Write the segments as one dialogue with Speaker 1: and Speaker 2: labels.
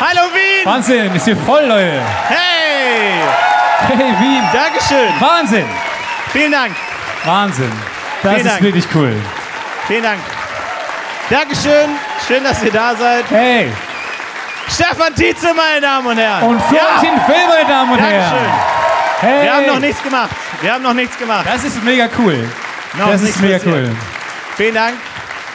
Speaker 1: Hallo Wien!
Speaker 2: Wahnsinn, ist hier voll, Leute.
Speaker 1: Hey!
Speaker 2: Hey, Wien.
Speaker 1: Dankeschön!
Speaker 2: Wahnsinn.
Speaker 1: Vielen Dank!
Speaker 2: Wahnsinn. Das
Speaker 1: Vielen
Speaker 2: ist
Speaker 1: Dank.
Speaker 2: wirklich cool.
Speaker 1: Vielen Dank! Dankeschön! Schön, dass ihr da seid.
Speaker 2: Hey.
Speaker 1: Stefan Tietze, meine Damen und Herren!
Speaker 2: Und Florentin Will, meine Damen und
Speaker 1: Ja,
Speaker 2: Herren.
Speaker 1: Dankeschön!
Speaker 2: Hey.
Speaker 1: Wir haben noch nichts gemacht. Wir haben noch nichts gemacht.
Speaker 2: Das ist mega cool.
Speaker 1: Noch
Speaker 2: das
Speaker 1: nichts
Speaker 2: ist mega
Speaker 1: passiert.
Speaker 2: cool.
Speaker 1: Vielen Dank.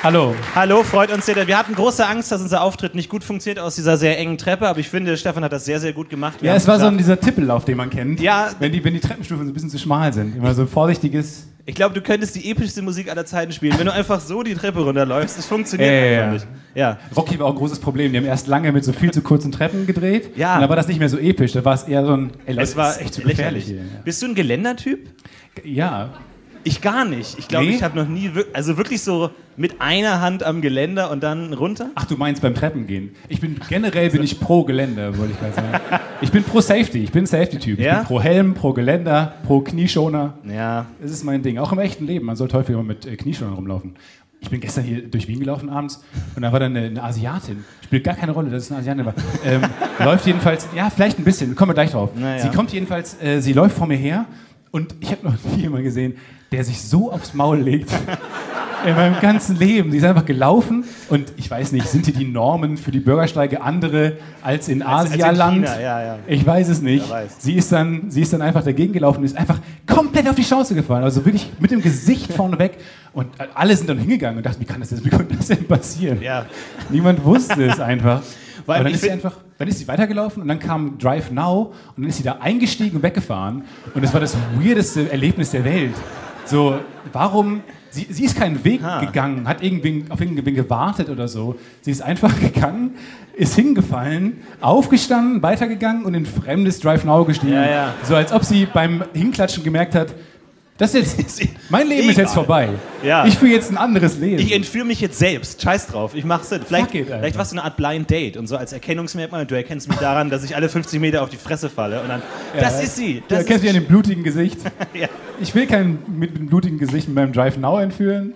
Speaker 2: Hallo.
Speaker 1: Hallo, freut uns sehr. Wir hatten große Angst, dass unser Auftritt nicht gut funktioniert aus dieser sehr engen Treppe, aber ich finde, Stefan hat das sehr, sehr gut gemacht. Wir
Speaker 2: Ja,
Speaker 1: haben
Speaker 2: es war so ein-
Speaker 1: geschafft.
Speaker 2: dieser Tippellauf, den man kennt.
Speaker 1: Ja.
Speaker 2: Wenn die, wenn die Treppenstufen so ein bisschen zu schmal sind. Immer so ein vorsichtiges.
Speaker 1: Ich glaube, du könntest die epischste Musik aller Zeiten spielen, wenn du einfach so die Treppe runterläufst. Es funktioniert
Speaker 2: Ja, ja,
Speaker 1: einfach
Speaker 2: ja.
Speaker 1: nicht. Ja.
Speaker 2: Rocky war auch ein großes Problem. Die haben erst lange mit so viel zu kurzen Treppen gedreht.
Speaker 1: Ja.
Speaker 2: Und dann war das nicht mehr so episch. Da war es eher so ein. Ey, Leute,
Speaker 1: Es war
Speaker 2: das ist
Speaker 1: echt
Speaker 2: zu
Speaker 1: lächerlich.
Speaker 2: gefährlich
Speaker 1: Bist du ein Geländertyp?
Speaker 2: hier. Ja.
Speaker 1: Ich gar nicht. Ich glaube,
Speaker 2: Nee?
Speaker 1: ich habe noch nie, wir- also wirklich so mit einer Hand am Geländer und dann runter.
Speaker 2: Ach, du meinst beim Treppengehen. Ich bin generell bin ich pro Geländer, wollte ich gerade sagen. Ich bin pro Safety. Ich bin Safety-Typ.
Speaker 1: Ja?
Speaker 2: Ich bin pro Helm, pro Geländer, pro Knieschoner.
Speaker 1: Ja.
Speaker 2: Das ist mein Ding. Auch im echten Leben. Man sollte häufiger mal mit äh, Knieschonern rumlaufen. Ich bin gestern hier durch Wien gelaufen abends und da war dann eine, eine Asiatin. Spielt gar keine Rolle, dass es eine Asiatin war. Ähm, läuft jedenfalls, ja, vielleicht ein bisschen, kommen wir gleich drauf.
Speaker 1: Na ja.
Speaker 2: Sie kommt jedenfalls, äh, sie läuft vor mir her und ich habe noch nie jemanden gesehen, der sich so aufs Maul legt. In meinem ganzen Leben. Sie ist einfach gelaufen und ich weiß nicht, sind hier die Normen für die Bürgersteige andere als in
Speaker 1: als in
Speaker 2: Asialand?
Speaker 1: China, ja, ja.
Speaker 2: Ich weiß es nicht.
Speaker 1: Wer weiß.
Speaker 2: Sie ist, dann, sie ist dann einfach dagegen gelaufen und ist einfach komplett auf die Schnauze gefallen. Also wirklich mit dem Gesicht vorne weg. Und alle sind dann hingegangen und dachten, wie kann das denn, wie konnte das denn passieren?
Speaker 1: Ja.
Speaker 2: Niemand wusste es einfach.
Speaker 1: Weil
Speaker 2: Aber dann
Speaker 1: ich
Speaker 2: ist, sie
Speaker 1: find-
Speaker 2: einfach, dann ist sie weitergelaufen und dann kam Drive Now und dann ist sie da eingestiegen und weggefahren. Und das war das weirdeste Erlebnis der Welt. So, warum? Sie, sie ist keinen Weg
Speaker 1: Ha.
Speaker 2: gegangen, hat irgendwie auf irgendwen gewartet oder so. Sie ist einfach gegangen, ist hingefallen, aufgestanden, weitergegangen und in fremdes Drive Now gestiegen.
Speaker 1: Ja, ja.
Speaker 2: So als ob sie beim Hinklatschen gemerkt hat, das ist jetzt, mein Leben ist
Speaker 1: Egal.
Speaker 2: jetzt vorbei.
Speaker 1: Ja.
Speaker 2: Ich will jetzt ein anderes Leben.
Speaker 1: Ich entführe mich jetzt selbst. Scheiß drauf. Ich mach's Sinn. Vielleicht,
Speaker 2: Fuck it, Alter.
Speaker 1: vielleicht warst du eine Art Blind Date und so als Erkennungsmerkmal. Du erkennst mich daran, dass ich alle 50 Meter auf die Fresse falle und dann. Das ist sie.
Speaker 2: Du
Speaker 1: Das
Speaker 2: erkennst mich
Speaker 1: ist
Speaker 2: an dem blutigen Gesicht.
Speaker 1: ja.
Speaker 2: Ich will keinen mit dem blutigen Gesicht mit meinem Drive Now entführen.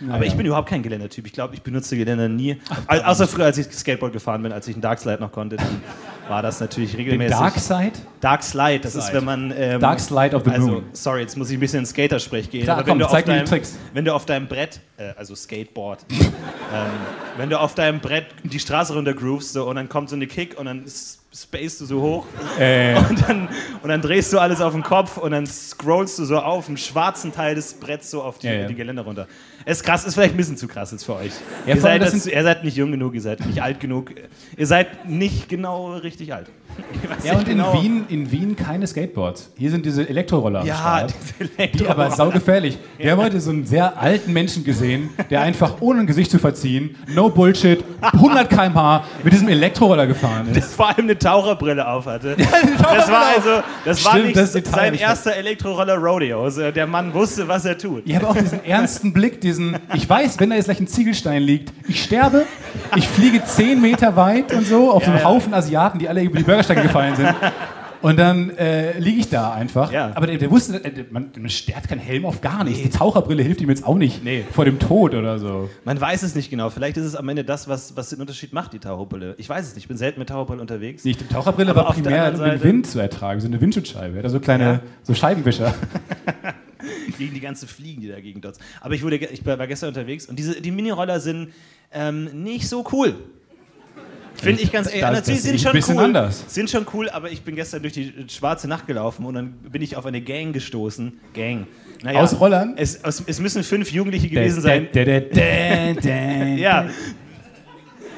Speaker 2: Naja.
Speaker 1: Aber ich bin überhaupt kein Geländertyp. Ich glaube, ich benutze Geländer nie. Au- außer früher, als ich Skateboard gefahren bin, als ich einen Darkslide noch konnte, dann war das natürlich
Speaker 2: den
Speaker 1: regelmäßig.
Speaker 2: Dark Side.
Speaker 1: Darkslide, das ist,
Speaker 2: Slide.
Speaker 1: wenn man. Ähm,
Speaker 2: Dark Slide of the
Speaker 1: also,
Speaker 2: Moon.
Speaker 1: sorry, jetzt muss ich ein bisschen in Skatersprech gehen.
Speaker 2: Klar,
Speaker 1: aber
Speaker 2: komm,
Speaker 1: wenn du
Speaker 2: zeig
Speaker 1: auf
Speaker 2: mir die
Speaker 1: deinem,
Speaker 2: Tricks.
Speaker 1: Wenn du auf deinem Brett, äh, also Skateboard, ähm, wenn du auf deinem Brett die Straße runter groovst so, und dann kommt so eine Kick und dann s- spacest du so hoch
Speaker 2: Äh,
Speaker 1: und dann, und dann drehst du alles auf den Kopf und dann scrollst du so auf dem schwarzen Teil des Bretts so auf die,
Speaker 2: Ja, ja.
Speaker 1: die Geländer runter. Ist krass, ist vielleicht ein bisschen zu krass jetzt für euch.
Speaker 2: Ja,
Speaker 1: ihr,
Speaker 2: vor allem
Speaker 1: seid
Speaker 2: das
Speaker 1: das,
Speaker 2: sind-
Speaker 1: ihr seid nicht jung genug, ihr seid nicht alt genug, ihr seid nicht genau richtig alt. Ich weiß
Speaker 2: ja,
Speaker 1: nicht
Speaker 2: und in
Speaker 1: genau.
Speaker 2: Wien, in Wien keine Skateboards. Hier sind diese Elektroroller am
Speaker 1: Ja,
Speaker 2: Start.
Speaker 1: diese
Speaker 2: Die aber
Speaker 1: Elektroautos.
Speaker 2: saugefährlich. Wir haben heute so einen sehr alten Menschen gesehen, der einfach ohne ein Gesicht zu verziehen, no bullshit, 100 km/h mit diesem Elektroroller gefahren ist.
Speaker 1: Vor allem eine Taucherbrille auf hatte. Das
Speaker 2: Das
Speaker 1: war also, das war
Speaker 2: Stimmt,
Speaker 1: nicht
Speaker 2: das Detail hab
Speaker 1: sein
Speaker 2: ich ver-
Speaker 1: erster Elektroroller Rodeo. Also Der Mann wusste, was er tut.
Speaker 2: Ich habe auch diesen ernsten Blick, diesen, ich weiß, wenn da jetzt gleich ein Ziegelstein liegt, ich sterbe, ich fliege zehn Meter weit und so auf so einem
Speaker 1: ja.
Speaker 2: Haufen Asiaten, die alle über die Bürgersteige gefallen sind. Und dann äh, liege ich da einfach.
Speaker 1: Ja.
Speaker 2: Aber der, der wusste, äh, der- man, man stört keinen Helm auf gar nichts. Die Taucherbrille hilft ihm jetzt auch nicht
Speaker 1: Nee.
Speaker 2: vor dem Tod oder so.
Speaker 1: Man weiß es nicht genau. Vielleicht ist es am Ende das, was, was den Unterschied macht, die Taucherbrille. Ich weiß es nicht. Ich bin selten mit Taucherbrille unterwegs.
Speaker 2: Nicht die Taucherbrille
Speaker 1: Aber
Speaker 2: war
Speaker 1: auf der
Speaker 2: primär, um
Speaker 1: anderen
Speaker 2: den
Speaker 1: Seite-
Speaker 2: Wind zu ertragen, so eine Windschutzscheibe. Oder so kleine
Speaker 1: Ja.
Speaker 2: so Scheibenwischer.
Speaker 1: Gegen die ganzen Fliegen, die dagegen dort. Aber ich, wurde, ge- ich war gestern unterwegs und diese, die Miniroller sind ähm, nicht so cool. Finde ich ganz ehrlich.
Speaker 2: Das-
Speaker 1: Natürlich
Speaker 2: das sehe
Speaker 1: sind
Speaker 2: ich
Speaker 1: schon
Speaker 2: ein bisschen
Speaker 1: cool,
Speaker 2: anders.
Speaker 1: Sind schon cool, aber ich bin gestern durch die schwarze Nacht gelaufen und dann bin ich auf eine Gang gestoßen. Gang. Naja,
Speaker 2: Aus Rollern?
Speaker 1: Es, es, es müssen fünf Jugendliche gewesen sein.
Speaker 2: Da, da, da, da, da.
Speaker 1: Ja.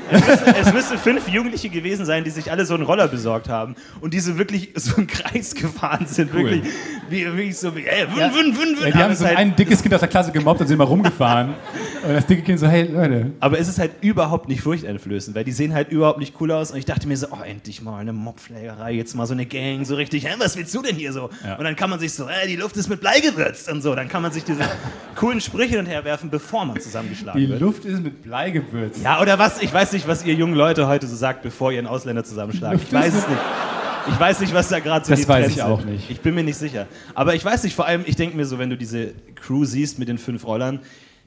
Speaker 1: Es müssen, es müssen fünf Jugendliche gewesen sein, die sich alle so einen Roller besorgt haben und die so wirklich so einen Kreis gefahren sind.
Speaker 2: Cool.
Speaker 1: Wirklich, wie, wirklich so, ey, wun, wun, wun, wun.
Speaker 2: Ja, die
Speaker 1: Aber
Speaker 2: haben
Speaker 1: es
Speaker 2: so
Speaker 1: ist halt-
Speaker 2: ein dickes Kind aus der Klasse gemobbt und sind mal rumgefahren. Und das dicke Kind so, hey Leute,
Speaker 1: Aber es ist halt überhaupt nicht furchteinflößend, weil die sehen halt überhaupt nicht cool aus. Und ich dachte mir so, oh, endlich mal eine Mobschlägerei, jetzt mal so eine Gang, so richtig, hä, was willst du denn hier so?
Speaker 2: Ja.
Speaker 1: Und dann kann man sich so, äh, die Luft ist mit Blei gewürzt und so. Dann kann man sich diese coolen Sprüche hin und her werfen, bevor man zusammengeschlagen
Speaker 2: die
Speaker 1: wird.
Speaker 2: Luft ist mit Blei gewürzt.
Speaker 1: Ja, oder was? Ich weiß nicht, was ihr jungen Leute heute so sagt, bevor ihr einen Ausländer zusammenschlagt. Ich weiß es nicht. Ich weiß nicht, was da gerade so
Speaker 2: Das
Speaker 1: die
Speaker 2: weiß
Speaker 1: Trends
Speaker 2: ich auch
Speaker 1: sind.
Speaker 2: nicht.
Speaker 1: Ich bin mir nicht sicher. Aber ich weiß nicht, vor allem, ich denke mir so, wenn du diese Crew siehst mit den fünf Rollern,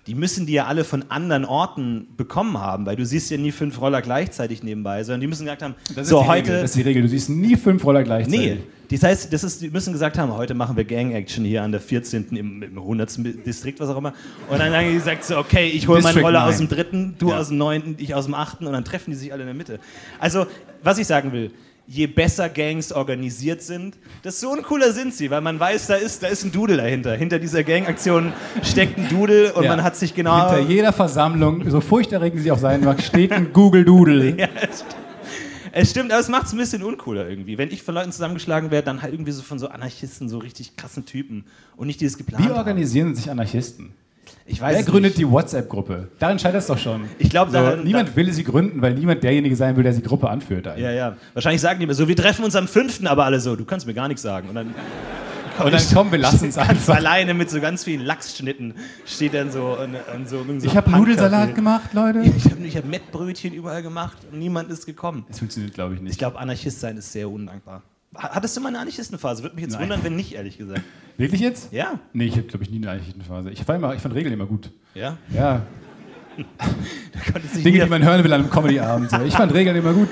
Speaker 1: die müssen die ja alle von anderen Orten bekommen haben, weil du siehst ja nie fünf Roller gleichzeitig nebenbei, sondern die müssen gesagt haben,
Speaker 2: Das ist,
Speaker 1: so
Speaker 2: die
Speaker 1: heute.
Speaker 2: Regel. das ist die Regel. Du siehst nie fünf Roller gleichzeitig.
Speaker 1: Nee, das heißt, das ist, die müssen gesagt haben, heute machen wir Gang-Action hier an der 14. im, im 100. Distrikt, was auch immer. Und dann haben die gesagt, so, okay, ich hole meinen
Speaker 2: District
Speaker 1: Roller
Speaker 2: nine.
Speaker 1: aus dem 3., du
Speaker 2: Ja.
Speaker 1: aus dem 9., ich aus dem 8. und dann treffen die sich alle in der Mitte. Also, was ich sagen will, je besser Gangs organisiert sind, desto uncooler sind sie, weil man weiß, da ist, da ist ein Doodle dahinter. Hinter dieser Gang-Aktion steckt ein Doodle und
Speaker 2: Ja.
Speaker 1: man hat sich genau...
Speaker 2: Hinter jeder Versammlung, so furchterregend sie auch sein mag, steht ein Google Doodle.
Speaker 1: Ja, es stimmt. es stimmt, aber es macht es ein bisschen uncooler irgendwie. Wenn ich von Leuten zusammengeschlagen werde, dann halt irgendwie so von so Anarchisten, so richtig krassen Typen und nicht dieses geplante.
Speaker 2: Wie organisieren sich Anarchisten?
Speaker 1: Ich
Speaker 2: Wer
Speaker 1: weiß es
Speaker 2: gründet
Speaker 1: nicht.
Speaker 2: die WhatsApp-Gruppe? Darin scheitert es doch schon.
Speaker 1: Ich glaub,
Speaker 2: so,
Speaker 1: daran-
Speaker 2: niemand will sie gründen, weil niemand derjenige sein will, der die Gruppe anführt. eigentlich.
Speaker 1: Ja, ja. Wahrscheinlich sagen die immer so, wir treffen uns am 5., aber alle so, du kannst mir gar nichts sagen. Und dann
Speaker 2: Und dann komm, wir lassen es
Speaker 1: ganz
Speaker 2: einfach.
Speaker 1: alleine mit so ganz vielen Lachsschnitten steht dann so und, und so, in so
Speaker 2: Ich habe
Speaker 1: einem
Speaker 2: Nudelsalat
Speaker 1: Punk-Café.
Speaker 2: gemacht, Leute.
Speaker 1: Ich habe ich hab Mettbrötchen überall gemacht und niemand ist gekommen.
Speaker 2: Das funktioniert, glaube ich,
Speaker 1: Ich
Speaker 2: nicht.
Speaker 1: glaube, Anarchist sein ist sehr undankbar. Hattest du mal eine Anarchistenphase? Würde mich jetzt
Speaker 2: Nein.
Speaker 1: wundern, wenn nicht, ehrlich gesagt.
Speaker 2: Wirklich jetzt?
Speaker 1: Ja,
Speaker 2: Nee, ich habe, glaube ich, nie eine Anarchistenphase. Ich, war immer, ich fand Regeln immer gut.
Speaker 1: ja.
Speaker 2: Ja,
Speaker 1: Du konntest dich nie
Speaker 2: Dinge, die man hören will an einem Comedy-Abend. so. Ich fand Regeln immer gut.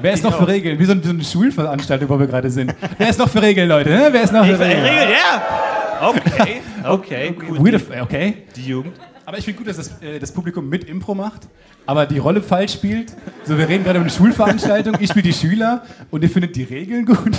Speaker 2: Wer ist
Speaker 1: Ich
Speaker 2: noch für
Speaker 1: auch.
Speaker 2: Regeln? Wie so, ein- so eine Schulveranstaltung, wo wir gerade sind. Wer ist noch für Regeln, Leute? hä? Wer ist noch
Speaker 1: Ich
Speaker 2: für Regeln?
Speaker 1: Regel, ja. Okay, okay, gut.
Speaker 2: Weird, okay.
Speaker 1: Die Jugend.
Speaker 2: Aber ich finde gut, dass das, äh, das Publikum mit Impro macht, aber die Rolle falsch spielt. So, wir reden gerade über eine Schulveranstaltung, ich spiele die Schüler und ihr findet die Regeln gut.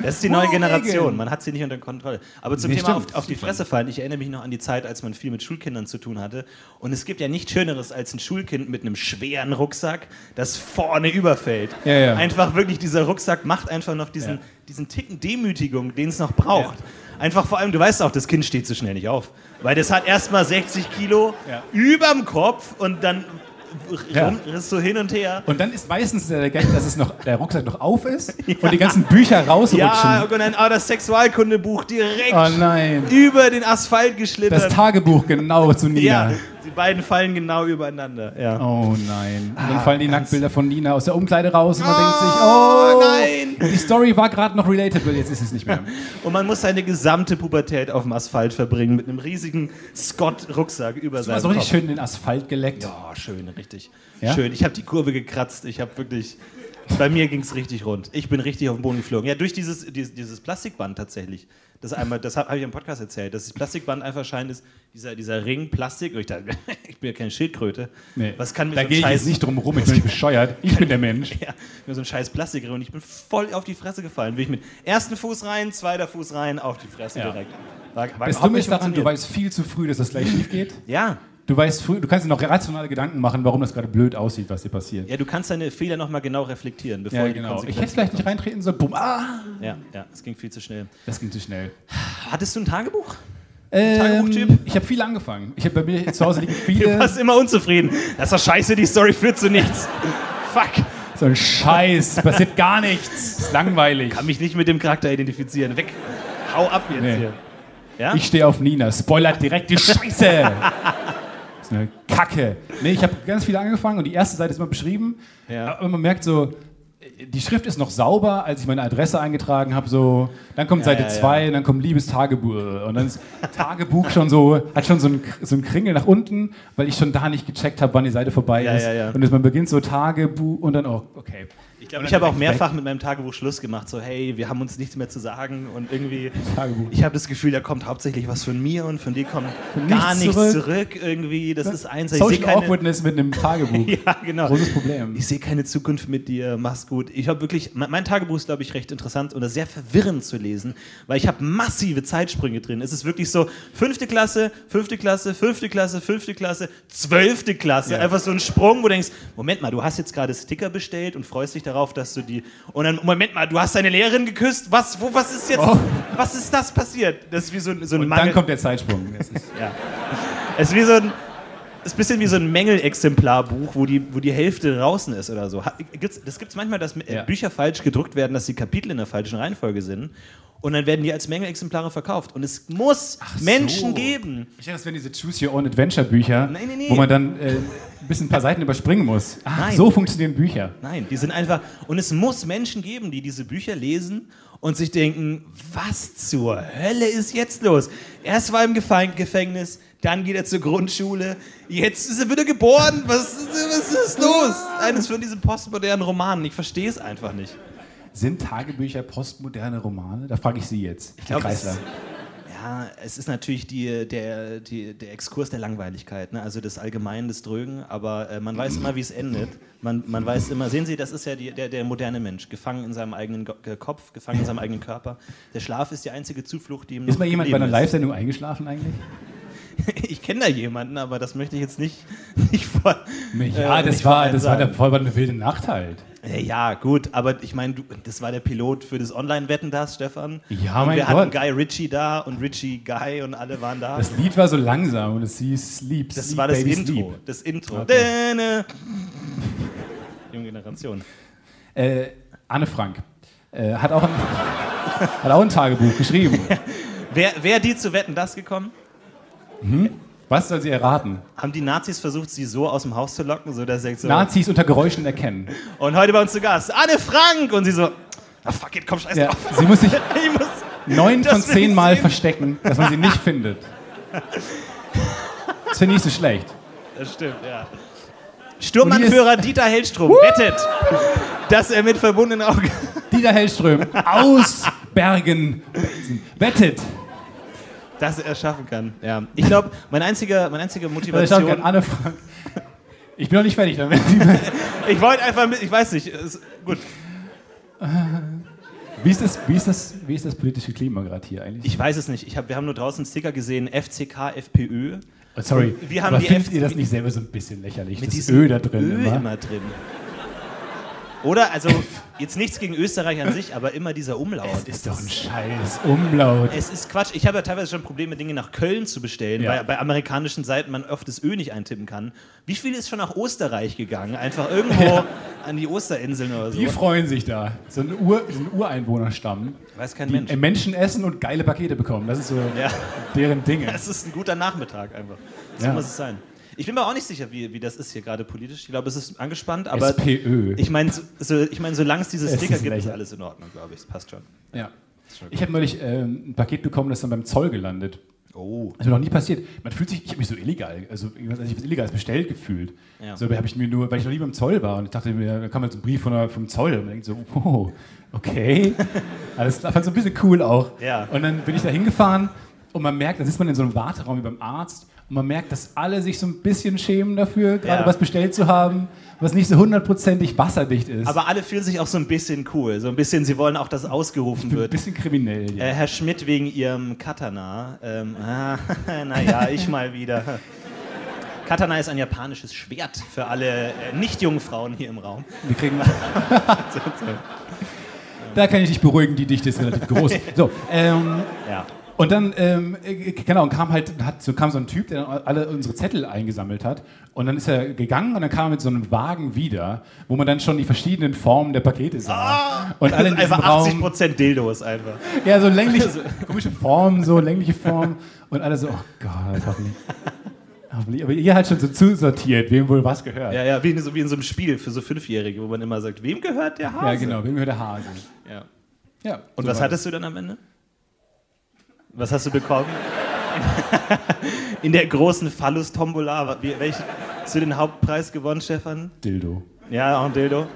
Speaker 1: Das ist die neue
Speaker 2: Wow,
Speaker 1: Generation.
Speaker 2: Regeln.
Speaker 1: Man hat sie nicht unter Kontrolle. Aber zum
Speaker 2: Nee,
Speaker 1: Thema auf,
Speaker 2: stimmt.
Speaker 1: auf die Fresse fallen. Ich erinnere mich noch an die Zeit, als man viel mit Schulkindern zu tun hatte. Und es gibt ja nichts Schöneres als ein Schulkind mit einem schweren Rucksack, das vorne überfällt.
Speaker 2: Ja, ja.
Speaker 1: Einfach wirklich, dieser Rucksack macht einfach noch diesen,
Speaker 2: Ja.
Speaker 1: diesen Ticken Demütigung, den es noch braucht. Einfach vor allem, du weißt auch, das Kind steht so schnell nicht auf. Weil das hat erstmal 60 Kilo
Speaker 2: Ja.
Speaker 1: überm Kopf und dann
Speaker 2: Ja.
Speaker 1: rum, so hin und her.
Speaker 2: Und dann ist meistens der Gag, dass es noch, der Rucksack noch auf ist und die ganzen Bücher rausrutschen.
Speaker 1: Ja, und dann auch das Sexualkundebuch direkt
Speaker 2: Oh nein.
Speaker 1: über den Asphalt
Speaker 2: Das
Speaker 1: geschlittert.
Speaker 2: Tagebuch genau zu
Speaker 1: ja,
Speaker 2: Nina.
Speaker 1: die beiden fallen genau übereinander. Ja.
Speaker 2: Oh nein. Und
Speaker 1: Ah,
Speaker 2: dann fallen die Nacktbilder von Nina aus der Umkleide raus und man denkt sich, oh
Speaker 1: Ah, nein.
Speaker 2: Die Story war gerade noch relatable, jetzt ist es nicht mehr.
Speaker 1: Und man muss seine gesamte Pubertät auf dem Asphalt verbringen mit einem riesigen Scott-Rucksack über
Speaker 2: Du hast so
Speaker 1: seinem
Speaker 2: richtig
Speaker 1: Kopf.
Speaker 2: schön den Asphalt geleckt.
Speaker 1: Oh, schön, richtig.
Speaker 2: Ja?
Speaker 1: Schön. Ich habe die Kurve gekratzt. Ich habe wirklich. Bei mir ging es richtig rund. Ich bin richtig auf den Boden geflogen. Ja, durch dieses, dieses, dieses Plastikband tatsächlich. Das einmal, das habe hab ich im Podcast erzählt, dass das Plastikband einfach scheint ist, dieser, dieser Ring Plastik. Und ich dachte, ich bin ja keine Schildkröte.
Speaker 2: Nee.
Speaker 1: Was kann mir
Speaker 2: da
Speaker 1: so ein
Speaker 2: gehe ich
Speaker 1: Scheiß
Speaker 2: jetzt nicht drum rum, ich bin nicht bescheuert. Ich bin der Mensch.
Speaker 1: Ja, mir so ein scheiß Plastikring und ich bin voll auf die Fresse gefallen. Bin ich mit ersten Fuß rein, zweiter Fuß rein, auf die Fresse
Speaker 2: Ja.
Speaker 1: direkt. War, war
Speaker 2: Das
Speaker 1: überhaupt
Speaker 2: Dumme
Speaker 1: nicht
Speaker 2: ist daran, du
Speaker 1: funktioniert.
Speaker 2: weißt viel zu früh, dass das gleich schief geht.
Speaker 1: Ja.
Speaker 2: Du weißt früh, du kannst dir noch rationale Gedanken machen, warum das gerade blöd aussieht, was dir passiert. genau.
Speaker 1: ja, du kannst deine Fehler nochmal genau reflektieren, bevor die
Speaker 2: Ich hätte
Speaker 1: Konsequenzen...
Speaker 2: vielleicht nicht reintreten sollen. Bumm, ah!
Speaker 1: ja, ja, es ging viel zu schnell.
Speaker 2: Das ging zu schnell.
Speaker 1: Hattest du ein Tagebuch?
Speaker 2: Ähm,
Speaker 1: Tagebuchtyp?
Speaker 2: ich habe viele angefangen. Ich habe bei mir zu Hause liegen
Speaker 1: Du
Speaker 2: viele.
Speaker 1: warst immer unzufrieden. Das ist doch scheiße, die Story führt zu nichts. Fuck.
Speaker 2: so ein Scheiß, passiert gar nichts. Ist langweilig.
Speaker 1: Kann mich nicht mit dem Charakter identifizieren. Weg. Hau ab jetzt
Speaker 2: Nee.
Speaker 1: hier. Ja?
Speaker 2: Ich stehe auf Nina. Spoilert direkt die Scheiße. ist eine Kacke. Nee, ich habe ganz viele angefangen und die erste Seite ist mal beschrieben.
Speaker 1: Ja.
Speaker 2: Aber man merkt so, die Schrift ist noch sauber, als ich meine Adresse eingetragen habe. So, dann kommt Seite
Speaker 1: ja,
Speaker 2: 2, dann kommt Liebestagebuch. Und dann ist Tagebuch schon so, hat schon so einen, Kr- so einen Kringel nach unten, weil ich schon da nicht gecheckt habe, wann die Seite vorbei
Speaker 1: Ja,
Speaker 2: ist.
Speaker 1: ja, ja.
Speaker 2: Und dass man beginnt so Tagebuch und dann auch, okay.
Speaker 1: Ich glaube, ich habe auch mehrfach mit meinem Tagebuch Schluss gemacht, so hey, wir haben uns nichts mehr zu sagen und irgendwie,
Speaker 2: Tagebuch.
Speaker 1: ich habe das Gefühl, da kommt hauptsächlich was von mir und von dir kommt
Speaker 2: Nichts
Speaker 1: gar nichts
Speaker 2: zurück.
Speaker 1: zurück, irgendwie, das ist eins, ich sehe
Speaker 2: Social
Speaker 1: keine,
Speaker 2: Awkwardness mit einem Tagebuch.
Speaker 1: ja, genau.
Speaker 2: Großes Problem.
Speaker 1: ich sehe keine Zukunft mit dir, mach's gut. Ich habe wirklich, mein, mein Tagebuch ist, glaube ich, recht interessant oder sehr verwirrend zu lesen, weil ich habe massive Zeitsprünge drin. Es ist wirklich so, fünfte Klasse, fünfte Klasse, fünfte Klasse, fünfte Klasse, zwölfte Klasse.
Speaker 2: Ja.
Speaker 1: Einfach so ein Sprung, wo du denkst, Moment mal, du hast jetzt gerade Sticker bestellt und freust dich darauf, dass du die, und dann, Moment mal, du hast deine Lehrerin geküsst, was, wo, was ist jetzt,
Speaker 2: Oh.
Speaker 1: was ist das passiert? Das ist wie so, ein- so ein
Speaker 2: Und
Speaker 1: Mangel-
Speaker 2: dann kommt der Zeitsprung. Das ist
Speaker 1: es ist wie so ein, es ist ein bisschen wie so ein Mängelexemplarbuch, wo die, wo die Hälfte draußen ist oder so. Ha- Gibt's, das gibt es manchmal, dass äh,
Speaker 2: Ja.
Speaker 1: Bücher falsch gedruckt werden, dass die Kapitel in der falschen Reihenfolge sind. Und dann werden die als Mängelexemplare verkauft. Und es muss Menschen
Speaker 2: so.
Speaker 1: geben.
Speaker 2: Ich dachte, das wären diese Choose Your Own Adventure Bücher,
Speaker 1: Nein, nein, nein.
Speaker 2: wo man dann äh, ein bisschen ein paar Seiten überspringen muss. Ach,
Speaker 1: Nein.
Speaker 2: so funktionieren Bücher.
Speaker 1: Nein, die sind einfach. Und es muss Menschen geben, die diese Bücher lesen und sich denken, was zur Hölle ist jetzt los? Erst war er im Gefein- Gefängnis, dann geht er zur Grundschule, jetzt ist er wieder geboren, was, was ist los? Eines von diesen postmodernen Romanen, ich verstehe es einfach nicht.
Speaker 2: Sind Tagebücher postmoderne Romane? Da frage ich Sie jetzt. Ich
Speaker 1: glaub, es- Ja, es ist natürlich die, der, die, der Exkurs der Langweiligkeit, ne? also das Allgemeine, des Drögen, aber äh, man weiß immer, wie es endet. Man, man weiß immer, sehen Sie, das ist ja die, der, der moderne Mensch, gefangen in seinem eigenen Go äh, Kopf, gefangen in seinem eigenen Körper. Der Schlaf ist die einzige Zuflucht, die ihm
Speaker 2: Ist
Speaker 1: noch
Speaker 2: mal jemand bei
Speaker 1: geblieben
Speaker 2: einer Live-Sendung eingeschlafen eigentlich?
Speaker 1: ist. Ich kenne da jemanden, aber das möchte ich jetzt nicht, nicht vor.
Speaker 2: Ja,
Speaker 1: äh,
Speaker 2: das,
Speaker 1: nicht
Speaker 2: war,
Speaker 1: vorher
Speaker 2: das war
Speaker 1: sagen.
Speaker 2: der voll war eine wilde Nacht halt.
Speaker 1: Äh, Ja, gut, aber ich meine, du- das war der Pilot für das Online-Wetten das, Stefan.
Speaker 2: Ja,
Speaker 1: und
Speaker 2: mein
Speaker 1: wir hatten
Speaker 2: Gott.
Speaker 1: Guy Ritchie da und Ritchie Guy und alle waren da.
Speaker 2: Das Lied war so langsam und es hieß Sleep,
Speaker 1: Das
Speaker 2: Sleep,
Speaker 1: war das
Speaker 2: Baby,
Speaker 1: Intro.
Speaker 2: Sleep.
Speaker 1: Das Intro.
Speaker 2: Okay.
Speaker 1: Däne. Junge Generation.
Speaker 2: Äh, Anne Frank äh, hat, auch ein, hat auch ein Tagebuch geschrieben.
Speaker 1: Wer, wer die zu wetten, das gekommen?
Speaker 2: Was soll sie erraten?
Speaker 1: Haben die Nazis versucht, sie so aus dem Haus zu locken, so dass sie so.
Speaker 2: Nazis unter Geräuschen erkennen.
Speaker 1: Und heute bei uns zu Gast, Anne Frank! Und sie so, ah fuck it, komm, scheiß
Speaker 2: Ja,
Speaker 1: drauf.
Speaker 2: sie muss sich
Speaker 1: Ich muss.
Speaker 2: neun
Speaker 1: Das
Speaker 2: von
Speaker 1: will ich
Speaker 2: zehn Mal
Speaker 1: sehen.
Speaker 2: verstecken, dass man sie nicht findet. Das finde ich nicht so schlecht.
Speaker 1: Das stimmt, ja. Sturmanführer Dieter Hellstrom wettet, dass er mit verbundenen Augen.
Speaker 2: Dieter Hellström aus Bergen wettet.
Speaker 1: dass er es schaffen kann. Ja. Ich glaube, mein einziger, meine einzige
Speaker 2: Das ist auch kein
Speaker 1: Motivation.
Speaker 2: Anne Frank. Ich bin noch nicht fertig damit.
Speaker 1: Ich wollte einfach. mit- Ich weiß nicht. Es, gut.
Speaker 2: Wie ist das, wie ist das, wie ist das politische Klima gerade hier eigentlich?
Speaker 1: Ich weiß es nicht. Ich hab, wir haben nur draußen Sticker gesehen, FCK, FPÖ.
Speaker 2: Oh, sorry,
Speaker 1: Wir haben
Speaker 2: aber
Speaker 1: die
Speaker 2: findet
Speaker 1: F-
Speaker 2: ihr das nicht selber so ein bisschen lächerlich?
Speaker 1: Mit
Speaker 2: das
Speaker 1: diesem
Speaker 2: Öl da drin
Speaker 1: Öl
Speaker 2: immer.
Speaker 1: immer drin. Oder, also, jetzt nichts gegen Österreich an sich, aber immer dieser Umlaut.
Speaker 2: Das ist doch ein scheiß Umlaut.
Speaker 1: Es ist Quatsch. Ich habe ja teilweise schon Probleme, Dinge nach Köln zu bestellen,
Speaker 2: Ja.
Speaker 1: weil bei amerikanischen Seiten man oft das Ö nicht eintippen kann. Wie viel ist schon nach Österreich gegangen? Einfach irgendwo
Speaker 2: Ja.
Speaker 1: an die Osterinseln oder so.
Speaker 2: Die freuen sich da. So ein, Ur, so ein Ureinwohnerstamm.
Speaker 1: Weiß kein
Speaker 2: Die
Speaker 1: Mensch.
Speaker 2: Menschen. essen und geile Pakete bekommen. Das ist so
Speaker 1: Ja.
Speaker 2: deren Dinge.
Speaker 1: Es ist ein guter Nachmittag einfach. So
Speaker 2: Ja.
Speaker 1: muss es sein. Ich bin mir auch nicht sicher, wie, wie das ist hier gerade politisch. Ich glaube, es ist angespannt, aber
Speaker 2: SPÖ.
Speaker 1: ich meine, so, so, ich mein, solange es diese
Speaker 2: Es
Speaker 1: Sticker
Speaker 2: ist
Speaker 1: gibt, ist
Speaker 2: lächerlich.
Speaker 1: alles in Ordnung, glaube ich. Es passt schon.
Speaker 2: ja. ich habe neulich ähm, ein Paket bekommen, das dann beim Zoll gelandet.
Speaker 1: Oh.
Speaker 2: Das ist mir noch nie passiert. Man fühlt sich, ich habe mich so illegal, also irgendwas, als ich was Illegales bestellt gefühlt.
Speaker 1: Ja.
Speaker 2: So habe ich mir nur, weil ich noch nie beim Zoll war und ich dachte mir, da kam jetzt ein Brief von der, vom Zoll und man denkt so, wow, okay. Alles klar, fand so ein bisschen cool auch.
Speaker 1: Ja.
Speaker 2: Und dann bin ich da hingefahren und man merkt, dann sitzt man in so einem Warteraum wie beim Arzt und man merkt, dass alle sich so ein bisschen schämen dafür, gerade
Speaker 1: Ja.
Speaker 2: was bestellt zu haben, was nicht so hundertprozentig wasserdicht ist.
Speaker 1: Aber alle fühlen sich auch so ein bisschen cool. So ein bisschen, sie wollen auch, dass ausgerufen
Speaker 2: ein
Speaker 1: wird.
Speaker 2: bisschen kriminell. Ja.
Speaker 1: Äh, Herr Schmidt wegen Ihrem Katana. Ähm, ah, naja, ich mal wieder. Katana ist ein japanisches Schwert für alle äh, nicht jungen Frauen hier im Raum.
Speaker 2: Wir kriegen Da kann ich dich beruhigen, die Dichte ist relativ groß. So, ähm,
Speaker 1: Ja.
Speaker 2: und dann, ähm, äh, genau, und kam halt, hat, so, kam so ein Typ, der dann alle unsere Zettel eingesammelt hat. Und dann ist er gegangen und dann kam er mit so einem Wagen wieder, wo man dann schon die verschiedenen Formen der Pakete
Speaker 1: Ah!
Speaker 2: sah. und alle in diesem
Speaker 1: einfach
Speaker 2: Raum,
Speaker 1: 80% Dildos einfach.
Speaker 2: ja, so längliche,
Speaker 1: Also-
Speaker 2: komische Formen, so längliche Formen. Und alle so, oh Gott, hoffentlich. hoffentlich. Aber ihr halt schon so zusortiert, wem wohl was gehört.
Speaker 1: Ja, ja, wie in, so, wie in so einem Spiel für so Fünfjährige, wo man immer sagt, wem gehört der Hase?
Speaker 2: Ja, genau, wem gehört der Hase?
Speaker 1: Ja.
Speaker 2: Ja,
Speaker 1: Und was
Speaker 2: so war das.
Speaker 1: hattest du dann am Ende? Was hast du bekommen? in der großen Phallus-Tombola. wa- wie- welch- Hast du den Hauptpreis gewonnen, Stefan?
Speaker 2: Dildo.
Speaker 1: Ja, auch ein Dildo.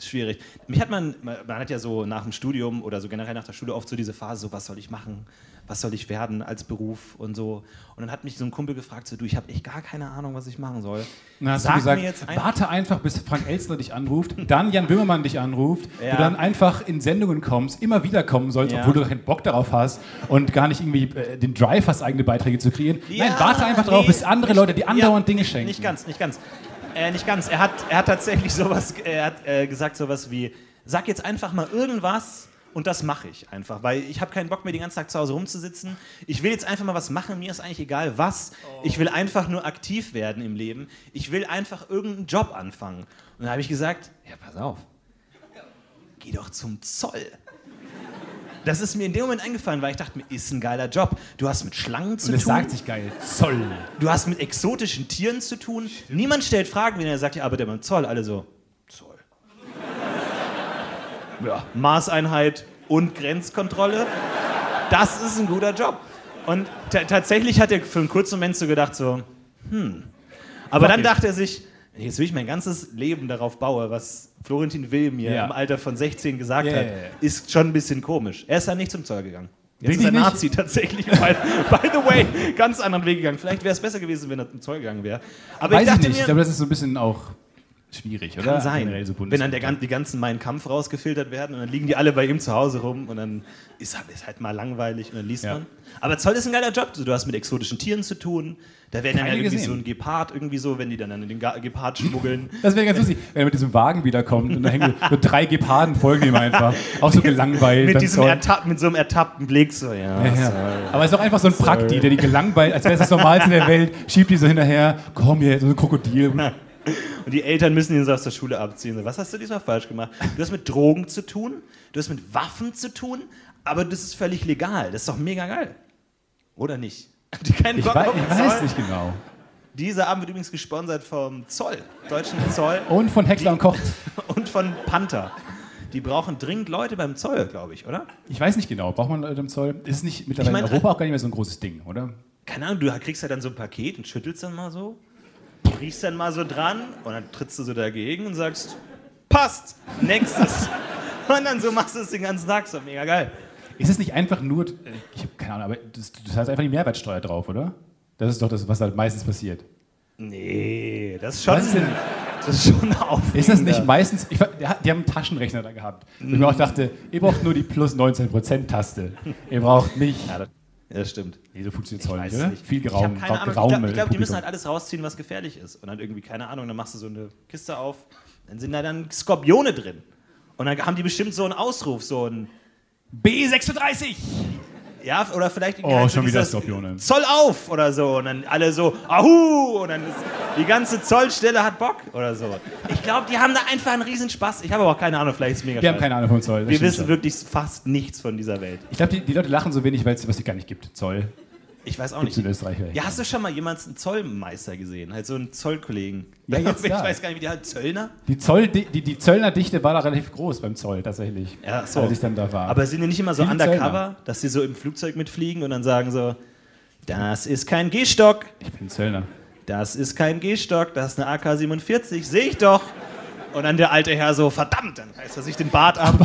Speaker 1: Schwierig. Mich hat man, man man hat ja so nach dem Studium oder so generell nach der Schule oft so diese Phase, so was soll ich machen, was soll ich werden als Beruf und so. Und dann hat mich so ein Kumpel gefragt, so du, ich habe echt gar keine Ahnung, was ich machen soll.
Speaker 2: Na, hast
Speaker 1: Sag
Speaker 2: du gesagt,
Speaker 1: mir jetzt ein-
Speaker 2: warte einfach, bis Frank Elstner dich anruft, dann Jan Böhmermann dich anruft,
Speaker 1: Ja.
Speaker 2: du dann einfach in Sendungen kommst, immer wieder kommen sollst,
Speaker 1: Ja.
Speaker 2: obwohl du gar keinen Bock darauf hast und gar nicht irgendwie äh, den Drive hast, eigene Beiträge zu kreieren. Nein,
Speaker 1: Ja,
Speaker 2: warte einfach drauf,
Speaker 1: nee,
Speaker 2: bis andere
Speaker 1: nicht-
Speaker 2: Leute dir
Speaker 1: ja,
Speaker 2: andauernd Dinge
Speaker 1: nicht,
Speaker 2: schenken.
Speaker 1: Nicht ganz, nicht ganz. Äh, nicht ganz. Er hat, er hat tatsächlich sowas, er hat äh, gesagt sowas wie, sag jetzt einfach mal irgendwas und das mache ich einfach, weil ich habe keinen Bock mehr den ganzen Tag zu Hause rumzusitzen. Ich will jetzt einfach mal was machen, mir ist eigentlich egal was. Ich will einfach nur aktiv werden im Leben. Ich will einfach irgendeinen Job anfangen. Und dann habe ich gesagt, ja, pass auf. Geh doch zum Zoll. Das ist mir in dem Moment eingefallen, weil ich dachte mir, ist ein geiler Job. Du hast mit Schlangen zu
Speaker 2: Und es
Speaker 1: tun.
Speaker 2: sagt sich geil, Zoll.
Speaker 1: Du hast mit exotischen Tieren zu tun. Niemand stellt Fragen, wenn er sagt, ja, arbeitet beim Zoll. Alle so, Zoll. Ja, Maßeinheit, und Grenzkontrolle. Das ist ein guter Job. Und ta- tatsächlich hat er für einen kurzen Moment so gedacht, so, hm. Aber
Speaker 2: Fuck
Speaker 1: dann
Speaker 2: it.
Speaker 1: dachte er sich, wenn ich jetzt wirklich mein ganzes Leben darauf baue, was Florentin Will mir
Speaker 2: Ja.
Speaker 1: im Alter von 16 gesagt
Speaker 2: Ja,
Speaker 1: hat,
Speaker 2: ja, ja.
Speaker 1: ist schon ein bisschen komisch. Er ist dann nicht zum Zoll gegangen. Jetzt
Speaker 2: Wirklich
Speaker 1: ist er
Speaker 2: nicht?
Speaker 1: Nazi tatsächlich. By, by the way, ganz anderen Weg gegangen. Vielleicht wäre es besser gewesen, wenn er zum Zoll gegangen wäre. Aber
Speaker 2: Weiß
Speaker 1: ich dachte
Speaker 2: nicht. ich
Speaker 1: mir,
Speaker 2: glaube, das ist so ein bisschen auch schwierig, oder?
Speaker 1: kann sein,
Speaker 2: Generell so
Speaker 1: wenn dann der, gan- die ganzen Mein Kampf rausgefiltert werden und dann liegen die alle bei ihm zu Hause rum und dann ist halt, ist halt mal langweilig und dann liest
Speaker 2: Ja.
Speaker 1: man. Aber Zoll ist ein geiler Job. Du hast mit exotischen Tieren zu tun. Da werden dann
Speaker 2: Keine
Speaker 1: ja irgendwie
Speaker 2: gesehen.
Speaker 1: so ein Gepard irgendwie so, wenn die dann, dann den Ga- Gepard schmuggeln.
Speaker 2: Das wäre ganz lustig, wenn er mit diesem Wagen wiederkommt und da hängen so drei Geparden folgen ihm einfach. Auch so gelangweilt.
Speaker 1: mit,
Speaker 2: beim
Speaker 1: diesem
Speaker 2: Zoll.
Speaker 1: ertapp, mit so einem ertappten Blick so, ja.
Speaker 2: Ja, ja. Aber es ist auch einfach so ein Prakti, der die gelangweilt, als wäre es das Normalste der Welt, schiebt die so hinterher, komm hier, so ein Krokodil.
Speaker 1: Und die Eltern müssen ihn so aus der Schule abziehen. So, was hast du diesmal falsch gemacht? Du hast mit Drogen zu tun, du hast mit Waffen zu tun, aber das ist völlig legal. Das ist doch mega geil. Oder nicht? Die keinen
Speaker 2: Ich,
Speaker 1: Bock
Speaker 2: weiß,
Speaker 1: auf den
Speaker 2: ich weiß
Speaker 1: Zoll.
Speaker 2: nicht genau.
Speaker 1: Dieser Abend wird übrigens gesponsert vom Zoll, deutschen Zoll
Speaker 2: Und von Häcksler und Koch.
Speaker 1: und von Panther. Die brauchen dringend Leute beim Zoll, glaube ich, oder?
Speaker 2: Ich weiß nicht genau, braucht man Leute im Zoll? Ist es nicht mittlerweile
Speaker 1: Ich mein,
Speaker 2: in Europa auch gar nicht mehr so ein großes Ding, oder?
Speaker 1: Keine Ahnung, du kriegst ja dann so ein Paket und schüttelst dann mal so, riechst dann mal so dran und dann trittst du so dagegen und sagst, passt, nächstes. Und dann so machst du es den ganzen Tag, so mega geil.
Speaker 2: Ist es nicht einfach nur, äh, ich habe keine Ahnung, aber das, das heißt einfach die Mehrwertsteuer drauf, oder? Das ist doch das, was halt meistens passiert.
Speaker 1: Nee, das ist schon,
Speaker 2: Was denn?
Speaker 1: Das ist schon aufregend.
Speaker 2: Ist das nicht meistens, ich, ver- die ha- die haben einen Taschenrechner da gehabt. Und ich mir auch dachte, ihr braucht nur die plus 19%-Taste. Ihr braucht nicht.
Speaker 1: Ja, das, ja, das stimmt.
Speaker 2: Nee, so funktioniert
Speaker 1: Ich
Speaker 2: Zoll nicht,
Speaker 1: weiß
Speaker 2: oder?
Speaker 1: es nicht.
Speaker 2: Viel
Speaker 1: Ich
Speaker 2: Geraum,
Speaker 1: habe keine Ahnung.
Speaker 2: Geraume
Speaker 1: ich glaube,
Speaker 2: im
Speaker 1: glaub, die müssen
Speaker 2: Publikum.
Speaker 1: halt alles rausziehen, was gefährlich ist. Und dann irgendwie, keine Ahnung, dann machst du so eine Kiste auf, dann sind da dann Skorpione drin. Und dann haben die bestimmt so einen Ausruf, so ein,
Speaker 2: B36!
Speaker 1: ja, oder vielleicht...
Speaker 2: Oh,
Speaker 1: halt so
Speaker 2: schon wieder
Speaker 1: dieses
Speaker 2: Skorpione.
Speaker 1: Zoll auf oder so. Und dann alle so, ahu! Und dann ist, die ganze Zollstelle hat Bock oder so. Ich glaube, die haben da einfach einen riesen Spaß. Ich habe aber auch keine Ahnung, vielleicht ist es mega
Speaker 2: Wir haben
Speaker 1: scheiße.
Speaker 2: keine Ahnung vom Zoll. das
Speaker 1: Wir
Speaker 2: stimmt
Speaker 1: wissen
Speaker 2: schon.
Speaker 1: wirklich fast nichts von dieser Welt.
Speaker 2: Ich glaube, die, die Leute lachen so wenig, weil es was die gar nicht gibt. Zoll.
Speaker 1: Ich weiß auch
Speaker 2: Gibt's
Speaker 1: nicht.
Speaker 2: in Österreich vielleicht.
Speaker 1: Ja, hast du schon mal jemanden einen Zollmeister gesehen? Halt so einen Zollkollegen.
Speaker 2: Ja, jetzt
Speaker 1: ich
Speaker 2: ja.
Speaker 1: weiß gar nicht, wie der halt Zöllner.
Speaker 2: Die, Zoll, die, die, die Zöllnerdichte war da relativ groß beim Zoll, tatsächlich.
Speaker 1: Ja, so.
Speaker 2: Als ich dann da war.
Speaker 1: Aber sind die nicht immer so
Speaker 2: Viele
Speaker 1: undercover,
Speaker 2: Zöllner.
Speaker 1: dass sie so im Flugzeug mitfliegen und dann sagen so, das ist kein Gehstock,
Speaker 2: ich bin Zöllner.
Speaker 1: das ist kein Gehstock, das ist eine AK-47, sehe ich doch. Und dann der alte Herr so, verdammt, dann reißt er sich den Bart ab.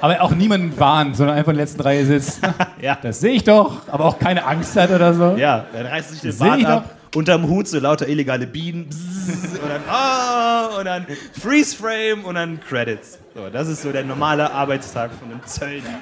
Speaker 2: Aber auch niemanden warnt, sondern einfach in der letzten Reihe sitzt.
Speaker 1: ja,
Speaker 2: Das sehe ich doch, aber auch keine Angst hat oder so.
Speaker 1: ja, dann reißt er sich den
Speaker 2: Seh
Speaker 1: Bart
Speaker 2: ich
Speaker 1: ab. Unterm Hut so lauter illegale Bienen. Bzzz, und dann, ah, und dann Freeze Frame und dann Credits. So, das ist so der normale Arbeitstag von einem Zöllner.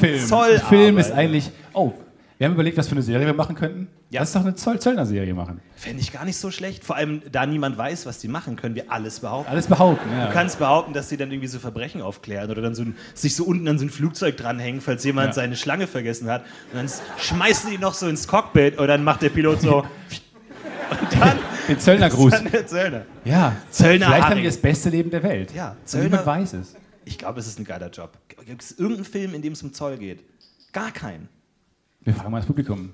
Speaker 2: Film.
Speaker 1: Zollarbeit.
Speaker 2: Film ist eigentlich. Oh, wir haben überlegt, was für eine Serie wir machen könnten.
Speaker 1: Ja.
Speaker 2: Lass doch eine Zoll Zöllner-Serie machen.
Speaker 1: Fände ich gar nicht so schlecht. Vor allem, da niemand weiß, was die machen, können wir alles behaupten.
Speaker 2: Alles behaupten. Ja.
Speaker 1: Du kannst behaupten, dass sie dann irgendwie so Verbrechen aufklären oder dann so ein, sich so unten an so ein Flugzeug dranhängen, falls jemand
Speaker 2: Ja.
Speaker 1: seine Schlange vergessen hat. Und dann s- schmeißen die noch so ins Cockpit und dann macht der Pilot so. und dann.
Speaker 2: Den Zöllnergruß.
Speaker 1: dann der Zöllner.
Speaker 2: Ja.
Speaker 1: Zöllner
Speaker 2: Vielleicht haben
Speaker 1: Haring.
Speaker 2: wir das beste Leben der Welt.
Speaker 1: Ja,
Speaker 2: Zöllner. Niemand
Speaker 1: Zöllner-
Speaker 2: weiß es.
Speaker 1: Ich glaube, es ist ein geiler Job. Gibt es irgendeinen Film, in dem es um Zoll geht? Gar keinen.
Speaker 2: Wir fragen mal das Publikum.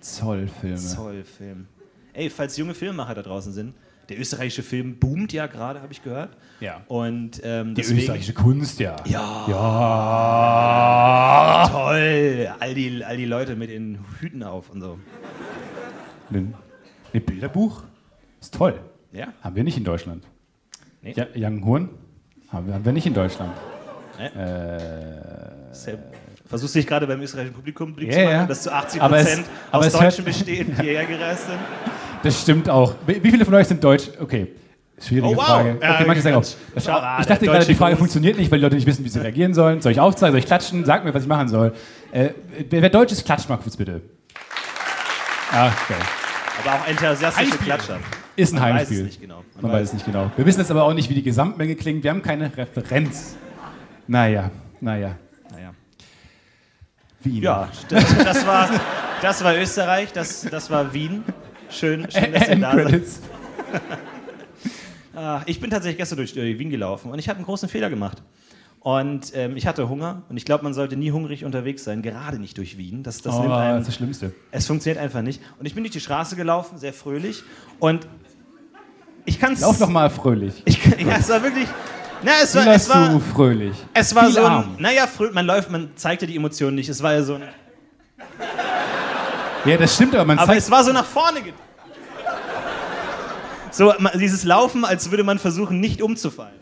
Speaker 2: Zollfilme.
Speaker 1: Zollfilm. Ey, falls junge Filmemacher da draußen sind, der österreichische Film boomt ja gerade, habe ich gehört.
Speaker 2: Ja.
Speaker 1: Und ähm,
Speaker 2: Die
Speaker 1: deswegen-
Speaker 2: österreichische Kunst, ja.
Speaker 1: Ja.
Speaker 2: Ja.
Speaker 1: Toll, all die, all die Leute mit den Hüten auf und so.
Speaker 2: Ein ein Bilderbuch ist toll.
Speaker 1: Ja,
Speaker 2: Haben wir nicht in Deutschland.
Speaker 1: Nee.
Speaker 2: Ja, Young Horn haben wir, haben wir nicht in Deutschland.
Speaker 1: Nee.
Speaker 2: Äh,
Speaker 1: Sam. Versuchst dich gerade beim österreichischen Publikum blick
Speaker 2: Ja,
Speaker 1: zu machen,
Speaker 2: ja.
Speaker 1: dass zu 80
Speaker 2: Aber es-
Speaker 1: Prozent
Speaker 2: aber
Speaker 1: aus
Speaker 2: es hört-
Speaker 1: Deutschen bestehen, die hierher gereist sind.
Speaker 2: das stimmt auch. Wie wie viele von euch sind deutsch? Okay, schwierige
Speaker 1: Oh, wow.
Speaker 2: Frage.
Speaker 1: Ja,
Speaker 2: Okay, manche sagen auch.
Speaker 1: Quatsch.
Speaker 2: Das,
Speaker 1: Schade,
Speaker 2: ich dachte gerade,
Speaker 1: deutsche
Speaker 2: die Frage
Speaker 1: Gruß.
Speaker 2: funktioniert nicht, weil die Leute nicht wissen, wie sie reagieren sollen. Soll ich aufzeigen? Soll ich klatschen? Sag mir, was ich machen soll. Äh, wer, wer deutsch ist, klatscht mal kurz bitte. Ah, okay.
Speaker 1: Aber auch enthusiastische
Speaker 2: Heimspiel.
Speaker 1: Klatscher.
Speaker 2: Ist ein
Speaker 1: Man weiß
Speaker 2: Heimspiel.
Speaker 1: es nicht genau.
Speaker 2: Man weiß es nicht genau. Wir wissen jetzt aber auch nicht, wie die Gesamtmenge klingt. Wir haben keine Referenz. Naja, naja.
Speaker 1: Naja.
Speaker 2: Wien.
Speaker 1: Ja, das, das, war, das war Österreich, das, das war Wien. Schön, schön dass ihr da seid.
Speaker 2: Endcredits.
Speaker 1: Ah, Ich bin tatsächlich gestern durch äh, Wien gelaufen und ich habe einen großen Fehler gemacht. Und ähm, ich hatte Hunger und ich glaube, man sollte nie hungrig unterwegs sein, gerade nicht durch Wien. Das, das
Speaker 2: Oh,
Speaker 1: nimmt
Speaker 2: das
Speaker 1: einem
Speaker 2: ist das Schlimmste.
Speaker 1: Es funktioniert einfach nicht. Und ich bin durch die Straße gelaufen, sehr fröhlich. Und ich kann es.
Speaker 2: Lauf doch mal fröhlich.
Speaker 1: Ich kann, ja, es war wirklich. Na, es
Speaker 2: Wie
Speaker 1: war, es
Speaker 2: läufst
Speaker 1: war,
Speaker 2: du fröhlich?
Speaker 1: es war
Speaker 2: Viel
Speaker 1: so ein,
Speaker 2: Arm.
Speaker 1: naja, frö- man läuft, man zeigte die Emotionen nicht. Es war ja so ein,
Speaker 2: Ja, das stimmt, aber man
Speaker 1: aber
Speaker 2: zeigt...
Speaker 1: es war so nach vorne. ge- So ma- dieses Laufen, als würde man versuchen, nicht umzufallen.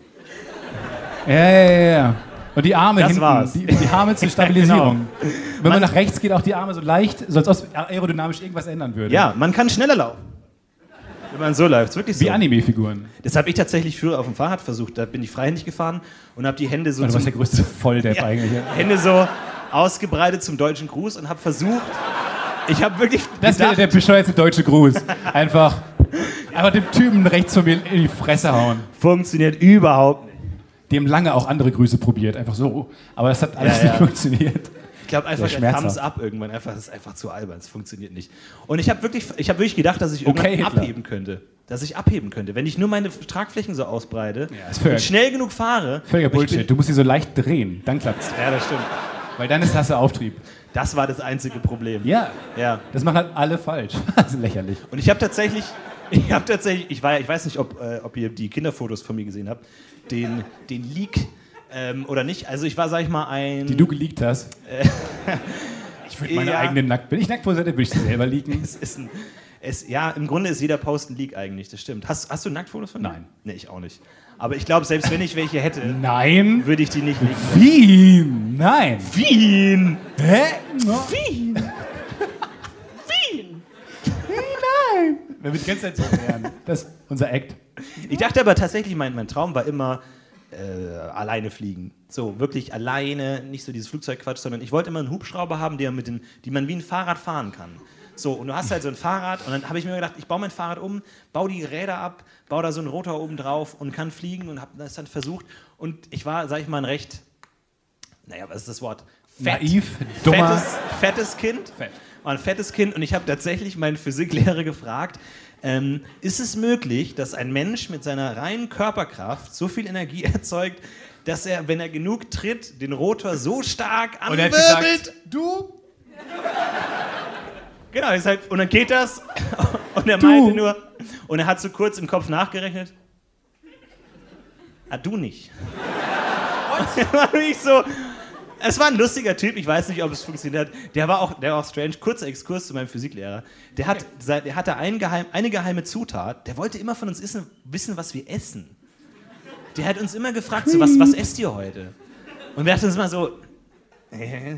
Speaker 2: Ja, ja, ja, ja. Und die Arme
Speaker 1: Das
Speaker 2: hinten,
Speaker 1: war's.
Speaker 2: Die, die Arme zur Stabilisierung. Wenn Genau. man,
Speaker 1: Man-
Speaker 2: nach rechts geht, auch die Arme so leicht, so als ob es aerodynamisch irgendwas ändern würde.
Speaker 1: Ja, man kann schneller laufen. Wenn man so läuft, ist wirklich so.
Speaker 2: Wie Anime-Figuren.
Speaker 1: Das habe ich tatsächlich früher auf dem Fahrrad versucht. Da bin ich freihändig gefahren und habe die Hände so
Speaker 2: Du warst
Speaker 1: zum,
Speaker 2: der größte Volldepp eigentlich. ja.
Speaker 1: Hände so ausgebreitet zum deutschen Gruß und habe versucht. Ich habe wirklich
Speaker 2: Das wäre
Speaker 1: gedacht,
Speaker 2: der bescheuerte deutsche Gruß. Einfach, einfach dem Typen rechts von mir in die Fresse hauen.
Speaker 1: funktioniert überhaupt nicht.
Speaker 2: Dem lange auch andere Grüße probiert, einfach so. Aber das hat alles
Speaker 1: Ja,
Speaker 2: nicht
Speaker 1: ja.
Speaker 2: funktioniert.
Speaker 1: Ich glaube einfach
Speaker 2: Sehr
Speaker 1: der
Speaker 2: schmerzhaft.
Speaker 1: Thumbs up irgendwann einfach das ist einfach zu albern, es funktioniert nicht. Und ich habe wirklich ich habe wirklich gedacht, dass ich irgendwann
Speaker 2: Okay, Hitler.
Speaker 1: abheben könnte, dass ich abheben könnte, wenn ich nur meine Tragflächen so ausbreite
Speaker 2: Ja, ist völlig-
Speaker 1: und schnell genug fahre.
Speaker 2: Völliger
Speaker 1: Und ich
Speaker 2: Bullshit. Du musst sie so leicht drehen, dann klappt's.
Speaker 1: Bin, ja, das stimmt.
Speaker 2: Weil dann ist das der Auftrieb.
Speaker 1: Das war das einzige Problem.
Speaker 2: Ja,
Speaker 1: ja.
Speaker 2: das machen halt alle falsch. Das ist lächerlich.
Speaker 1: Und ich habe tatsächlich, ich habe tatsächlich, ich war, ja- ich weiß nicht, ob, äh, ob ihr die Kinderfotos von mir gesehen habt, den, den Leak ähm, oder nicht. Also ich war, sag ich mal, ein.
Speaker 2: Die du geleakt hast. ich würde meine
Speaker 1: ja.
Speaker 2: eigenen nackt. Wenn ich nackt posete, würde ich sie selber leaken.
Speaker 1: es ist ein, es, ja, im Grunde ist jeder Post ein Leak eigentlich. Das stimmt. Hast, hast du Nacktfotos von? mir?
Speaker 2: Nein.
Speaker 1: Nee, ich auch nicht. Aber ich glaube, selbst wenn ich welche hätte,
Speaker 2: Nein.
Speaker 1: würde ich die nicht leaken.
Speaker 2: Wie? Nein.
Speaker 1: Wien!
Speaker 2: Hä?
Speaker 1: Wien! Wien!
Speaker 2: Nein. Wenn wir die ganze Zeit so lernen. Das ist unser Act.
Speaker 1: Ich dachte aber tatsächlich, mein, mein Traum war immer äh, alleine fliegen. So, wirklich alleine, nicht so dieses Flugzeugquatsch, sondern ich wollte immer einen Hubschrauber haben, der mit den, die man wie ein Fahrrad fahren kann. So, und du hast halt so ein Fahrrad und dann habe ich mir gedacht, ich baue mein Fahrrad um, baue die Räder ab, baue da so einen Rotor oben drauf und kann fliegen und habe das dann versucht. Und ich war, sag ich mal, ein recht, naja, was ist das Wort?
Speaker 2: Naiv, dummer.
Speaker 1: Fettes, fettes Kind.
Speaker 2: Fett.
Speaker 1: War ein fettes Kind und ich habe tatsächlich meinen Physiklehrer gefragt, ähm, ist es möglich, dass ein Mensch mit seiner reinen Körperkraft so viel Energie erzeugt, dass er, wenn er genug tritt, den Rotor so stark
Speaker 2: Und er
Speaker 1: anwirbelt?
Speaker 2: hat gesagt, du,
Speaker 1: genau, ich sag, und dann geht das und er
Speaker 2: Du.
Speaker 1: meinte nur, und er hat so kurz im Kopf nachgerechnet, ah, du nicht. Und war ich so, es war ein lustiger Typ, ich weiß nicht, ob es funktioniert hat. Der war auch, der war auch strange. Kurzer Exkurs zu meinem Physiklehrer. Der, hat, seit- der hatte ein geheim, eine geheime Zutat. Der wollte immer von uns wissen, wissen was wir essen. Der hat uns immer gefragt, so, was, was esst ihr heute? Und wir dachten uns immer so, äh,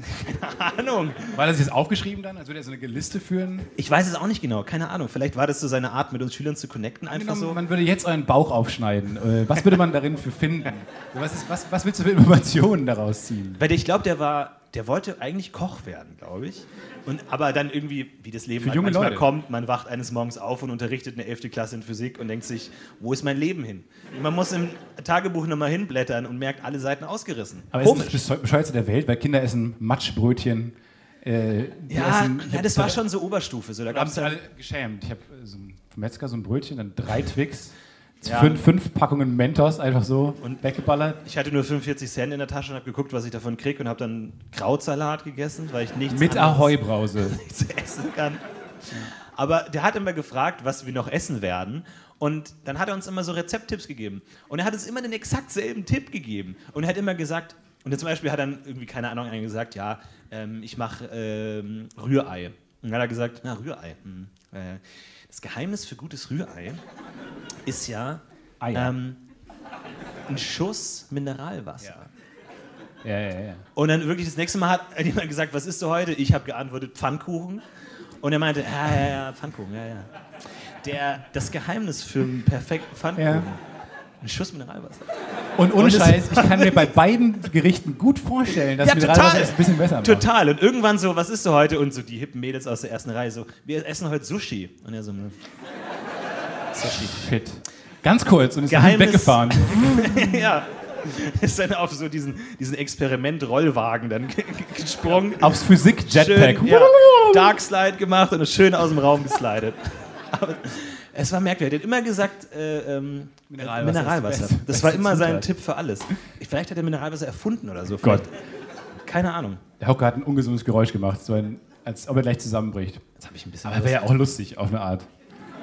Speaker 1: keine Ahnung.
Speaker 2: War das jetzt aufgeschrieben dann? Als würde er so eine Liste führen?
Speaker 1: Ich weiß es auch nicht genau, keine Ahnung. Vielleicht war das so seine Art, mit uns Schülern zu connecten, einfach so.
Speaker 2: Genau, Also Man würde jetzt euren Bauch aufschneiden. Äh, Was würde man darin für finden? Was, ist, was, was willst du für Informationen daraus ziehen?
Speaker 1: Weil der- ich glaube, der war, der wollte eigentlich Koch werden, glaube ich. Und, aber dann irgendwie, wie das Leben
Speaker 2: Für
Speaker 1: halt
Speaker 2: junge
Speaker 1: manchmal
Speaker 2: Leute.
Speaker 1: kommt, man wacht eines Morgens auf und unterrichtet eine 11. Klasse in Physik und denkt sich, wo ist mein Leben hin? Und man muss im Tagebuch nochmal hinblättern und merkt, alle Seiten ausgerissen.
Speaker 2: Aber es ist
Speaker 1: Komisch.
Speaker 2: das bescheu- bescheuerste der Welt, weil Kinder essen Matschbrötchen. Äh, die
Speaker 1: Ja,
Speaker 2: essen-
Speaker 1: ja, das war schon so Oberstufe. So, da
Speaker 2: Da haben
Speaker 1: gab's
Speaker 2: sich
Speaker 1: dann,
Speaker 2: alle geschämt. Ich habe so ein- vom Metzger so ein Brötchen, dann drei Twix,
Speaker 1: Ja.
Speaker 2: fünf, fünf Packungen Mentos einfach so
Speaker 1: Und-
Speaker 2: weggeballert.
Speaker 1: ich hatte nur 45 Cent in der Tasche und habe geguckt, was ich davon kriege und habe dann Krautsalat gegessen, weil ich nichts
Speaker 2: Mit
Speaker 1: anderes-
Speaker 2: Ahoi-Brause.
Speaker 1: nichts essen kann. Aber der hat immer gefragt, was wir noch essen werden. Und dann hat er uns immer so Rezepttipps gegeben. Und er hat uns immer den exakt selben Tipp gegeben. Und er hat immer gesagt, und jetzt zum Beispiel hat dann irgendwie, keine Ahnung, einer gesagt, ja, ähm, ich mache ähm, Rührei. Und dann hat er gesagt, na, Rührei. Hm. Äh, das Geheimnis für gutes Rührei ist ja
Speaker 2: Eier.
Speaker 1: ähm, ein Schuss Mineralwasser.
Speaker 2: ja, ja, ja.
Speaker 1: Und dann wirklich das nächste Mal hat jemand gesagt, was isst du heute? Ich habe geantwortet, Pfannkuchen. Und er meinte, ja, ja, ja, Pfannkuchen, ja, ja. Der, das Geheimnis für einen perfekten Pfannkuchen.
Speaker 2: Ja.
Speaker 1: Ein Schuss Mineralwasser.
Speaker 2: Und ohne
Speaker 1: Und es-
Speaker 2: Scheiß, ich kann mir bei beiden Gerichten gut vorstellen, dass Mineralwasser es ein bisschen besser macht.
Speaker 1: Total. Und irgendwann so, was isst du heute? Und so die hippen Mädels aus der ersten Reihe so, wir essen heute Sushi. Und er so, ne. Sushi.
Speaker 2: Fit. Ganz kurz und ist
Speaker 1: Geheimnis-
Speaker 2: dann weggefahren.
Speaker 1: ja. Ist dann auf so diesen, diesen Experiment-Rollwagen dann ge- ge- gesprungen.
Speaker 2: Aufs Physik-Jetpack.
Speaker 1: schön ja, Dark Slide gemacht und ist schön aus dem Raum geslidet. Aber es war merkwürdig. Er hat immer gesagt, äh, ähm,
Speaker 2: Mineralwasser
Speaker 1: Mineralwasser.
Speaker 2: ist die beste-
Speaker 1: Das war
Speaker 2: beste
Speaker 1: immer sein
Speaker 2: Zutat.
Speaker 1: Tipp für alles. Vielleicht hat er Mineralwasser erfunden oder so.
Speaker 2: Gott.
Speaker 1: Vielleicht. Keine Ahnung.
Speaker 2: Der Hocker hat ein ungesundes Geräusch gemacht, so ein, als ob er gleich zusammenbricht.
Speaker 1: Jetzt habe ich ein bisschen.
Speaker 2: Aber wäre ja auch lustig, auf eine Art.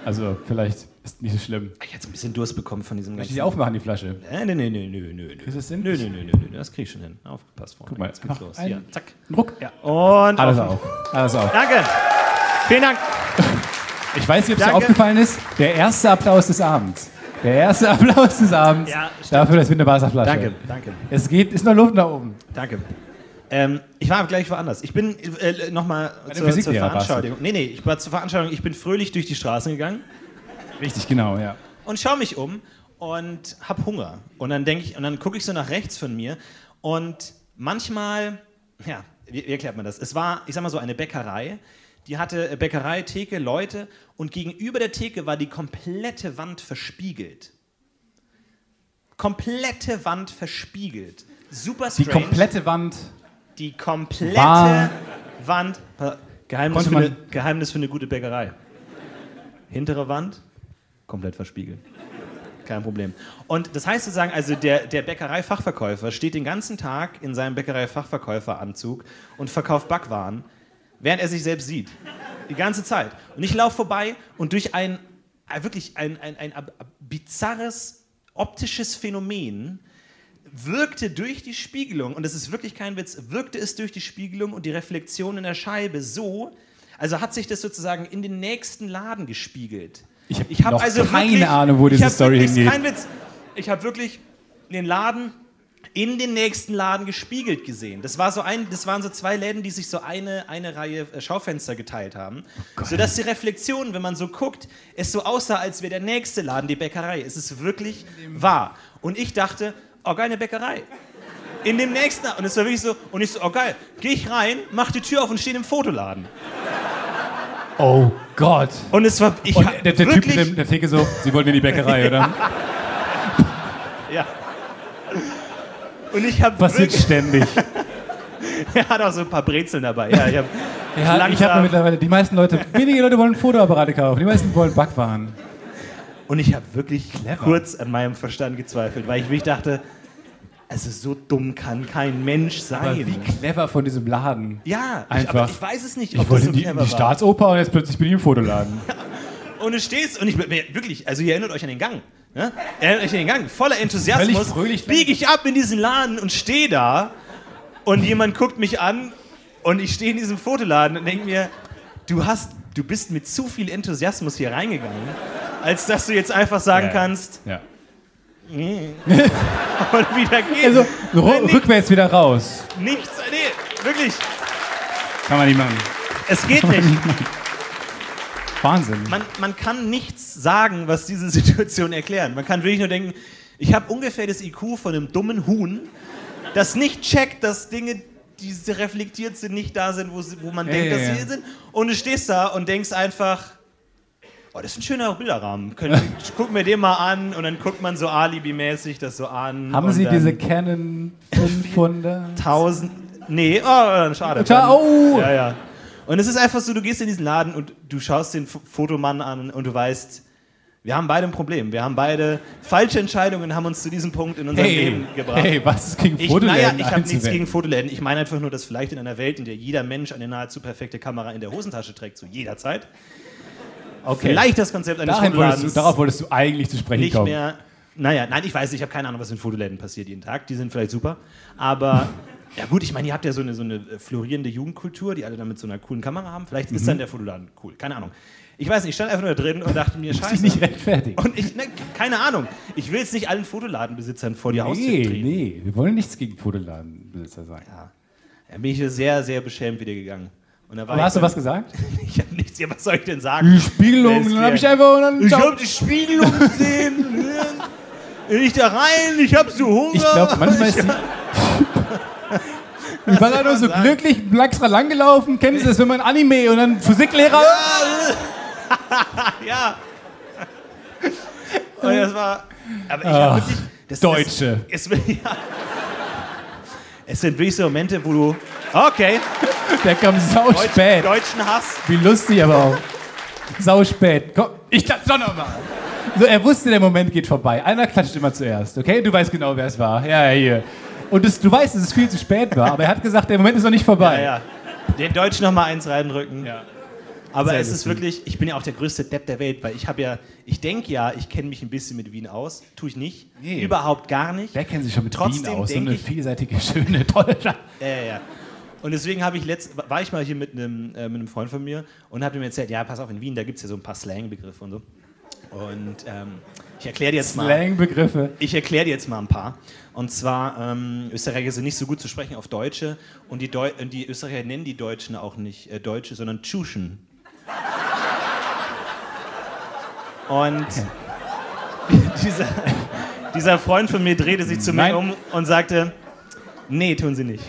Speaker 2: Also vielleicht ist nicht so schlimm.
Speaker 1: Ich hätte so ein bisschen Durst bekommen von diesem
Speaker 2: Kann ich
Speaker 1: ganzen.
Speaker 2: die aufmachen, die Flasche?
Speaker 1: Äh, Nö, nö, nö, nö, nö.
Speaker 2: Ist es
Speaker 1: nö,
Speaker 2: Sinn?
Speaker 1: nö, nö, nö, nö, das krieg ich schon hin. Aufgepasst vorne.
Speaker 2: Guck mal,
Speaker 1: jetzt geht's
Speaker 2: mach
Speaker 1: los.
Speaker 2: einen.
Speaker 1: Hier, zack.
Speaker 2: Ruck, ja.
Speaker 1: Und
Speaker 2: Alles
Speaker 1: offen.
Speaker 2: auf. Alles auf.
Speaker 1: Danke. Vielen Dank.
Speaker 2: Ich weiß nicht, ob es dir
Speaker 1: Danke.
Speaker 2: aufgefallen ist, der erste Applaus des Abends. Der erste Applaus des Abends
Speaker 1: Ja, stimmt.
Speaker 2: dafür, dass wir eine Wasserflasche.
Speaker 1: Danke, danke,
Speaker 2: Es geht, ist noch Luft nach oben.
Speaker 1: danke. Ähm, ich war gleich woanders. Ich bin äh, nochmal zur, zur
Speaker 2: Physiklehrer warst du.
Speaker 1: Veranstaltung. Nee, nee, ich war zur Veranstaltung. Ich bin fröhlich durch die Straßen gegangen
Speaker 2: Richtig, genau, ja.
Speaker 1: und schaue mich um und hab Hunger. Und dann denke ich, und dann gucke ich so nach rechts von mir und manchmal, ja, wie, wie erklärt man das? Es war, ich sag mal so, eine Bäckerei. Die hatte äh, Bäckerei, Theke, Leute und gegenüber der Theke war die komplette Wand verspiegelt. Komplette Wand verspiegelt. Super
Speaker 2: Die
Speaker 1: strange.
Speaker 2: komplette Wand.
Speaker 1: Die komplette
Speaker 2: War-
Speaker 1: Wand. Pa- Geheimnis
Speaker 2: Konnte
Speaker 1: für,
Speaker 2: man-
Speaker 1: eine, Geheimnis für eine gute Bäckerei. Hintere Wand, komplett verspiegelt. Kein Problem. Und das heißt sozusagen, also der, der Bäckereifachverkäufer steht den ganzen Tag in seinem Bäckereifachverkäuferanzug und verkauft Backwaren, während er sich selbst sieht. Die ganze Zeit. Und ich laufe vorbei und durch ein äh, wirklich ein, ein, ein ab- ab- bizarres optisches Phänomen wirkte durch die Spiegelung, und das ist wirklich kein Witz, wirkte es durch die Spiegelung und die Reflexion in der Scheibe so, also hat sich das sozusagen in den nächsten Laden gespiegelt.
Speaker 2: Ich hab
Speaker 1: hab also
Speaker 2: noch keine Ahnung, wo
Speaker 1: ich
Speaker 2: diese
Speaker 1: hab
Speaker 2: Story
Speaker 1: wirklich-
Speaker 2: hingeht.
Speaker 1: Kein Witz. Ich habe wirklich den Laden in den nächsten Laden gespiegelt gesehen. Das, war so ein, das waren so zwei Läden, die sich so eine, eine Reihe äh, Schaufenster geteilt haben.
Speaker 2: Oh
Speaker 1: sodass die Reflexion, wenn man so guckt, es so aussah, als wäre der nächste Laden die Bäckerei. Es ist wirklich wahr. Und ich dachte, oh, geile Bäckerei. In dem nächsten, und es war wirklich so, und ich so, oh geil, gehe ich rein, mach die Tür auf und stehe im Fotoladen.
Speaker 2: Oh Gott.
Speaker 1: Und es war, ich
Speaker 2: Und
Speaker 1: hab
Speaker 2: der, der Typ
Speaker 1: wirklich,
Speaker 2: in dem- der Theke so, sie wollten in die Bäckerei, oder?
Speaker 1: ja. Und ich habe
Speaker 2: Passiert
Speaker 1: wirklich,
Speaker 2: ständig.
Speaker 1: er hat auch so ein paar Brezeln dabei. Ja, ich hab,
Speaker 2: Ja, ich habe
Speaker 1: langsam-
Speaker 2: mittlerweile, die meisten Leute, wenige Leute wollen Fotoapparate kaufen, die meisten wollen Backwaren.
Speaker 1: Und ich habe wirklich
Speaker 2: Clever.
Speaker 1: kurz an meinem Verstand gezweifelt, weil ich wirklich dachte, also so dumm kann kein Mensch
Speaker 2: Aber
Speaker 1: sein.
Speaker 2: wie clever von diesem Laden.
Speaker 1: ja, Ich, aber
Speaker 2: Einfach.
Speaker 1: ich weiß es nicht,
Speaker 2: Ich
Speaker 1: ob das
Speaker 2: wollte
Speaker 1: so
Speaker 2: in die, in
Speaker 1: clever
Speaker 2: die
Speaker 1: war.
Speaker 2: Staatsoper und jetzt plötzlich bin ich im Fotoladen.
Speaker 1: Und du stehst und ich wirklich, also ihr erinnert euch an den Gang. Ne? Erinnert euch an den Gang, voller Enthusiasmus.
Speaker 2: Völlig fröhlich.
Speaker 1: Biege ich ab in diesen Laden und stehe da und jemand guckt mich an und ich stehe in diesem Fotoladen und denke mir, du hast, du bist mit zu viel Enthusiasmus hier reingegangen, als dass du jetzt einfach sagen kannst,
Speaker 2: Ja.
Speaker 1: nee. und wieder gehen.
Speaker 2: Also,
Speaker 1: Nein,
Speaker 2: ru-
Speaker 1: nicht.
Speaker 2: rückwärts wieder raus.
Speaker 1: Nichts, nee, wirklich.
Speaker 2: Kann man nicht machen.
Speaker 1: Es geht nicht.
Speaker 2: Wahnsinn.
Speaker 1: Man, man kann nichts sagen, was diese Situation erklären. Man kann wirklich nur denken, ich habe ungefähr das IQ von einem dummen Huhn, das nicht checkt, dass Dinge, die se- reflektiert sind, nicht da sind, wo, sie, wo man
Speaker 2: Ja,
Speaker 1: denkt,
Speaker 2: ja,
Speaker 1: dass
Speaker 2: ja.
Speaker 1: sie sind. Und du stehst da und denkst einfach, oh, das ist ein schöner Bilderrahmen. Können, guck mir den mal an und dann guckt man so alibimäßig das so an.
Speaker 2: Haben
Speaker 1: und
Speaker 2: Sie
Speaker 1: dann
Speaker 2: diese Canon 500?
Speaker 1: 1000. Nee, oh, dann schade.
Speaker 2: Ciao. Oh.
Speaker 1: Ja, ja. Und es ist einfach so, du gehst in diesen Laden und du schaust den F Fotomann an und du weißt, wir haben beide ein Problem. Wir haben beide falsche Entscheidungen, haben uns zu diesem Punkt in unserem
Speaker 2: Hey,
Speaker 1: Leben gebracht.
Speaker 2: hey, was ist gegen
Speaker 1: Ich, naja,
Speaker 2: Fotoläden
Speaker 1: ich habe nichts
Speaker 2: einzuwenden?
Speaker 1: gegen Fotoläden. Ich meine einfach nur, dass vielleicht in einer Welt, in der jeder Mensch eine nahezu perfekte Kamera in der Hosentasche trägt, zu jeder Zeit,
Speaker 2: Okay.
Speaker 1: vielleicht das Konzept eines
Speaker 2: Darin wolltest du,
Speaker 1: Fotoladens
Speaker 2: darauf wolltest du eigentlich zu sprechen
Speaker 1: nicht
Speaker 2: kommen.
Speaker 1: mehr. Naja, nein, ich weiß, ich habe keine Ahnung, was in Fotoläden passiert jeden Tag. Die sind vielleicht super. Aber ja, gut, ich meine, ihr habt ja so eine, so eine äh, florierende Jugendkultur, die alle dann mit so einer coolen Kamera haben. Vielleicht
Speaker 2: Mhm.
Speaker 1: ist dann der Fotoladen cool. Keine Ahnung. Ich weiß nicht, ich stand einfach nur da drin und dachte mir,
Speaker 2: Muss dich
Speaker 1: scheiße.
Speaker 2: nicht rechtfertigen.
Speaker 1: Und ich, ne, keine Ahnung. Ich will es nicht allen Fotoladenbesitzern vor die Haustür
Speaker 2: Nee,
Speaker 1: treten.
Speaker 2: nee, wir wollen nichts gegen Fotoladenbesitzer sein.
Speaker 1: Da bin ich sehr, sehr beschämt wieder gegangen. Und da war
Speaker 2: Aber
Speaker 1: ich
Speaker 2: hast du
Speaker 1: beim-
Speaker 2: was gesagt?
Speaker 1: Ich habe nichts, ja, was soll ich denn sagen?
Speaker 2: Die Spiegelung,
Speaker 1: Lässt
Speaker 2: dann habe ich
Speaker 1: dir-
Speaker 2: einfach... Und
Speaker 1: Ich
Speaker 2: dann,
Speaker 1: hab die Spiegelung gesehen. Bin ich da rein? Ich hab so Hunger.
Speaker 2: ich glaube, manchmal ist die... Ich war da nur so
Speaker 1: sagen?
Speaker 2: glücklich, extra lang gelaufen. Kennen Sie das, wenn man Anime und dann Physiklehrer...
Speaker 1: Ja. Und das war. Aber ich hab
Speaker 2: Ah,
Speaker 1: wirklich. Das,
Speaker 2: Deutsche.
Speaker 1: Das, es, ja. es sind wirklich so Momente, wo du. Okay.
Speaker 2: Der kam sau
Speaker 1: Deutsch,
Speaker 2: spät.
Speaker 1: Deutschen Hass.
Speaker 2: Wie lustig aber auch. Sau spät. Komm, ich klatsch doch nochmal. So, er wusste, der Moment geht vorbei. Einer klatscht immer zuerst, okay? Du weißt genau, wer es war. Ja, ja, hier. Und das, du weißt, dass es viel zu spät war, aber er hat gesagt, der Moment ist noch nicht vorbei.
Speaker 1: Naja. Den Deutschen nochmal eins reindrücken.
Speaker 2: Ja.
Speaker 1: Aber
Speaker 2: Sehr
Speaker 1: es ist
Speaker 2: lustig.
Speaker 1: wirklich, ich bin ja auch der größte Depp der Welt, weil ich habe ja, ich denke ja, ich kenne mich ein bisschen mit Wien aus. Tue ich nicht.
Speaker 2: Nee.
Speaker 1: Überhaupt gar nicht.
Speaker 2: Wer kennt sich schon mit Wien
Speaker 1: Trotzdem
Speaker 2: aus? So
Speaker 1: denk
Speaker 2: eine
Speaker 1: ich-
Speaker 2: vielseitige, schöne, tolle Stadt.
Speaker 1: Ja, ja, ja. Und deswegen habe ich letzt, war ich mal hier mit einem, äh, mit einem Freund von mir und habe ihm erzählt, ja, pass auf, in Wien, da gibt es ja so ein paar Slang-Begriffe und so. Und ähm, ich erkläre dir jetzt mal.
Speaker 2: Slang-Begriffe.
Speaker 1: Ich erkläre dir jetzt mal ein paar. Und zwar, ähm, Österreicher sind nicht so gut zu sprechen auf Deutsche und die, Deu und die Österreicher nennen die Deutschen auch nicht äh, Deutsche, sondern Tschuschen. Und dieser, dieser Freund von mir drehte sich zu
Speaker 2: Nein.
Speaker 1: mir um und sagte, nee, tun sie nicht.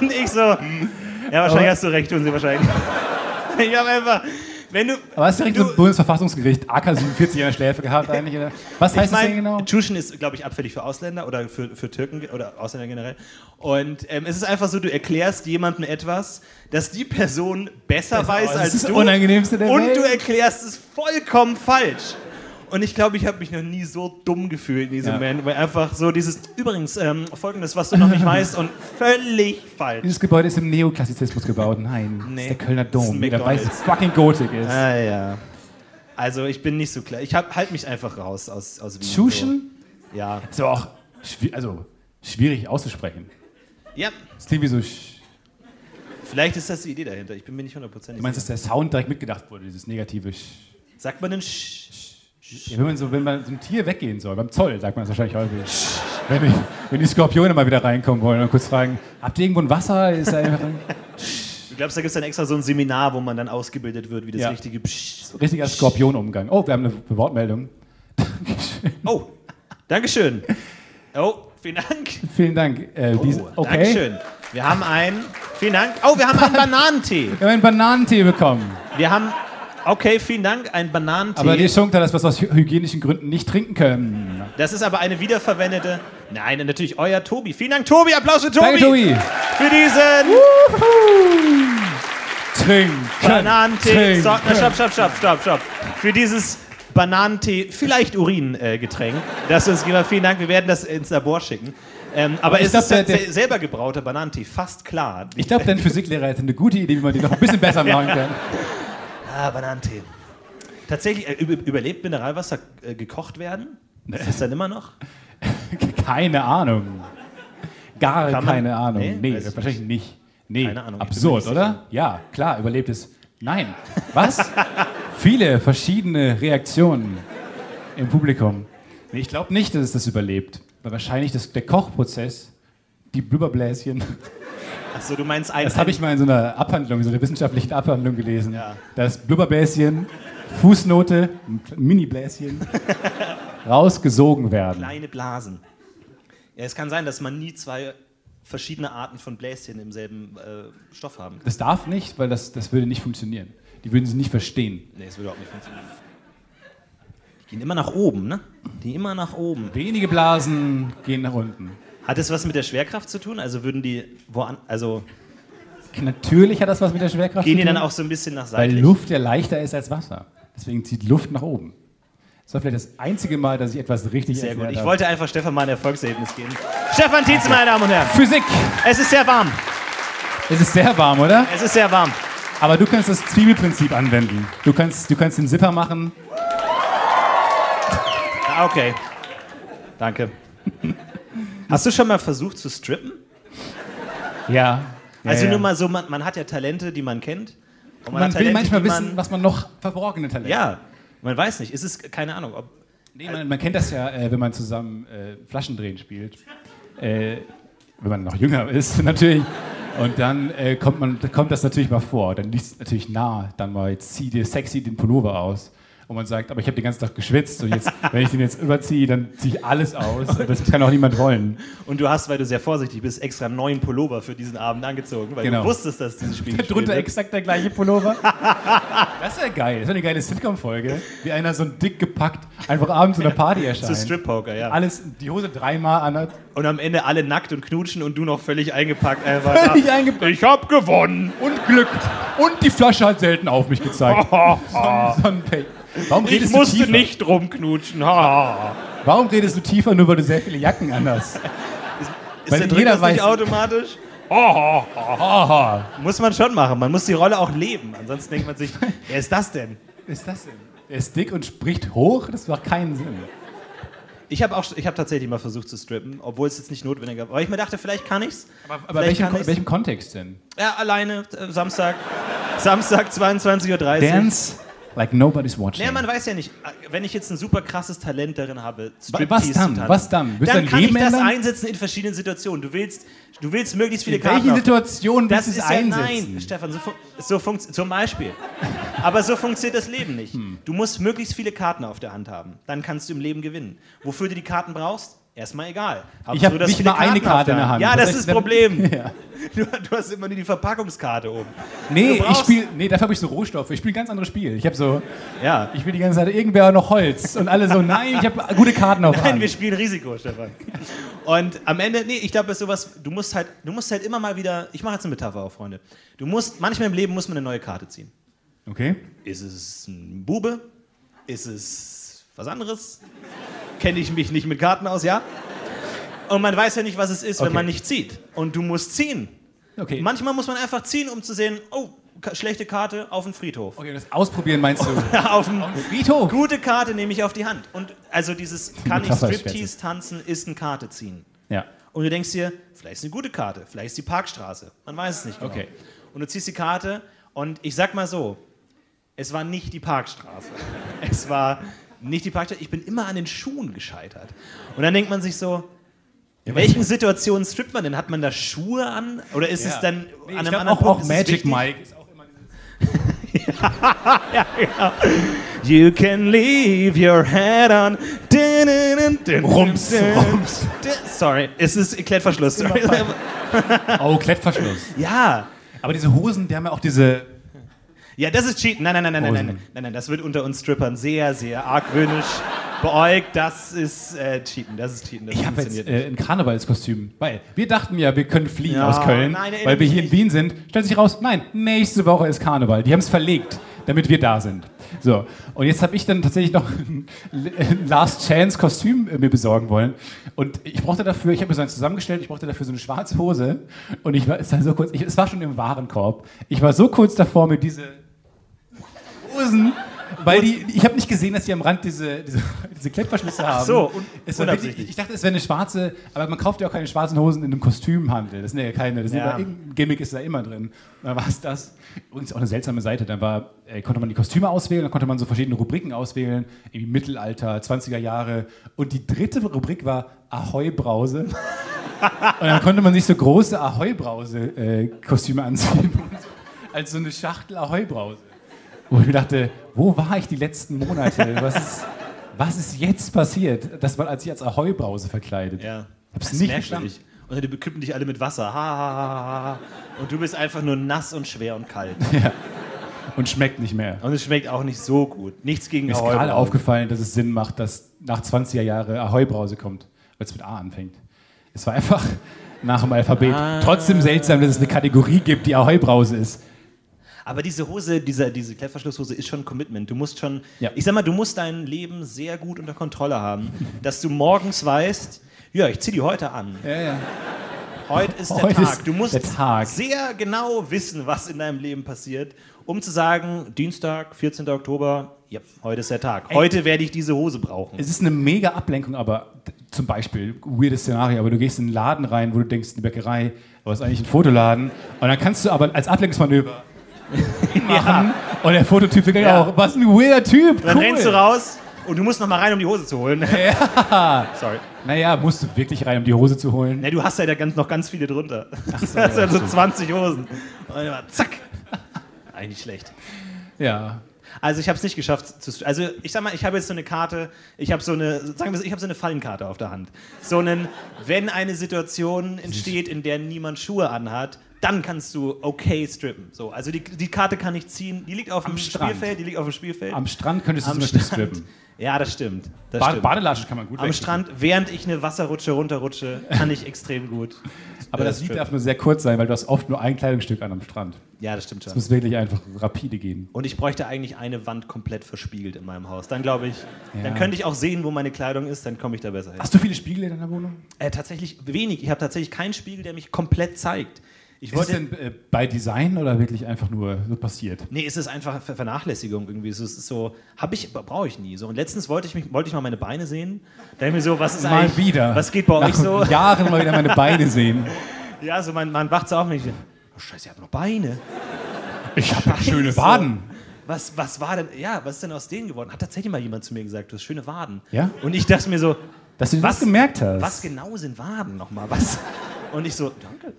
Speaker 1: und ich so, ja, wahrscheinlich
Speaker 2: Aber-
Speaker 1: hast du recht, tun sie wahrscheinlich. ich habe einfach, wenn du...
Speaker 2: Aber hast du direkt
Speaker 1: Du-
Speaker 2: so ein Bundesverfassungsgericht AK 47 an der Schläfe gehabt eigentlich? Oder? Was heißt
Speaker 1: ich
Speaker 2: das
Speaker 1: mein,
Speaker 2: denn genau?
Speaker 1: Tschuschen ist, glaube ich, abfällig für Ausländer oder für, für Türken ge- oder Ausländer generell. Und ähm, es ist einfach so, du erklärst jemandem etwas, das die Person besser weiß
Speaker 2: Oh, das
Speaker 1: als
Speaker 2: ist das
Speaker 1: du.
Speaker 2: Unangenehmste der
Speaker 1: und
Speaker 2: Welt.
Speaker 1: du erklärst es vollkommen falsch. Und ich glaube, ich habe mich noch nie so dumm gefühlt in diesem
Speaker 2: Ja.
Speaker 1: Moment, weil einfach so dieses, übrigens, ähm, folgendes, was du noch nicht weißt und völlig falsch.
Speaker 2: Dieses Gebäude ist im Neoklassizismus gebaut. Nein, das
Speaker 1: Nee,
Speaker 2: ist der Kölner
Speaker 1: das ist ein
Speaker 2: Dom. Jeder weiß, dass es
Speaker 1: McDonald's.
Speaker 2: fucking Gotik ist.
Speaker 1: Ah ja. Also ich bin nicht so klar. Ich hab, halt mich einfach raus aus, aus Wien.
Speaker 2: Tschuschen
Speaker 1: So. Ja.
Speaker 2: ist aber auch schwi- also, schwierig auszusprechen.
Speaker 1: Ja,
Speaker 2: Das klingt wie so... Sch
Speaker 1: vielleicht ist das die Idee dahinter. Ich bin mir nicht hundertprozentig
Speaker 2: du meinst, dass der Sound direkt mitgedacht wurde, dieses negative... Sch
Speaker 1: Sagt man denn Sch?
Speaker 2: Ja, wenn man so, wenn man so ein Tier weggehen soll, beim Zoll sagt man das wahrscheinlich häufig. Wenn die, wenn die Skorpione mal wieder reinkommen wollen und kurz fragen, habt ihr irgendwo ein Wasser? Ist da einfach ein
Speaker 1: Du glaubst, da gibt es dann extra so ein Seminar, wo man dann ausgebildet wird, wie das
Speaker 2: Ja.
Speaker 1: richtige Psch.
Speaker 2: richtiger Skorpionumgang. Oh, wir haben eine Wortmeldung.
Speaker 1: Oh, Dankeschön. Oh, vielen Dank.
Speaker 2: Vielen Dank. Äh, dies-
Speaker 1: Oh,
Speaker 2: okay.
Speaker 1: Dankeschön. Wir haben einen. Vielen Dank. Oh, wir haben einen Bananentee.
Speaker 2: Wir haben einen Bananentee bekommen.
Speaker 1: Wir haben. Okay, vielen Dank. Ein Bananentee.
Speaker 2: Aber die Schunkt hat das, was wir aus hy- hygienischen Gründen nicht trinken können.
Speaker 1: das ist aber eine wiederverwendete. Nein, natürlich euer Tobi. Vielen Dank, Tobi. Applaus für Tobi.
Speaker 2: Danke, Tobi.
Speaker 1: Für diesen
Speaker 2: Trinken.
Speaker 1: Bananentee.
Speaker 2: Trinken.
Speaker 1: So, na, stopp, stopp, stopp, stopp, stopp. Für dieses Bananentee, vielleicht Urin-Getränk, das uns gibt. Vielen Dank, wir werden das ins Labor schicken. Ähm, aber
Speaker 2: Ich
Speaker 1: es
Speaker 2: glaub,
Speaker 1: ist se-
Speaker 2: der- der-
Speaker 1: selber gebrauter Bananentee, fast klar.
Speaker 2: Ich glaube, dein Physiklehrer hätte eine gute Idee, wie man die noch ein bisschen besser machen kann.
Speaker 1: Ah, Bananentee. Tatsächlich, äh, üb- überlebt Mineralwasser äh, gekocht werden? Ist das dann immer noch?
Speaker 2: Keine Ahnung. Gar
Speaker 1: Kann man-
Speaker 2: keine Ahnung.
Speaker 1: Nee,
Speaker 2: Nee,
Speaker 1: weiß ich
Speaker 2: wahrscheinlich nicht. Nee,
Speaker 1: Keine Ahnung, ich bin mir
Speaker 2: absurd,
Speaker 1: nicht
Speaker 2: oder? Ja, klar, überlebt es. Nein. Was? Viele verschiedene Reaktionen im Publikum. Nee, ich glaube nicht, dass es das überlebt. Weil wahrscheinlich das, der Kochprozess, die Blubberbläschen,
Speaker 1: Achso, du meinst ein.
Speaker 2: das habe ich mal in so einer Abhandlung, so einer wissenschaftlichen Abhandlung gelesen.
Speaker 1: Ja.
Speaker 2: Das Blubberbläschen, Fußnote, Mini-Bläschen, rausgesogen werden.
Speaker 1: Kleine Blasen. Ja, es kann sein, dass man nie zwei verschiedene Arten von Bläschen im selben äh, Stoff haben kann.
Speaker 2: Das darf nicht, weil das, das würde nicht funktionieren. Die würden es nicht verstehen.
Speaker 1: Nee, das würde auch nicht funktionieren. Die gehen immer nach oben, ne? Die immer nach oben.
Speaker 2: Wenige Blasen gehen nach unten.
Speaker 1: Hat das was mit der Schwerkraft zu tun? Also würden die woan, also
Speaker 2: Natürlich hat das was mit der Schwerkraft
Speaker 1: gehen
Speaker 2: zu
Speaker 1: die
Speaker 2: tun,
Speaker 1: dann auch so ein bisschen nach
Speaker 2: weil
Speaker 1: seitlich?
Speaker 2: Luft ja leichter ist als Wasser. Deswegen zieht Luft nach oben. Das war vielleicht das einzige Mal, dass ich etwas richtig
Speaker 1: Sehr gut.
Speaker 2: erklärt
Speaker 1: Ich
Speaker 2: habe.
Speaker 1: wollte einfach Stefan mal ein Erfolgserlebnis geben. Stefan Tietze, meine Damen und Herren.
Speaker 2: Physik!
Speaker 1: Es ist sehr warm.
Speaker 2: Es ist sehr warm, oder?
Speaker 1: Es ist sehr warm.
Speaker 2: Aber du kannst das Zwiebelprinzip anwenden. Du kannst, du kannst den Zipper machen.
Speaker 1: Ah, Okay. Danke. Hast du schon mal versucht zu strippen?
Speaker 2: Ja. ja
Speaker 1: Also
Speaker 2: ja.
Speaker 1: nur mal so, man, man hat ja Talente, die man kennt. Und
Speaker 2: Man,
Speaker 1: hat Talente,
Speaker 2: will manchmal
Speaker 1: die
Speaker 2: wissen,
Speaker 1: man-
Speaker 2: was man noch verborgene Talente
Speaker 1: Ja, man weiß nicht. Es ist keine Ahnung, ob
Speaker 2: Nee, man, man kennt das ja, äh, wenn man zusammen äh, Flaschendrehen spielt. Äh, wenn man noch jünger ist, natürlich. Und dann äh, kommt, man, kommt das natürlich mal vor. Dann liegt es natürlich nahe, dann mal, jetzt zieh dir sexy den Pullover aus. Und man sagt, aber ich habe den ganzen Tag geschwitzt und jetzt, wenn ich den jetzt überziehe, dann ziehe ich alles aus. Das kann auch niemand wollen.
Speaker 1: Und du hast, weil du sehr vorsichtig bist, extra einen neuen Pullover für diesen Abend angezogen, weil
Speaker 2: Genau.
Speaker 1: du wusstest, dass dieses Spiel ne? gespielt
Speaker 2: Drunter
Speaker 1: wird.
Speaker 2: exakt der gleiche Pullover. Das wäre geil. Das wäre eine geile Sitcom-Folge, wie einer so dick gepackt einfach abends zu einer Party
Speaker 1: Zu
Speaker 2: erscheint.
Speaker 1: Strip Poker, ja.
Speaker 2: Alles, die Hose dreimal anhat.
Speaker 1: Und am Ende alle nackt und knutschen und du noch völlig eingepackt einfach.
Speaker 2: Völlig
Speaker 1: da.
Speaker 2: eingepackt.
Speaker 1: Ich hab gewonnen.
Speaker 2: und Glück. Und die Flasche hat selten auf mich gezeigt. Sonnenpech. Warum
Speaker 1: Ah. Ich
Speaker 2: redest, du
Speaker 1: musste
Speaker 2: tiefer?
Speaker 1: nicht rumknutschen. Ha.
Speaker 2: Warum redest du tiefer, nur weil du sehr viele Jacken anhast?
Speaker 1: Ist
Speaker 2: Weil
Speaker 1: der Drück
Speaker 2: jeder
Speaker 1: das nicht
Speaker 2: weiß-
Speaker 1: automatisch? Muss man schon machen. Man muss die Rolle auch leben. Ansonsten denkt man sich, wer ist das denn?
Speaker 2: Was ist das denn? Er ist dick und spricht hoch, das macht keinen Sinn.
Speaker 1: Ich habe auch, ich habe tatsächlich mal versucht zu strippen, obwohl es jetzt nicht notwendig war. Aber ich mir dachte, vielleicht kann ich's.
Speaker 2: Aber
Speaker 1: Vielleicht
Speaker 2: welchem,
Speaker 1: kann ich's.
Speaker 2: welchem Kontext denn?
Speaker 1: Ja, alleine äh, Samstag, Samstag 22:30 Uhr.
Speaker 2: Dance like nobody's watching.
Speaker 1: Nee, man weiß ja nicht, wenn ich jetzt ein super krasses Talent darin habe, Striptease
Speaker 2: was
Speaker 1: zu
Speaker 2: dann?
Speaker 1: tanzen,
Speaker 2: Was dann? Willst du
Speaker 1: dann
Speaker 2: dein
Speaker 1: kann
Speaker 2: Leben
Speaker 1: ich das
Speaker 2: ändern?
Speaker 1: einsetzen in verschiedenen Situationen. Du willst, du willst möglichst viele
Speaker 2: In
Speaker 1: Karten.
Speaker 2: welchen
Speaker 1: auf-
Speaker 2: Situationen
Speaker 1: Das ist
Speaker 2: willst du es
Speaker 1: ja
Speaker 2: einsetzen?
Speaker 1: nein, Stefan, so, fun so funkt- zum Beispiel. Aber so funktioniert das Leben nicht.
Speaker 2: Hm.
Speaker 1: Du musst möglichst viele Karten auf der Hand haben. Dann kannst du im Leben gewinnen. Wofür du die Karten brauchst, erstmal egal. Aber
Speaker 2: Ich hab
Speaker 1: so, dass
Speaker 2: nicht
Speaker 1: viele
Speaker 2: mal
Speaker 1: Karten
Speaker 2: eine
Speaker 1: auf
Speaker 2: Karte in der Hand.
Speaker 1: Ja,
Speaker 2: Das
Speaker 1: das
Speaker 2: heißt,
Speaker 1: ist
Speaker 2: wenn-
Speaker 1: das Problem.
Speaker 2: Ja.
Speaker 1: Du, du hast immer nur die Verpackungskarte oben.
Speaker 2: Nee,
Speaker 1: Du
Speaker 2: ich
Speaker 1: brauchst-
Speaker 2: spiel, nee, dafür habe ich so Rohstoffe. Ich spiele ein ganz anderes Spiel. Ich habe so,
Speaker 1: Ja.
Speaker 2: ich will die ganze Zeit irgendwer noch Holz und alle so, nein, ich habe gute Karten auf
Speaker 1: Nein,
Speaker 2: Hand.
Speaker 1: wir spielen Risiko, Stefan. Und am Ende, nee, ich glaube, es ist sowas, du musst halt, du musst halt immer mal wieder, ich mache jetzt eine Metapher auf, Freunde. Du musst, manchmal im Leben muss man eine neue Karte ziehen.
Speaker 2: Okay.
Speaker 1: Ist es ein Bube? Ist es was anderes? Kenne ich mich nicht mit Karten aus, ja? Und man weiß ja nicht, was es ist, wenn
Speaker 2: Okay.
Speaker 1: man nicht zieht. Und du musst ziehen.
Speaker 2: Okay.
Speaker 1: Manchmal muss man einfach ziehen, um zu sehen, oh, ka- schlechte Karte auf den Friedhof.
Speaker 2: okay, das Ausprobieren meinst du?
Speaker 1: auf den
Speaker 2: Friedhof.
Speaker 1: Gute Karte nehme ich auf die Hand. Und also dieses kann ich
Speaker 2: Metapher ist
Speaker 1: Striptease tanzen, ist eine Karte ziehen.
Speaker 2: Ja.
Speaker 1: Und du denkst dir, vielleicht ist eine gute Karte, vielleicht ist die Parkstraße. Man weiß es nicht genau.
Speaker 2: Okay.
Speaker 1: Und du ziehst die Karte und ich sag mal so, es war nicht die Parkstraße. Es war nicht die Parkstraße. Ich bin immer an den Schuhen gescheitert. Und dann denkt man sich so, in welchen Situationen strippt man denn? Hat man da Schuhe an? Oder ist es dann an
Speaker 2: Nee, ich
Speaker 1: einem
Speaker 2: glaub,
Speaker 1: anderen
Speaker 2: auch,
Speaker 1: Punkt?
Speaker 2: auch
Speaker 1: ist es
Speaker 2: Magic
Speaker 1: wichtig?
Speaker 2: Mike. ist auch immer-
Speaker 1: You can leave your head on. Dun, dun, dun, dun,
Speaker 2: Rums,
Speaker 1: dun, dun,
Speaker 2: rums.
Speaker 1: dun. Sorry, es ist Klettverschluss. Sorry.
Speaker 2: Oh, Klettverschluss.
Speaker 1: Ja.
Speaker 2: Aber diese Hosen, die haben ja auch diese.
Speaker 1: Ja, das ist Cheaten. Nein, nein, nein, nein, nein, nein, nein,
Speaker 2: Hosen.
Speaker 1: nein, nein. Das wird unter uns Strippern sehr, sehr argwöhnisch beäugt. Das ist äh, Cheaten. Das ist Cheaten. Das
Speaker 2: Ich habe jetzt
Speaker 1: funktioniert
Speaker 2: äh, ein Karnevalskostüm. Weil wir dachten ja, wir können fliehen
Speaker 1: Ja,
Speaker 2: aus Köln,
Speaker 1: nein, erinnere
Speaker 2: weil wir
Speaker 1: mich
Speaker 2: hier in
Speaker 1: nicht.
Speaker 2: Wien sind. Stellt sich raus, nein, nächste Woche ist Karneval. Die haben es verlegt, damit wir da sind. So, und jetzt habe ich dann tatsächlich noch ein Last Chance Kostüm äh, mir besorgen wollen. Und ich brauchte dafür, ich habe mir so eins zusammengestellt, ich brauchte dafür so eine schwarze Hose. Und ich war, es war so kurz, ich, es war schon im Warenkorb. Ich war so kurz davor, mir diese Hosen. Weil die, ich habe nicht gesehen, dass die am Rand diese, diese, diese Klettverschlüsse haben.
Speaker 1: so, un-
Speaker 2: es war wirklich,
Speaker 1: unabsichtlich.
Speaker 2: ich dachte, es wäre eine schwarze, aber man kauft ja auch keine schwarzen Hosen in einem Kostümhandel. Das sind ja keine, das sind
Speaker 1: Ja.
Speaker 2: ja. irgendein Gimmick ist da immer drin. Und dann war es das. Übrigens auch eine seltsame Seite. Dann war, äh, konnte man die Kostüme auswählen, dann konnte man so verschiedene Rubriken auswählen, irgendwie Mittelalter, 20er Jahre. Und die dritte Rubrik war Ahoi Brause. Und dann konnte man sich so große Ahoi Brause-Kostüme anziehen. Als so eine Schachtel Ahoi Brause. Wo ich mir dachte, wo war ich die letzten Monate? Was ist, was ist jetzt passiert? Das war, als ich als Ahoi-Brause verkleidet.
Speaker 1: Ja.
Speaker 2: Hab's
Speaker 1: Das
Speaker 2: nicht
Speaker 1: merkt man
Speaker 2: verstanden.
Speaker 1: nicht. Und dann beküppen dich alle mit Wasser. Ha, ha, ha, ha, ha. Und du bist einfach nur nass und schwer und kalt.
Speaker 2: Und schmeckt nicht mehr.
Speaker 1: Und es schmeckt auch nicht so gut. Nichts gegen
Speaker 2: Mir ist
Speaker 1: Ahoi
Speaker 2: gerade
Speaker 1: Brause.
Speaker 2: aufgefallen, dass es Sinn macht, dass nach 20er Jahre Ahoi-Brause kommt, weil es mit A anfängt. Es war einfach nach dem Alphabet. Trotzdem seltsam, dass es eine Kategorie gibt, die Ahoi-Brause ist.
Speaker 1: Aber diese Hose, dieser, diese Klettverschlusshose ist schon ein Commitment. Du musst schon,
Speaker 2: Ja.
Speaker 1: ich sag mal, du musst dein Leben sehr gut unter Kontrolle haben, dass du morgens weißt, ja, ich zieh die heute an.
Speaker 2: Ja, ja.
Speaker 1: Heute ist der
Speaker 2: Heute
Speaker 1: Tag.
Speaker 2: ist
Speaker 1: du musst
Speaker 2: der Tag.
Speaker 1: sehr genau wissen, was in deinem Leben passiert, um zu sagen, Dienstag, 14. Oktober, ja, heute ist der Tag. Heute werde ich diese Hose brauchen.
Speaker 2: Es ist eine mega Ablenkung, aber d- zum Beispiel, weirdes Szenario, aber du gehst in einen Laden rein, wo du denkst, eine Bäckerei, aber es ist eigentlich ein Fotoladen. Und dann kannst du aber als Ablenkungsmanöver machen. Und der Fototyp denkt
Speaker 1: Ja.
Speaker 2: auch, was ein weirder Typ.
Speaker 1: Dann
Speaker 2: cool.
Speaker 1: rennst du raus und du musst noch mal rein, um die Hose zu holen. Sorry.
Speaker 2: Naja, musst du wirklich rein, um die Hose zu holen.
Speaker 1: Na, du hast ja da ganz, noch ganz viele drunter. das sind so 20 Hosen. Und dann immer, zack. Eigentlich schlecht.
Speaker 2: Ja.
Speaker 1: Also ich habe es nicht geschafft. Zu, also ich sag mal, ich habe jetzt so eine Karte, ich habe so eine, sagen wir so, ich habe so eine Fallenkarte auf der Hand. So einen, wenn eine Situation entsteht, in der niemand Schuhe anhat, dann kannst du okay strippen. So, also die, die Karte kann ich ziehen. Die liegt auf dem
Speaker 2: Strand.
Speaker 1: Spielfeld, die liegt auf dem Spielfeld.
Speaker 2: Am Strand könntest du
Speaker 1: Am
Speaker 2: zum Beispiel
Speaker 1: Strand.
Speaker 2: strippen.
Speaker 1: Ja, das stimmt. Das
Speaker 2: Ba
Speaker 1: stimmt.
Speaker 2: Badelatschen kann man gut
Speaker 1: Am
Speaker 2: wechseln.
Speaker 1: Strand, während ich eine Wasserrutsche runterrutsche, kann ich extrem gut.
Speaker 2: Äh,
Speaker 1: äh,
Speaker 2: Aber das Lied
Speaker 1: strippen.
Speaker 2: darf nur sehr kurz sein, weil du hast oft nur ein Kleidungsstück an am Strand.
Speaker 1: Ja, das stimmt schon.
Speaker 2: Es muss wirklich einfach rapide gehen.
Speaker 1: Und ich bräuchte eigentlich eine Wand komplett verspiegelt in meinem Haus. Dann glaube ich,
Speaker 2: Ja.
Speaker 1: dann könnte ich auch sehen, wo meine Kleidung ist, dann komme ich da besser hin.
Speaker 2: Hast du viele Spiegel in deiner Wohnung?
Speaker 1: Äh, tatsächlich wenig. Ich habe tatsächlich keinen Spiegel, der mich komplett zeigt. Ich
Speaker 2: Ist es
Speaker 1: wollte,
Speaker 2: denn äh, bei Design oder wirklich einfach nur so passiert?
Speaker 1: Nee, es ist einfach Ver- Vernachlässigung irgendwie. Es ist so, habe ich, brauche ich nie. So, und letztens wollte ich, mich, wollte ich mal meine Beine sehen. Da denke ich mir so, was ist
Speaker 2: Mal
Speaker 1: eigentlich,
Speaker 2: wieder.
Speaker 1: was geht bei
Speaker 2: Nach
Speaker 1: euch so?
Speaker 2: Jahren mal wieder meine Beine sehen.
Speaker 1: Ja, so man, man wacht so auf und ich denke, oh Scheiße, ich habe noch Beine.
Speaker 2: Ich habe schöne
Speaker 1: So.
Speaker 2: Waden.
Speaker 1: Was, was war denn, ja, was ist denn aus denen geworden? Hat tatsächlich mal jemand zu mir gesagt, du hast schöne Waden.
Speaker 2: Ja?
Speaker 1: Und ich dachte mir so,
Speaker 2: Dass du was
Speaker 1: Was-
Speaker 2: das gemerkt hast.
Speaker 1: was genau sind Waden nochmal? Was? Und ich so, danke.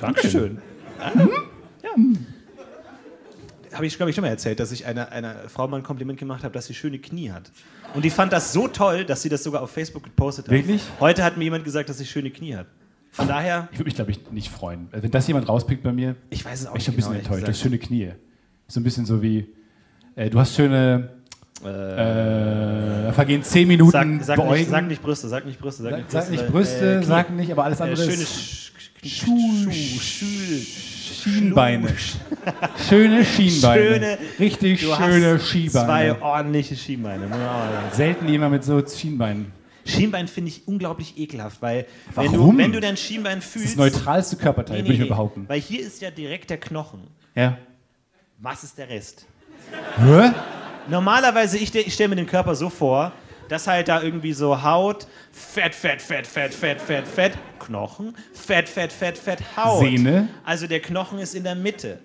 Speaker 2: Dankeschön. Mhm.
Speaker 1: Dankeschön. Ja. Habe ich, glaube ich, schon mal erzählt, dass ich einer, einer Frau mal ein Kompliment gemacht habe, dass sie schöne Knie hat. Und die fand das so toll, dass sie das sogar auf Facebook gepostet hat.
Speaker 2: Wirklich?
Speaker 1: Heute hat mir jemand gesagt, dass ich schöne Knie hat. Von daher,
Speaker 2: Ich würde mich, glaube ich, nicht freuen. Also, Wenn das jemand rauspickt bei mir,
Speaker 1: ich weiß es auch
Speaker 2: bin
Speaker 1: nicht
Speaker 2: ich schon ein bisschen
Speaker 1: genau, ehrlich
Speaker 2: enttäuscht. Du hast
Speaker 1: gesagt.
Speaker 2: schöne Knie. So ein bisschen so wie, äh, du hast schöne, äh, vergehen 10 Minuten
Speaker 1: Sag, sag, nicht,
Speaker 2: beäugen.
Speaker 1: sag nicht Brüste, sag nicht Brüste, sag,
Speaker 2: Sag-
Speaker 1: nicht Brüste.
Speaker 2: sag nicht
Speaker 1: weil,
Speaker 2: Brüste,
Speaker 1: äh, Knie-
Speaker 2: sag nicht, aber alles
Speaker 1: äh,
Speaker 2: andere
Speaker 1: schöne
Speaker 2: ist
Speaker 1: Schuh,
Speaker 2: Schuh-
Speaker 1: Schuh,
Speaker 2: Schienbeine. Schöne Schienbeine.
Speaker 1: Schöne-
Speaker 2: Richtig
Speaker 1: Du
Speaker 2: schöne
Speaker 1: hast Zwei
Speaker 2: Schienbeine.
Speaker 1: ordentliche Schienbeine. muss man auch mal sagen.
Speaker 2: Selten jemand mit so Schienbeinen.
Speaker 1: Schienbein finde ich unglaublich ekelhaft, weil wenn
Speaker 2: Warum?
Speaker 1: du, wenn du dein Schienbein
Speaker 2: Das ist
Speaker 1: fühlst.
Speaker 2: das neutralste Körperteil,
Speaker 1: Nee, nee,
Speaker 2: würde ich mir
Speaker 1: nee.
Speaker 2: behaupten.
Speaker 1: Weil hier ist ja direkt der Knochen.
Speaker 2: Ja.
Speaker 1: Was ist der Rest?
Speaker 2: Hä?
Speaker 1: Normalerweise, ich, ich stelle mir den Körper so vor, dass halt da irgendwie so Haut, Fett, Fett, Fett, Fett, Fett, Fett, Fett, Knochen, Fett, Fett, Fett, Fett, Haut.
Speaker 2: Sehne.
Speaker 1: Also der Knochen ist in der Mitte.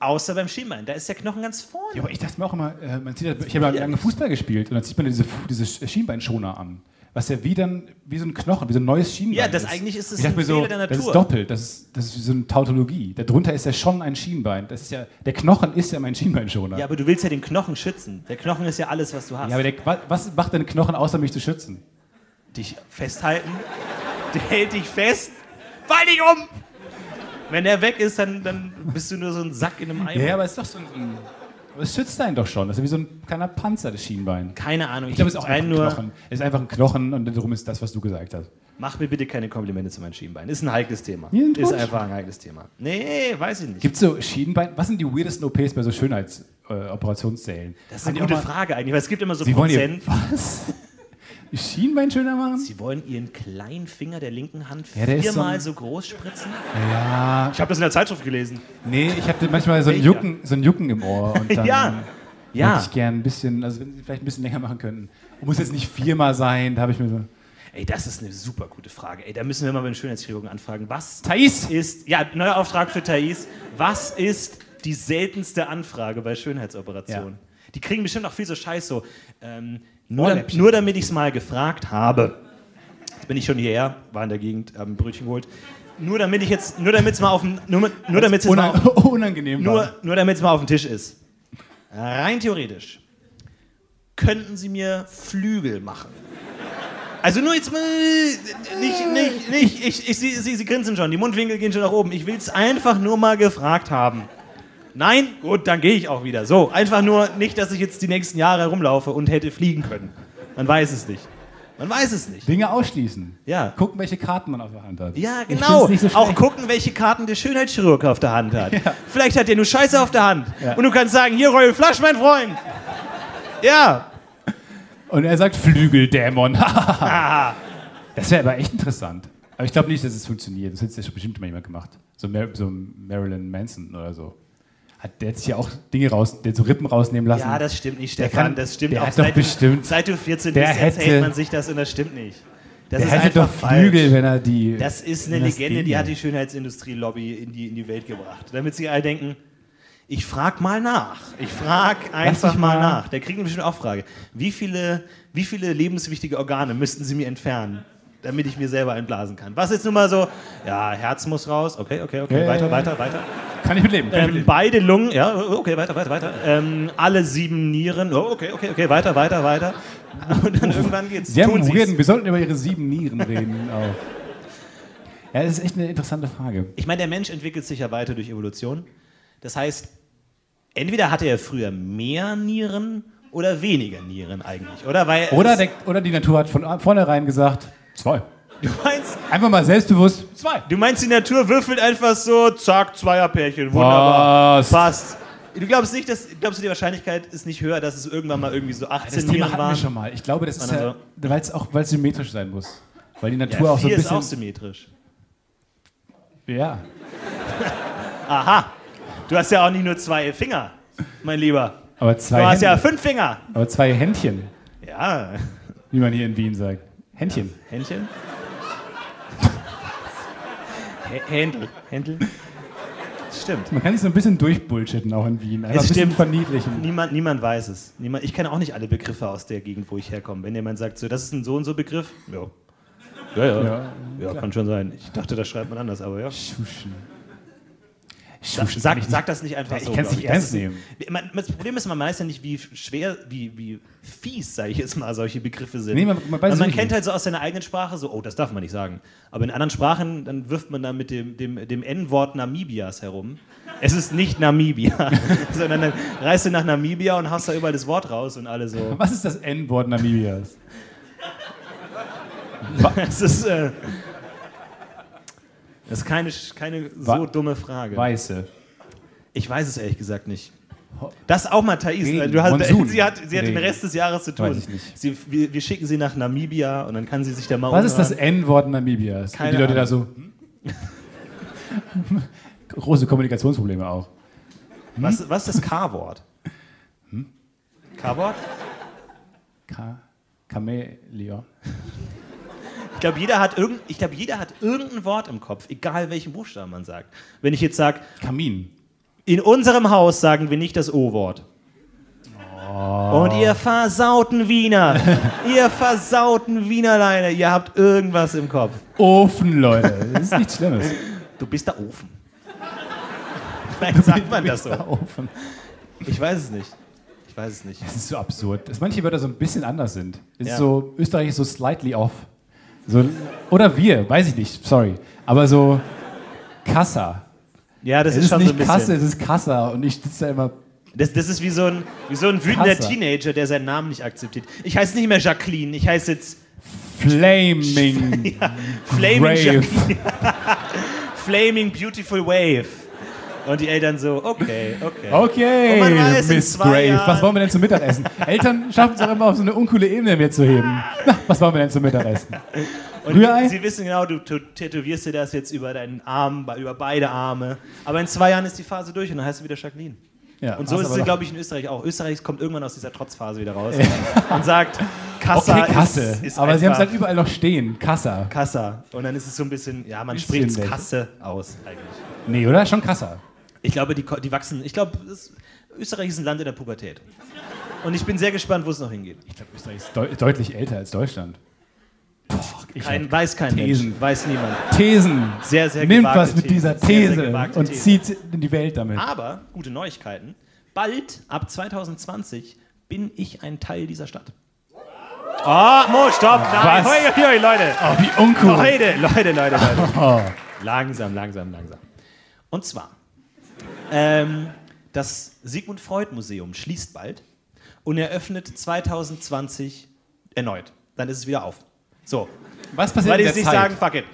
Speaker 1: Außer beim Schienbein, da ist der Knochen ganz vorne.
Speaker 2: Ja, aber ich dachte mir auch immer, äh, man sieht das, ich habe ja lange Fußball gespielt und dann zieht man diese, Fu- diese Sch- Schienbeinschoner an. Was ja wie dann, wie so ein Knochen, wie so ein neues Schienbein
Speaker 1: Ja, das
Speaker 2: ist.
Speaker 1: eigentlich ist es
Speaker 2: ich
Speaker 1: ein
Speaker 2: dachte mir so,
Speaker 1: Fehler der
Speaker 2: Das
Speaker 1: Natur.
Speaker 2: ist doppelt, das ist, das ist wie so eine Tautologie. Darunter ist ja schon ein Schienbein. Das ist ja, der Knochen ist ja mein Schienbeinschoner.
Speaker 1: Ja, aber du willst ja den Knochen schützen. Der Knochen ist ja alles, was du hast.
Speaker 2: Ja, aber der, wa- was macht denn ein Knochen, außer mich zu schützen?
Speaker 1: dich festhalten. Der hält dich fest. Fall dich um! Wenn er weg ist, dann, dann bist du nur so ein Sack in einem Eimer.
Speaker 2: Ja, aber es ist doch so ein. so ein aber es schützt einen doch schon. Das ist ja wie so ein kleiner Panzer, das Schienbein.
Speaker 1: Keine Ahnung.
Speaker 2: Ich glaube, es ist auch einfach
Speaker 1: rein
Speaker 2: ein
Speaker 1: nur,
Speaker 2: Knochen. Es ist einfach ein Knochen und darum ist das, was du gesagt hast.
Speaker 1: Mach mir bitte keine Komplimente zu meinem Schienbein. Ist ein heikles Thema.
Speaker 2: Ja, ein
Speaker 1: ist
Speaker 2: Quatsch.
Speaker 1: einfach ein heikles Thema. Nee, weiß ich nicht.
Speaker 2: Gibt es so Schienbein? Was sind die weirdesten OPs bei so Schönheitsoperationssälen? Äh, Operationssälen?
Speaker 1: das ist eine
Speaker 2: Haben die
Speaker 1: gute
Speaker 2: auch mal-
Speaker 1: Frage eigentlich, weil es gibt immer so
Speaker 2: Sie wollen ihr,
Speaker 1: Prozent.
Speaker 2: was? Die Schienbein schöner machen?
Speaker 1: Sie wollen ihren kleinen Finger der linken Hand
Speaker 2: Ja, der ist so
Speaker 1: viermal
Speaker 2: ein-
Speaker 1: so, groß spritzen?
Speaker 2: Ja.
Speaker 1: Ich habe das in der Zeitschrift gelesen.
Speaker 2: Nee, ich habe manchmal so ein,
Speaker 1: Welcher?
Speaker 2: Jucken, so ein Jucken im Ohr. Und dann
Speaker 1: ja.
Speaker 2: Würde
Speaker 1: Ja.
Speaker 2: ich gern ein bisschen, also wenn sie vielleicht ein bisschen länger machen könnten. Muss jetzt nicht viermal sein, da habe ich mir so.
Speaker 1: Ey, das ist eine super gute Frage. Ey, da müssen wir mal beim Schönheitschirurgen anfragen. Was
Speaker 2: Thais!
Speaker 1: ist, ja, neuer Auftrag für Thais. Was ist die seltenste Anfrage bei Schönheitsoperationen? Die kriegen bestimmt auch viel so Scheiß so. Ähm, nur, dam-
Speaker 2: Ohrläppchen.
Speaker 1: nur damit ich es mal gefragt habe. Jetzt bin ich schon hierher, war in der Gegend, haben ein Brötchen geholt. Nur damit ich jetzt, nur damit es mal auf dem, nur, nur damit es mal,
Speaker 2: Unang
Speaker 1: auf-
Speaker 2: unangenehm.
Speaker 1: nur,
Speaker 2: war.
Speaker 1: nur damit's mal auf dem Tisch ist. Rein theoretisch könnten Sie mir Flügel machen. Also nur jetzt mal, nicht, nicht, nicht, ich, ich, sie, sie, sie grinsen schon, die Mundwinkel gehen schon nach oben. Ich will es einfach nur mal gefragt haben. Nein? Gut, dann gehe ich auch wieder. So, einfach nur nicht, dass ich jetzt die nächsten Jahre rumlaufe und hätte fliegen können. Man weiß es nicht. Man weiß es nicht.
Speaker 2: Dinge ausschließen.
Speaker 1: Ja.
Speaker 2: Gucken, welche Karten man auf der Hand hat.
Speaker 1: Ja,
Speaker 2: Ich
Speaker 1: genau.
Speaker 2: find's nicht so
Speaker 1: auch
Speaker 2: schlecht.
Speaker 1: gucken, welche Karten der Schönheitschirurg auf der Hand hat. Vielleicht hat der nur Scheiße auf der Hand.
Speaker 2: Ja.
Speaker 1: Und du kannst sagen, hier Royal Flush, mein Freund. Ja.
Speaker 2: Und er sagt Flügeldämon.
Speaker 1: Ah.
Speaker 2: das wäre aber echt interessant. Aber ich glaube nicht, dass es funktioniert. Das hätte ja schon bestimmt mal jemand gemacht. So, Mar so Marilyn Manson oder so. Hat, der hat sich ja auch Dinge raus, der hat so Rippen rausnehmen lassen.
Speaker 1: Ja, das stimmt nicht,
Speaker 2: Der
Speaker 1: Stefan.
Speaker 2: kann-
Speaker 1: das stimmt
Speaker 2: der
Speaker 1: auch.
Speaker 2: hat doch
Speaker 1: du-
Speaker 2: bestimmt-
Speaker 1: seit du 14
Speaker 2: der
Speaker 1: bist, erzählt
Speaker 2: hätte-
Speaker 1: man sich das und das stimmt nicht. Das
Speaker 2: der
Speaker 1: ist
Speaker 2: hätte
Speaker 1: einfach
Speaker 2: doch Flügel,
Speaker 1: falsch.
Speaker 2: wenn er die.
Speaker 1: Das ist
Speaker 2: wenn
Speaker 1: eine
Speaker 2: das
Speaker 1: Legende,
Speaker 2: Ding
Speaker 1: die hat die Schönheitsindustrie-Lobby in die, in die Welt gebracht. Damit sie alle denken, ich frag mal nach. Ich frag einfach
Speaker 2: mich
Speaker 1: mal,
Speaker 2: mal-
Speaker 1: nach. Der kriegt bestimmt auch Frage. Wie viele, wie viele lebenswichtige Organe müssten sie mir entfernen, damit ich mir selber einblasen kann? Was jetzt nun mal so, ja, Herz muss raus, okay, okay, okay,
Speaker 2: Ja, ja,
Speaker 1: weiter,
Speaker 2: ja.
Speaker 1: weiter, weiter.
Speaker 2: Kann ich mitleben. Kann ich
Speaker 1: Ähm,
Speaker 2: mitleben.
Speaker 1: beide Lungen, ja, okay, weiter, weiter, weiter. Ähm, alle sieben Nieren, oh, okay, okay, okay, weiter, weiter, weiter. Und dann irgendwann geht's.
Speaker 2: Sie haben
Speaker 1: Ähm, Tun sie's.
Speaker 2: Nieren. Wir sollten über ihre sieben Nieren reden. auch. Ja, das ist echt eine interessante Frage.
Speaker 1: Ich meine, der Mensch entwickelt sich ja weiter durch Evolution. Das heißt, entweder hatte er früher mehr Nieren oder weniger Nieren eigentlich, oder? Weil
Speaker 2: Oder,
Speaker 1: es-
Speaker 2: der, oder die Natur hat von vornherein gesagt: zwei.
Speaker 1: du meinst,
Speaker 2: Einfach mal selbstbewusst: zwei.
Speaker 1: du meinst, die Natur würfelt einfach so, zack, Zweierpärchen, wunderbar,
Speaker 2: Passt.
Speaker 1: passt. Du glaubst nicht, dass glaubst du die Wahrscheinlichkeit ist nicht höher, dass es irgendwann mal irgendwie so 18
Speaker 2: Das Thema
Speaker 1: Nieren
Speaker 2: hatten
Speaker 1: waren?
Speaker 2: wir schon mal. Ich glaube, das ist
Speaker 1: Sondern
Speaker 2: ja, weil es auch weil es symmetrisch sein muss. Weil die
Speaker 1: Ja,
Speaker 2: Natur auch so
Speaker 1: vier
Speaker 2: ein
Speaker 1: ist auch
Speaker 2: bisschen.
Speaker 1: symmetrisch.
Speaker 2: ja.
Speaker 1: Aha. Du hast ja auch nicht nur zwei Finger, mein Lieber.
Speaker 2: Aber
Speaker 1: Du
Speaker 2: zwei,
Speaker 1: hast
Speaker 2: Hände,
Speaker 1: ja fünf Finger.
Speaker 2: aber zwei Händchen,
Speaker 1: Ja.
Speaker 2: wie man hier in Wien sagt. Händchen.
Speaker 1: Händchen? Hä- Händel. Händel? Stimmt.
Speaker 2: Man kann sich so ein bisschen durchbullshitten auch in Wien. Einfach
Speaker 1: Es
Speaker 2: ein bisschen
Speaker 1: stimmt.
Speaker 2: verniedlichen.
Speaker 1: Niemand, niemand weiß es. Niemand, ich kenne auch nicht alle Begriffe aus der Gegend, wo ich herkomme. Wenn jemand sagt, so, das ist ein so und so Begriff, ja. Ja, ja.
Speaker 2: Ja,
Speaker 1: Ja, kann schon sein. Ich dachte, das schreibt man anders, aber ja.
Speaker 2: Schuschen.
Speaker 1: Sag,
Speaker 2: Schuschen kann
Speaker 1: sag,
Speaker 2: ich
Speaker 1: sag das nicht einfach
Speaker 2: Ich
Speaker 1: so.
Speaker 2: kann's
Speaker 1: glaub
Speaker 2: nicht
Speaker 1: Das
Speaker 2: ernst
Speaker 1: ist-
Speaker 2: nehmen.
Speaker 1: Man, das Problem ist, man weiß ja nicht, wie schwer, wie, wie fies, sage ich jetzt mal, solche Begriffe sind.
Speaker 2: Nee, man- man weiß es
Speaker 1: Und man
Speaker 2: wirklich
Speaker 1: kennt
Speaker 2: nicht.
Speaker 1: halt so aus seiner eigenen Sprache so, oh, das darf man nicht sagen. Aber in anderen Sprachen, dann wirft man da mit dem, dem, dem N-Wort Namibias herum. Es ist nicht Namibia, sondern dann reist du nach Namibia und haust da überall das Wort raus und alle so.
Speaker 2: Was ist das N-Wort Namibias?
Speaker 1: Es ist, äh, das ist keine, keine so
Speaker 2: Wa-
Speaker 1: dumme Frage.
Speaker 2: Weiße.
Speaker 1: Ich weiß es ehrlich gesagt nicht. Das ist auch mal Thais.
Speaker 2: Regen,
Speaker 1: du hast,
Speaker 2: Monsun.
Speaker 1: sie hat, sie hat den
Speaker 2: Regen.
Speaker 1: Rest des Jahres zu tun.
Speaker 2: Weiß ich nicht.
Speaker 1: Sie, wir, wir schicken sie nach Namibia und dann kann sie sich da mal
Speaker 2: Was ist das
Speaker 1: umhören.
Speaker 2: N-Wort Namibias? Und
Speaker 1: Keine
Speaker 2: die Leute da so. hm? Große Kommunikationsprobleme auch.
Speaker 1: Was, was ist das K-Wort?
Speaker 2: Hm?
Speaker 1: K-Wort?
Speaker 2: Ka Chamäleon.
Speaker 1: Ich glaube, jeder, hat irgend, ich glaub, jeder hat irgendein Wort im Kopf, egal welchen Buchstaben man sagt. Wenn ich jetzt sage,
Speaker 2: Kamin.
Speaker 1: in unserem Haus sagen wir nicht das O-Wort.
Speaker 2: Oh.
Speaker 1: Und ihr versauten Wiener, ihr versauten Wienerleine, ihr habt irgendwas im Kopf.
Speaker 2: Ofen, Leute. Das ist nichts Schlimmes.
Speaker 1: Du bist der Ofen. Vielleicht sagt man das so.
Speaker 2: Ofen.
Speaker 1: Ich weiß es nicht. Ich weiß es nicht.
Speaker 2: Das ist so absurd, dass manche Wörter so ein bisschen anders sind. Es
Speaker 1: Ja.
Speaker 2: Ist so, Österreich ist so slightly off. So, oder wir, weiß ich nicht, sorry. Aber so Kassa.
Speaker 1: Ja, das
Speaker 2: Es
Speaker 1: ist,
Speaker 2: ist
Speaker 1: schon so ein
Speaker 2: nicht
Speaker 1: bisschen.
Speaker 2: Kasse, es ist Kassa. Und ich sitze da immer
Speaker 1: Das, das ist wie so ein, wie so ein wütender
Speaker 2: Kasser.
Speaker 1: Teenager, der seinen Namen nicht akzeptiert. Ich heiße nicht mehr Jacqueline, ich heiße jetzt
Speaker 2: Flaming
Speaker 1: Flaming,
Speaker 2: Grave.
Speaker 1: Jacqueline, Flaming Beautiful Wave. Und die Eltern so, okay, okay. Und
Speaker 2: Okay,
Speaker 1: man weiß, in
Speaker 2: Miss
Speaker 1: zwei
Speaker 2: Grave,
Speaker 1: Jahren-
Speaker 2: was wollen wir denn zum Mittagessen? Eltern schaffen es auch immer auf so eine uncoole Ebene mir zu heben. Na, was wollen wir denn zum Mittagessen?
Speaker 1: Und
Speaker 2: Rührei?
Speaker 1: Sie wissen genau, du t- tätowierst dir das jetzt über deinen Arm, bei- über beide Arme. Aber in zwei Jahren ist die Phase durch und dann heißt du wieder Jacqueline.
Speaker 2: Ja,
Speaker 1: Und so
Speaker 2: was
Speaker 1: ist
Speaker 2: aber-
Speaker 1: es, glaube ich, in Österreich auch. Österreich kommt irgendwann aus dieser Trotzphase wieder raus und sagt, Kassa
Speaker 2: Okay, Kasse.
Speaker 1: ist, ist
Speaker 2: aber
Speaker 1: einfach
Speaker 2: sie haben es halt überall noch stehen. Kassa.
Speaker 1: Kassa. Und dann ist es so ein bisschen, ja, man
Speaker 2: Bisschen
Speaker 1: spricht
Speaker 2: weg.
Speaker 1: Kasse aus eigentlich.
Speaker 2: Nee, oder? Schon Kassa.
Speaker 1: Ich glaube, die, ko- die wachsen, ich glaube, es- Österreich ist ein Land in der Pubertät. Und ich bin sehr gespannt, wo es noch hingeht.
Speaker 2: Ich glaube, Österreich ist deu deutlich älter als Deutschland. Boah, ich
Speaker 1: Kein, weiß kein
Speaker 2: Thesen.
Speaker 1: Mensch, weiß niemand.
Speaker 2: hab Thesen.
Speaker 1: Sehr, sehr
Speaker 2: Nimmt
Speaker 1: gewagte
Speaker 2: was mit
Speaker 1: Thesen.
Speaker 2: dieser
Speaker 1: Sehr,
Speaker 2: These
Speaker 1: sehr gewagte Ah.
Speaker 2: und
Speaker 1: Thesen.
Speaker 2: zieht in die Welt damit.
Speaker 1: Aber, gute Neuigkeiten, bald, ab 2020, bin ich ein Teil dieser Stadt. Oh, Mo, stopp! Nein,
Speaker 2: Ah! Was?
Speaker 1: hoi, hoi, hoi, Leute!
Speaker 2: Oh, wie uncool.
Speaker 1: Leute, Leute, Leute, Leute.
Speaker 2: Oh.
Speaker 1: Langsam, langsam, langsam. Und zwar, ähm, das Sigmund Freud Museum schließt bald und eröffnet 2020 erneut. Dann ist es wieder auf. So,
Speaker 2: Was passiert
Speaker 1: weil
Speaker 2: in
Speaker 1: die
Speaker 2: der
Speaker 1: sich
Speaker 2: Zeit?
Speaker 1: sagen, fuck it.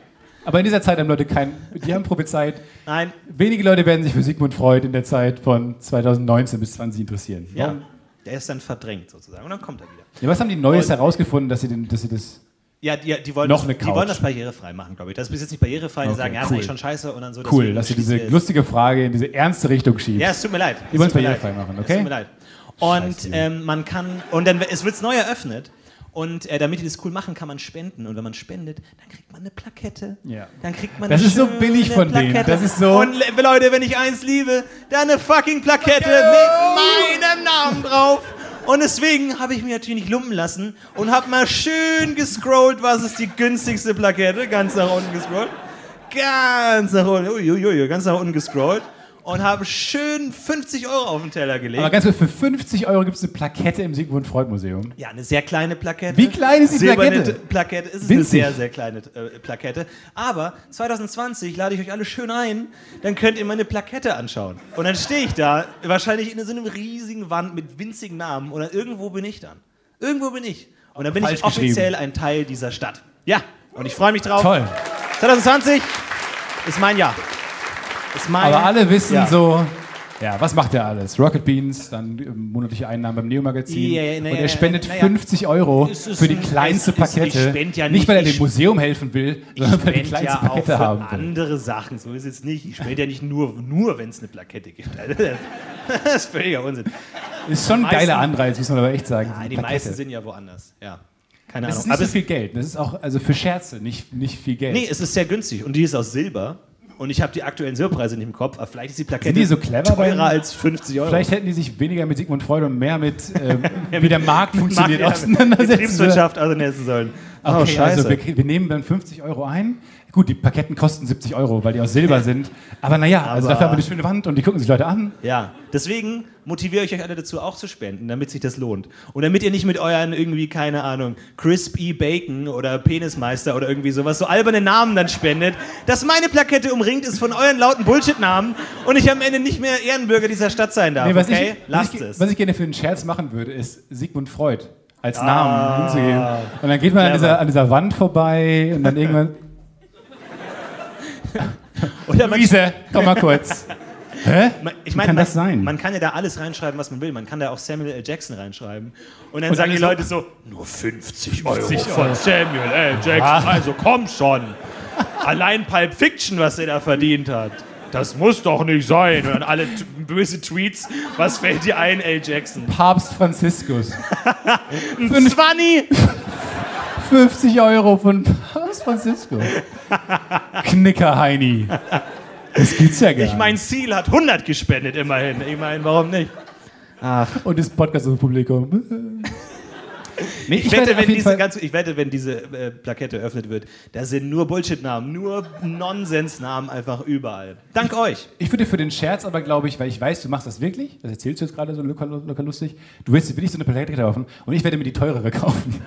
Speaker 2: Aber in dieser Zeit haben Leute kein... Die haben prophezeit,
Speaker 1: Nein,
Speaker 2: wenige Leute werden sich für Sigmund Freud in der Zeit von 2019 bis 20 interessieren.
Speaker 1: ja,
Speaker 2: Warum?
Speaker 1: der ist dann verdrängt sozusagen und dann kommt er wieder.
Speaker 2: Ja, was haben die Neues
Speaker 1: Und-
Speaker 2: herausgefunden, dass sie, den, dass sie das.
Speaker 1: Ja, die, die, wollen
Speaker 2: Noch
Speaker 1: das,
Speaker 2: eine
Speaker 1: die
Speaker 2: Couch.
Speaker 1: wollen das barrierefrei machen, glaube ich. Das ist bis jetzt nicht barrierefrei. Die
Speaker 2: Okay,
Speaker 1: sagen, ja, ist
Speaker 2: cool.
Speaker 1: eigentlich schon scheiße und dann so.
Speaker 2: Cool,
Speaker 1: deswegen
Speaker 2: dass sie
Speaker 1: schließt
Speaker 2: diese
Speaker 1: ihr es.
Speaker 2: lustige Frage in diese ernste Richtung schiebt.
Speaker 1: Ja, es tut mir leid.
Speaker 2: Die
Speaker 1: Es
Speaker 2: wollen's
Speaker 1: tut mir
Speaker 2: barrierefrei
Speaker 1: leid.
Speaker 2: machen,
Speaker 1: Es
Speaker 2: okay?
Speaker 1: tut mir leid. Und
Speaker 2: Scheiß Leben.
Speaker 1: ähm, man kann, und dann, es wird neu eröffnet. Und äh, damit die das cool machen, kann man spenden. Und wenn man spendet, dann kriegt man eine Plakette.
Speaker 2: Ja.
Speaker 1: Dann kriegt man
Speaker 2: Das
Speaker 1: eine
Speaker 2: ist so
Speaker 1: schöne
Speaker 2: billig von denen.
Speaker 1: Plakette.
Speaker 2: Das ist so-
Speaker 1: Und le- Leute, wenn ich eins liebe, dann eine fucking Plakette mit meinem Namen drauf. Und deswegen habe ich mir natürlich nicht lumpen lassen und habe mal schön gescrollt, was ist die günstigste Plakette. Ganz nach unten gescrollt. Ganz nach unten. Uiuiui, ganz nach unten gescrollt. Und habe schön 50 Euro auf den Teller gelegt.
Speaker 2: Aber ganz kurz, für 50 Euro gibt es eine Plakette im Sigmund Freud Museum.
Speaker 1: Ja, eine sehr kleine Plakette.
Speaker 2: Wie klein ist die
Speaker 1: Silberne
Speaker 2: Plakette?
Speaker 1: T- Plakette. Es ist
Speaker 2: Winzig.
Speaker 1: eine sehr, sehr kleine äh, Plakette. Aber 2020 lade ich euch alle schön ein, dann könnt ihr meine Plakette anschauen. Und dann stehe ich da, wahrscheinlich in so einem riesigen Wand mit winzigen Namen. Oder irgendwo bin ich dann. Irgendwo bin ich. Und dann bin
Speaker 2: Falsch
Speaker 1: ich offiziell ein
Speaker 2: geschrieben.
Speaker 1: Teil dieser Stadt. Ja, und ich freue mich drauf.
Speaker 2: Toll.
Speaker 1: 2020 ist mein Jahr. Ist mein
Speaker 2: Aber alle wissen
Speaker 1: Jahr.
Speaker 2: so, Ja, was macht er alles? Rocket Beans, dann äh, monatliche Einnahmen beim Neo-Magazin.
Speaker 1: Ja, ja, na
Speaker 2: und
Speaker 1: ja,
Speaker 2: er spendet
Speaker 1: na ja.
Speaker 2: 50 Euro
Speaker 1: Es ist
Speaker 2: für die
Speaker 1: ein-
Speaker 2: kleinste
Speaker 1: es ist- ich
Speaker 2: Pakete.
Speaker 1: spend ja
Speaker 2: nicht,
Speaker 1: nicht,
Speaker 2: weil er
Speaker 1: ich
Speaker 2: dem Museum helfen will, sondern weil er die
Speaker 1: spende
Speaker 2: kleinste
Speaker 1: ja auch
Speaker 2: Pakete
Speaker 1: für
Speaker 2: haben will.
Speaker 1: andere Sachen. So ist es nicht. Ich spende ja nicht nur, nur wenn es eine Plakette gibt. Also, Das ist völliger Unsinn.
Speaker 2: Ist schon ein
Speaker 1: meisten-
Speaker 2: geiler Anreiz, muss man aber echt sagen.
Speaker 1: Ah, die
Speaker 2: Plakette.
Speaker 1: meisten sind ja woanders. Ja. Keine Ahnung.
Speaker 2: das ist nicht
Speaker 1: Aber
Speaker 2: so
Speaker 1: es,
Speaker 2: viel Geld. Das ist auch also für Scherze nicht, nicht viel Geld.
Speaker 1: nee, es ist sehr günstig. Und die ist aus Silber. Und ich habe die aktuellen Silberpreise nicht im Kopf. Aber vielleicht ist die Plakette
Speaker 2: Sind die so clever beim-
Speaker 1: teurer als 50 Euro.
Speaker 2: Vielleicht hätten die sich weniger mit Sigmund Freud und mehr mit, ähm, wie der Markt funktioniert,
Speaker 1: Mag-
Speaker 2: auseinandersetzen. würden.
Speaker 1: Betriebswirtschaft auseinandersetzen sollen.
Speaker 2: Okay,
Speaker 1: oh, scheiße.
Speaker 2: Also wir, wir nehmen dann 50 Euro ein. Gut, die Plaketten kosten 70 Euro, weil die aus Silber sind. Aber naja,
Speaker 1: Aber-
Speaker 2: also dafür haben wir eine schöne Wand und die gucken sich Leute an.
Speaker 1: Ja, deswegen motiviere ich euch alle dazu auch zu spenden, damit sich das lohnt. Und damit ihr nicht mit euren irgendwie, keine Ahnung, Crispy Bacon oder Penismeister oder irgendwie sowas, so alberne Namen dann spendet, dass meine Plakette umringt ist von euren lauten Bullshit-Namen und ich am Ende nicht mehr Ehrenbürger dieser Stadt sein darf.
Speaker 2: Nee, was,
Speaker 1: okay?
Speaker 2: ich, was,
Speaker 1: Lasst
Speaker 2: ich,
Speaker 1: es.
Speaker 2: was ich gerne für einen Scherz machen würde, ist Sigmund Freud als Namen hinzugeben. Und dann geht man an
Speaker 1: Ah. clever.
Speaker 2: dieser, an dieser Wand vorbei und dann irgendwann.
Speaker 1: Oder man,
Speaker 2: Luise, komm mal kurz. Hä?
Speaker 1: man, ich
Speaker 2: Wie
Speaker 1: meine,
Speaker 2: kann
Speaker 1: man,
Speaker 2: das sein?
Speaker 1: man kann ja da alles reinschreiben, was man will. Man kann da auch Samuel L. Jackson reinschreiben. Und dann
Speaker 2: Und
Speaker 1: sagen
Speaker 2: dann
Speaker 1: die
Speaker 2: ist so-
Speaker 1: Leute so, nur 50 Euro
Speaker 2: 50
Speaker 1: von
Speaker 2: Euro.
Speaker 1: Samuel L. Jackson. Also komm schon. Allein Pulp Fiction, was er da verdient hat. Das muss doch nicht sein. Und dann alle t- böse Tweets. Was fällt dir ein, L. Jackson?
Speaker 2: Papst Franziskus.
Speaker 1: Ein 20!
Speaker 2: 50 Euro von Papst Franziskus. Knicker Heini. Das gibt's ja gar nicht.
Speaker 1: Ich mein Ziel hat 100 gespendet, immerhin. Ich meine, warum nicht?
Speaker 2: und das Podcast im Publikum. Nee,
Speaker 1: Ich, wette,
Speaker 2: werde auf
Speaker 1: wenn
Speaker 2: jeden
Speaker 1: diese
Speaker 2: Fall-
Speaker 1: ganze, ich wette, wenn diese äh, Plakette eröffnet wird, da sind nur Bullshit-Namen, nur Nonsens-Namen einfach überall. Dank euch.
Speaker 2: Ich würde für den Scherz aber, glaube ich, weil ich weiß, du machst das wirklich, das erzählst du jetzt gerade so locker, locker lustig, du willst dir wirklich so eine Plakette kaufen und ich werde mir die teurere kaufen.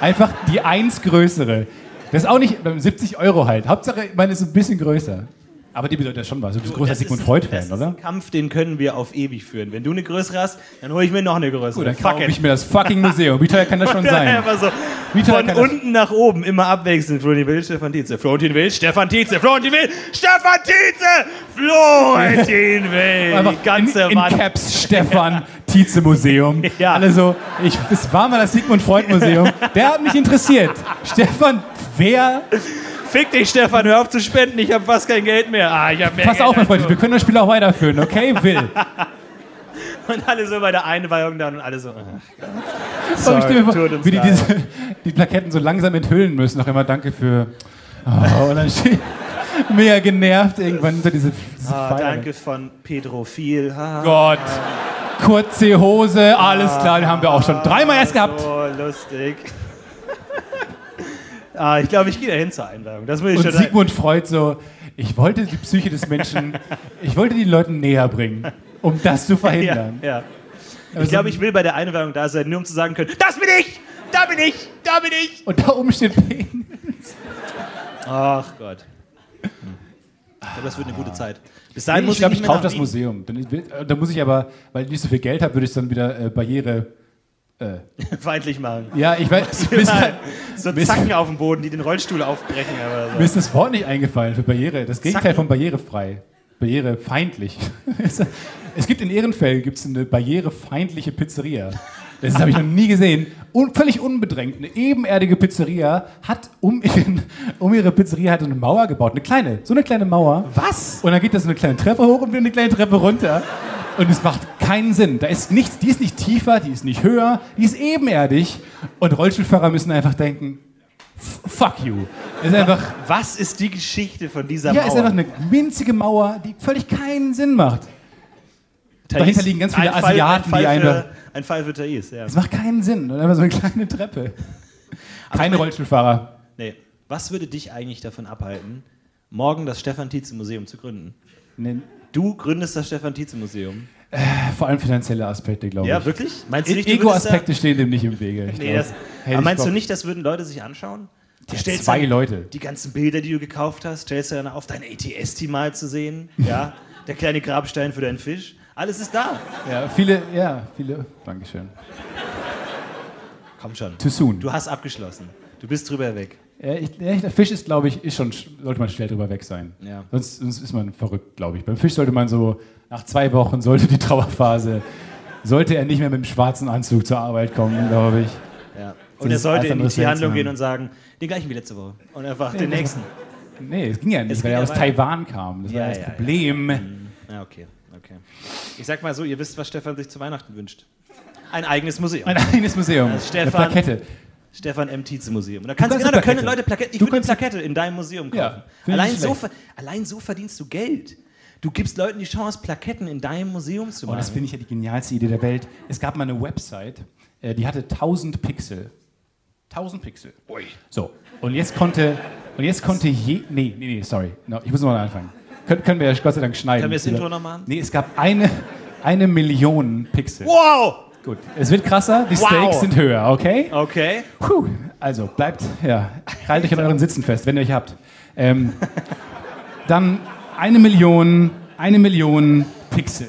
Speaker 2: Einfach die eins größere. Das ist auch nicht beim 70 Euro halt. Hauptsache, meine ist ein bisschen größer. Aber die bedeutet ja schon was. Du bist großer
Speaker 1: Das
Speaker 2: Sigmund
Speaker 1: ist- das
Speaker 2: Freud-Fan,
Speaker 1: ist
Speaker 2: oder?
Speaker 1: Ein Kampf, den können wir auf ewig führen. Wenn du eine größere hast, dann hole ich mir noch eine größere.
Speaker 2: Gut, dann kaufe ich mir das fucking Museum. Wie teuer kann das schon sein?
Speaker 1: Einfach so.
Speaker 2: Wie teuer
Speaker 1: Von
Speaker 2: kann das-
Speaker 1: unten nach oben immer abwechselnd. Florentin Will, Stefan Tietze. Florentin Will, Stefan Tietze. Florentin Will, Stefan Tietze. Florentin Will. Die
Speaker 2: Einfach
Speaker 1: ganze
Speaker 2: in, in
Speaker 1: Wand.
Speaker 2: Caps Stefan Tietze Museum.
Speaker 1: Ja.
Speaker 2: Alle so, ich, es war mal das Sigmund Freud Museum. Der hat mich interessiert. Stefan, wer?
Speaker 1: Fick dich, Stefan. Hör auf zu spenden. Ich habe fast kein Geld mehr. Ah, ich hab mehr
Speaker 2: Pass
Speaker 1: Geld
Speaker 2: auf, mein
Speaker 1: als
Speaker 2: Freund,
Speaker 1: du.
Speaker 2: wir können das Spiel auch weiterführen, okay? Will.
Speaker 1: Und alle so bei der Einweihung dann und alle so. ah.
Speaker 2: So, ich stelle mir
Speaker 1: tut
Speaker 2: vor,
Speaker 1: uns
Speaker 2: wie die
Speaker 1: leid.
Speaker 2: diese, die Plaketten so langsam enthüllen müssen. Auch immer danke für. Oh, und dann steht mega genervt irgendwann hinter diese, diese
Speaker 1: Ah,
Speaker 2: Pfeile.
Speaker 1: danke von Pedro Viel. Ah,
Speaker 2: Gott. Kurze Hose, alles klar, die haben wir auch schon dreimal erst gehabt.
Speaker 1: So lustig. ah, ich glaube, ich gehe dahin zur Einweihung. Das will ich
Speaker 2: Und
Speaker 1: schon.
Speaker 2: Sigmund Freud so, ich wollte die Psyche des Menschen, ich wollte die Leuten näher bringen, um das zu
Speaker 1: ja,
Speaker 2: verhindern.
Speaker 1: ja.
Speaker 2: Aber
Speaker 1: Ich
Speaker 2: so-
Speaker 1: glaube, ich will bei der Einweihung da sein, nur um zu sagen können: Das bin ich! Da bin ich! Da bin ich!
Speaker 2: Und da oben steht Penis.
Speaker 1: Ach Gott. Hm. Ich glaube, das wird eine gute Zeit. Bis dahin
Speaker 2: Ich
Speaker 1: muss
Speaker 2: glaube,
Speaker 1: ich,
Speaker 2: ich
Speaker 1: nicht
Speaker 2: kaufe
Speaker 1: mehr
Speaker 2: das
Speaker 1: nach Wien.
Speaker 2: Museum. Dann, äh, dann muss ich aber, weil ich nicht so viel Geld habe, würde ich es dann wieder äh, Barriere.
Speaker 1: feindlich machen.
Speaker 2: Ja, ich weiß, mir ist,
Speaker 1: So
Speaker 2: Mist.
Speaker 1: Zacken auf dem Boden, die den Rollstuhl aufbrechen. Aber
Speaker 2: mir
Speaker 1: so.
Speaker 2: ist das Wort nicht eingefallen für Barriere. Das Gegenteil
Speaker 1: Zacken.
Speaker 2: von barrierefrei. Barrierefeindlich. es gibt in Ehrenfeld gibt's eine barrierefeindliche Pizzeria. Das habe ich noch nie gesehen. Un völlig unbedrängt. Eine ebenerdige Pizzeria hat um, ihren, um ihre Pizzeria hat eine Mauer gebaut. Eine kleine, so eine kleine Mauer.
Speaker 1: Was?
Speaker 2: Und dann geht das eine kleine Treppe hoch und wieder eine kleine Treppe runter. Und es macht keinen Sinn. Da ist nichts, die ist nicht tiefer, die ist nicht höher, die ist ebenerdig. Und Rollstuhlfahrer müssen einfach denken, "F- fuck you. Es ist einfach,
Speaker 1: Was ist die Geschichte von dieser
Speaker 2: ja,
Speaker 1: Mauer?
Speaker 2: es ist einfach eine winzige Mauer, die völlig keinen Sinn macht.
Speaker 1: Thais.
Speaker 2: Dahinter liegen ganz viele
Speaker 1: Ein Fall-
Speaker 2: Asiaten,
Speaker 1: ein
Speaker 2: die
Speaker 1: Fall
Speaker 2: eine-
Speaker 1: Für, ein Fall für Thais, ja.
Speaker 2: Es macht keinen Sinn. Und einfach so eine kleine Treppe. Keine Rollstuhlfahrer.
Speaker 1: Nee. Was würde dich eigentlich davon abhalten, morgen das Stefan Tietze Museum zu gründen?
Speaker 2: Nee,
Speaker 1: Du gründest das Stefan Tietze Museum.
Speaker 2: Vor allem finanzielle Aspekte, glaube
Speaker 1: Ja,
Speaker 2: ich. E-
Speaker 1: wirklich? Meinst du nicht, du würdest da-
Speaker 2: Oh. Ego-Aspekte stehen dem nicht im Wege. Ich
Speaker 1: Nee,
Speaker 2: glaub,
Speaker 1: das,
Speaker 2: hätte
Speaker 1: aber
Speaker 2: ich
Speaker 1: meinst du
Speaker 2: Bock.
Speaker 1: nicht, das würden Leute sich anschauen? Du
Speaker 2: Ja,
Speaker 1: stellst
Speaker 2: zwei
Speaker 1: dann
Speaker 2: Leute.
Speaker 1: Die ganzen Bilder, die du gekauft hast, stellst du dann auf, E dein ATST mal zu sehen. Ja. Der kleine Grabstein für deinen Fisch. Alles ist da.
Speaker 2: Ja, viele, ja, viele. Dankeschön.
Speaker 1: Komm schon.
Speaker 2: Too soon.
Speaker 1: Du hast abgeschlossen. Du bist drüber weg.
Speaker 2: Ja, ich, ja, ich- der Fisch ist, glaube ich, ist schon, sch- sollte man schnell drüber weg sein.
Speaker 1: Ja.
Speaker 2: Sonst, sonst ist man verrückt, glaube ich. Beim Fisch sollte man so, nach zwei Wochen sollte die Trauerphase, sollte er nicht mehr mit dem schwarzen Anzug zur Arbeit kommen, glaube ich.
Speaker 1: Ja.
Speaker 2: Das
Speaker 1: Und er
Speaker 2: ist
Speaker 1: sollte
Speaker 2: alles
Speaker 1: in die
Speaker 2: anderes
Speaker 1: Tierhandlung
Speaker 2: Seltsam.
Speaker 1: gehen und sagen, den gleichen wie letzte Woche. Und einfach den nächsten.
Speaker 2: Nee, es ging ja
Speaker 1: Es
Speaker 2: nicht,
Speaker 1: ging
Speaker 2: weil er
Speaker 1: ja
Speaker 2: aus
Speaker 1: weiter.
Speaker 2: Taiwan kam. Das
Speaker 1: Ja,
Speaker 2: war ja Mhm. das
Speaker 1: ja, ja.
Speaker 2: Problem.
Speaker 1: Ja, okay, okay. Ich sag mal so, ihr wisst, was Stefan sich zu Weihnachten wünscht. Ein eigenes Museum.
Speaker 2: Ein eigenes Museum.
Speaker 1: Also
Speaker 2: Eine
Speaker 1: Stefan-
Speaker 2: Plakette.
Speaker 1: Stefan M. Tietze Museum. Und da kannst du,
Speaker 2: kannst
Speaker 1: genau,
Speaker 2: eine
Speaker 1: da können
Speaker 2: Plakette.
Speaker 1: Leute Plakette. Ich
Speaker 2: Du
Speaker 1: würde eine
Speaker 2: kannst-
Speaker 1: Plakette in deinem Museum
Speaker 2: Ja,
Speaker 1: kaufen.
Speaker 2: finde ich
Speaker 1: allein,
Speaker 2: nicht
Speaker 1: so, ver-
Speaker 2: schlecht.
Speaker 1: allein so verdienst du Geld. Du gibst Leuten die Chance, Plaketten in deinem Museum zu
Speaker 2: Oh,
Speaker 1: machen.
Speaker 2: das finde ich ja die genialste Idee der Welt. Es gab mal eine Website, äh, die hatte 1000 Pixel. 1000 Pixel. So, und jetzt konnte, und jetzt konnte je. Nee, nee, nee, sorry. No, ich muss nochmal anfangen. Können, können wir ja Gott sei Dank schneiden.
Speaker 1: Können wir das Intro noch machen?
Speaker 2: Nee, es gab eine, eine Million Pixel.
Speaker 1: wow!
Speaker 2: Gut, es wird krasser, die
Speaker 1: Wow.
Speaker 2: Stakes sind höher, okay?
Speaker 1: Okay.
Speaker 2: Puh. Also bleibt, ja, haltet euch an euren Sitzen fest, wenn ihr euch habt. Ähm, dann eine Million, eine Million Pixel.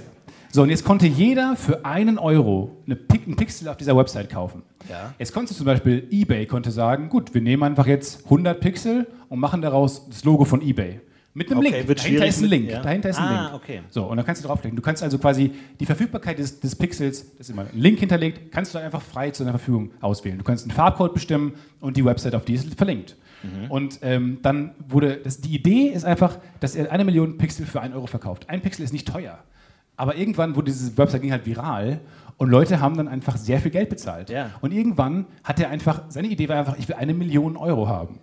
Speaker 2: So, und jetzt konnte jeder für einen Euro eine, Pi- einen Pixel auf dieser Website kaufen.
Speaker 1: Ja.
Speaker 2: Jetzt konntest du zum Beispiel eBay konnte sagen, gut, wir nehmen einfach jetzt 100 Pixel und machen daraus das Logo von eBay. Mit einem
Speaker 1: Okay,
Speaker 2: Link.
Speaker 1: wird
Speaker 2: Dahinter
Speaker 1: schwierig
Speaker 2: ist ein
Speaker 1: mit-
Speaker 2: Link.
Speaker 1: ja.
Speaker 2: Dahinter ist ein
Speaker 1: Ah,
Speaker 2: Link.
Speaker 1: okay.
Speaker 2: So, und dann kannst du draufklicken. Du kannst also quasi die Verfügbarkeit des, des Pixels, das ist immer ein Link hinterlegt, kannst du dann einfach frei zu deiner Verfügung auswählen. Du kannst einen Farbcode bestimmen und die Website, auf die ist verlinkt.
Speaker 1: Mhm.
Speaker 2: Und ähm, dann wurde, das, die Idee ist einfach, dass er eine Million Pixel für einen Euro verkauft. Ein Pixel ist nicht teuer. Aber irgendwann wurde diese Website ging halt viral und Leute haben dann einfach sehr viel Geld bezahlt.
Speaker 1: Ja.
Speaker 2: Und irgendwann hat er einfach, seine Idee war einfach, ich will eine Million Euro haben.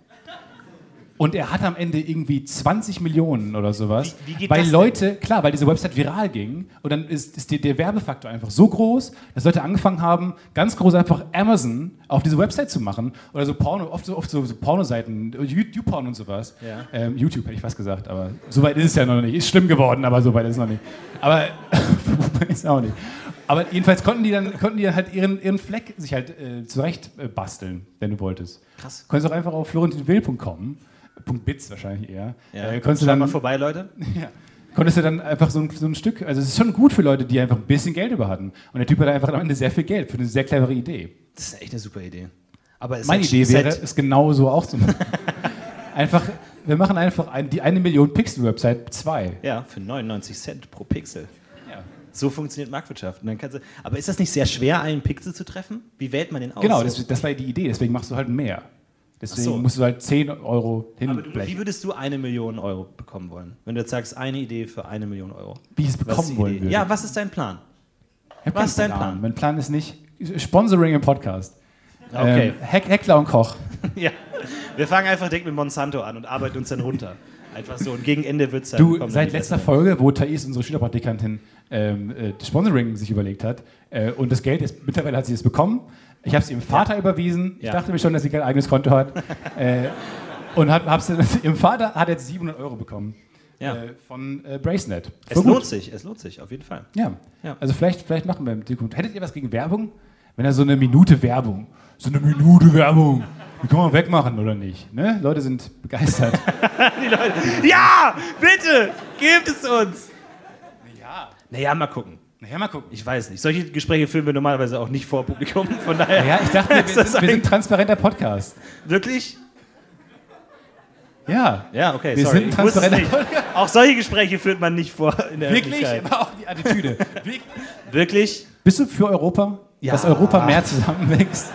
Speaker 2: Und er hat am Ende irgendwie 20 Millionen oder sowas.
Speaker 1: Wie- wie geht
Speaker 2: weil
Speaker 1: das denn?
Speaker 2: Leute, klar, weil diese Website viral ging und dann ist, ist der, der Werbefaktor einfach so groß, dass Leute angefangen haben, ganz groß einfach Amazon auf diese Website zu machen. Oder so Porno, oft so, oft so, so Pornoseiten, YouTube-Porn und sowas.
Speaker 1: Ja.
Speaker 2: Ähm, YouTube hätte ich fast gesagt, aber so weit ist es ja noch nicht. Ist schlimm geworden, aber so weit ist es noch nicht. Aber ist auch nicht. Aber jedenfalls konnten die dann, konnten die dann halt ihren, ihren Fleck sich halt äh, zurecht äh, basteln, wenn du wolltest.
Speaker 1: Krass.
Speaker 2: Konntest auch einfach auf florentinwill.com, Punkt .bits wahrscheinlich eher.
Speaker 1: Ja.
Speaker 2: Äh, konntest, du
Speaker 1: Schaut mal
Speaker 2: dann,
Speaker 1: vorbei, Leute.
Speaker 2: ja, konntest du dann einfach so ein, so ein Stück, also es ist schon gut für Leute, die einfach ein bisschen Geld über hatten. Und der Typ hat einfach am Ende sehr viel Geld für eine sehr clevere Idee.
Speaker 1: Das ist echt eine super Idee. Aber es
Speaker 2: Meine
Speaker 1: ist
Speaker 2: Idee
Speaker 1: seit-
Speaker 2: wäre, es genauso auch zu machen. einfach, wir machen einfach ein, die eine Million Pixel Website 2.
Speaker 1: Ja, für 99 Cent pro Pixel.
Speaker 2: Ja.
Speaker 1: So funktioniert Marktwirtschaft. Und dann kannst du, aber ist das nicht sehr schwer, einen Pixel zu treffen? Wie wählt man den aus?
Speaker 2: Genau, das, das war die Idee, deswegen machst du halt mehr. Deswegen
Speaker 1: Oh, Ach so.
Speaker 2: musst du halt 10 Euro
Speaker 1: aber du, wie
Speaker 2: hinblechen.
Speaker 1: würdest du eine Million Euro bekommen wollen? Wenn du jetzt sagst, eine Idee für eine Million Euro.
Speaker 2: Wie ich es
Speaker 1: Was ist die
Speaker 2: bekommen wollen
Speaker 1: Idee?
Speaker 2: würde.
Speaker 1: Ja, was ist dein Plan?
Speaker 2: Ich hab
Speaker 1: was ist
Speaker 2: keinen
Speaker 1: dein Plan?
Speaker 2: Mein Plan ist nicht Sponsoring im Podcast.
Speaker 1: Okay.
Speaker 2: Ähm, Heck, Heckler und Koch.
Speaker 1: Ja. Wir fangen einfach direkt mit Monsanto an und arbeiten uns dann runter. Einfach so. Und gegen Ende halt wird es dann.
Speaker 2: Du,
Speaker 1: kommen
Speaker 2: seit
Speaker 1: dann die
Speaker 2: letzter
Speaker 1: Leute.
Speaker 2: Folge, wo Thais, unsere Schülerpraktikantin, ähm, äh, das Sponsoring sich überlegt hat äh, und das Geld, ist, mittlerweile hat sie es bekommen. Ich habe es ihrem Vater überwiesen. Ich
Speaker 1: Ja.
Speaker 2: dachte mir schon, dass sie kein eigenes Konto hat. äh, und hab, hab's, ihrem Vater hat jetzt 700 Euro bekommen
Speaker 1: Ja.
Speaker 2: äh, von äh, Bracenet.
Speaker 1: Es
Speaker 2: Voll gut.
Speaker 1: lohnt sich, es lohnt sich, auf jeden Fall.
Speaker 2: Ja.
Speaker 1: Ja.
Speaker 2: Also vielleicht, vielleicht machen wir im Zukunft. Hättet ihr was gegen Werbung? Wenn er so eine Minute Werbung, so eine Minute Werbung, die kann man wegmachen oder nicht? Ne? Leute sind begeistert.
Speaker 1: Die Leute. Ja! Bitte! Gebt es uns!
Speaker 2: ja.
Speaker 1: Naja, mal gucken.
Speaker 2: Naja, mal gucken.
Speaker 1: Ich weiß nicht. Solche Gespräche führen wir normalerweise auch nicht vor Publikum. Von daher.
Speaker 2: Ja, ich dachte, wir,
Speaker 1: Ist das
Speaker 2: sind, wir
Speaker 1: ein-
Speaker 2: sind transparenter Podcast.
Speaker 1: Wirklich?
Speaker 2: Ja.
Speaker 1: Ja, okay,
Speaker 2: Wir
Speaker 1: sorry.
Speaker 2: sind
Speaker 1: ich wusste es
Speaker 2: transparenter
Speaker 1: nicht. Auch solche Gespräche führt man nicht vor in der
Speaker 2: Wirklich?
Speaker 1: Öffentlichkeit.
Speaker 2: Aber auch die Attitüde. Wirklich?
Speaker 1: Wirklich?
Speaker 2: Bist du für Europa?
Speaker 1: Ja.
Speaker 2: Dass Europa mehr zusammenwächst?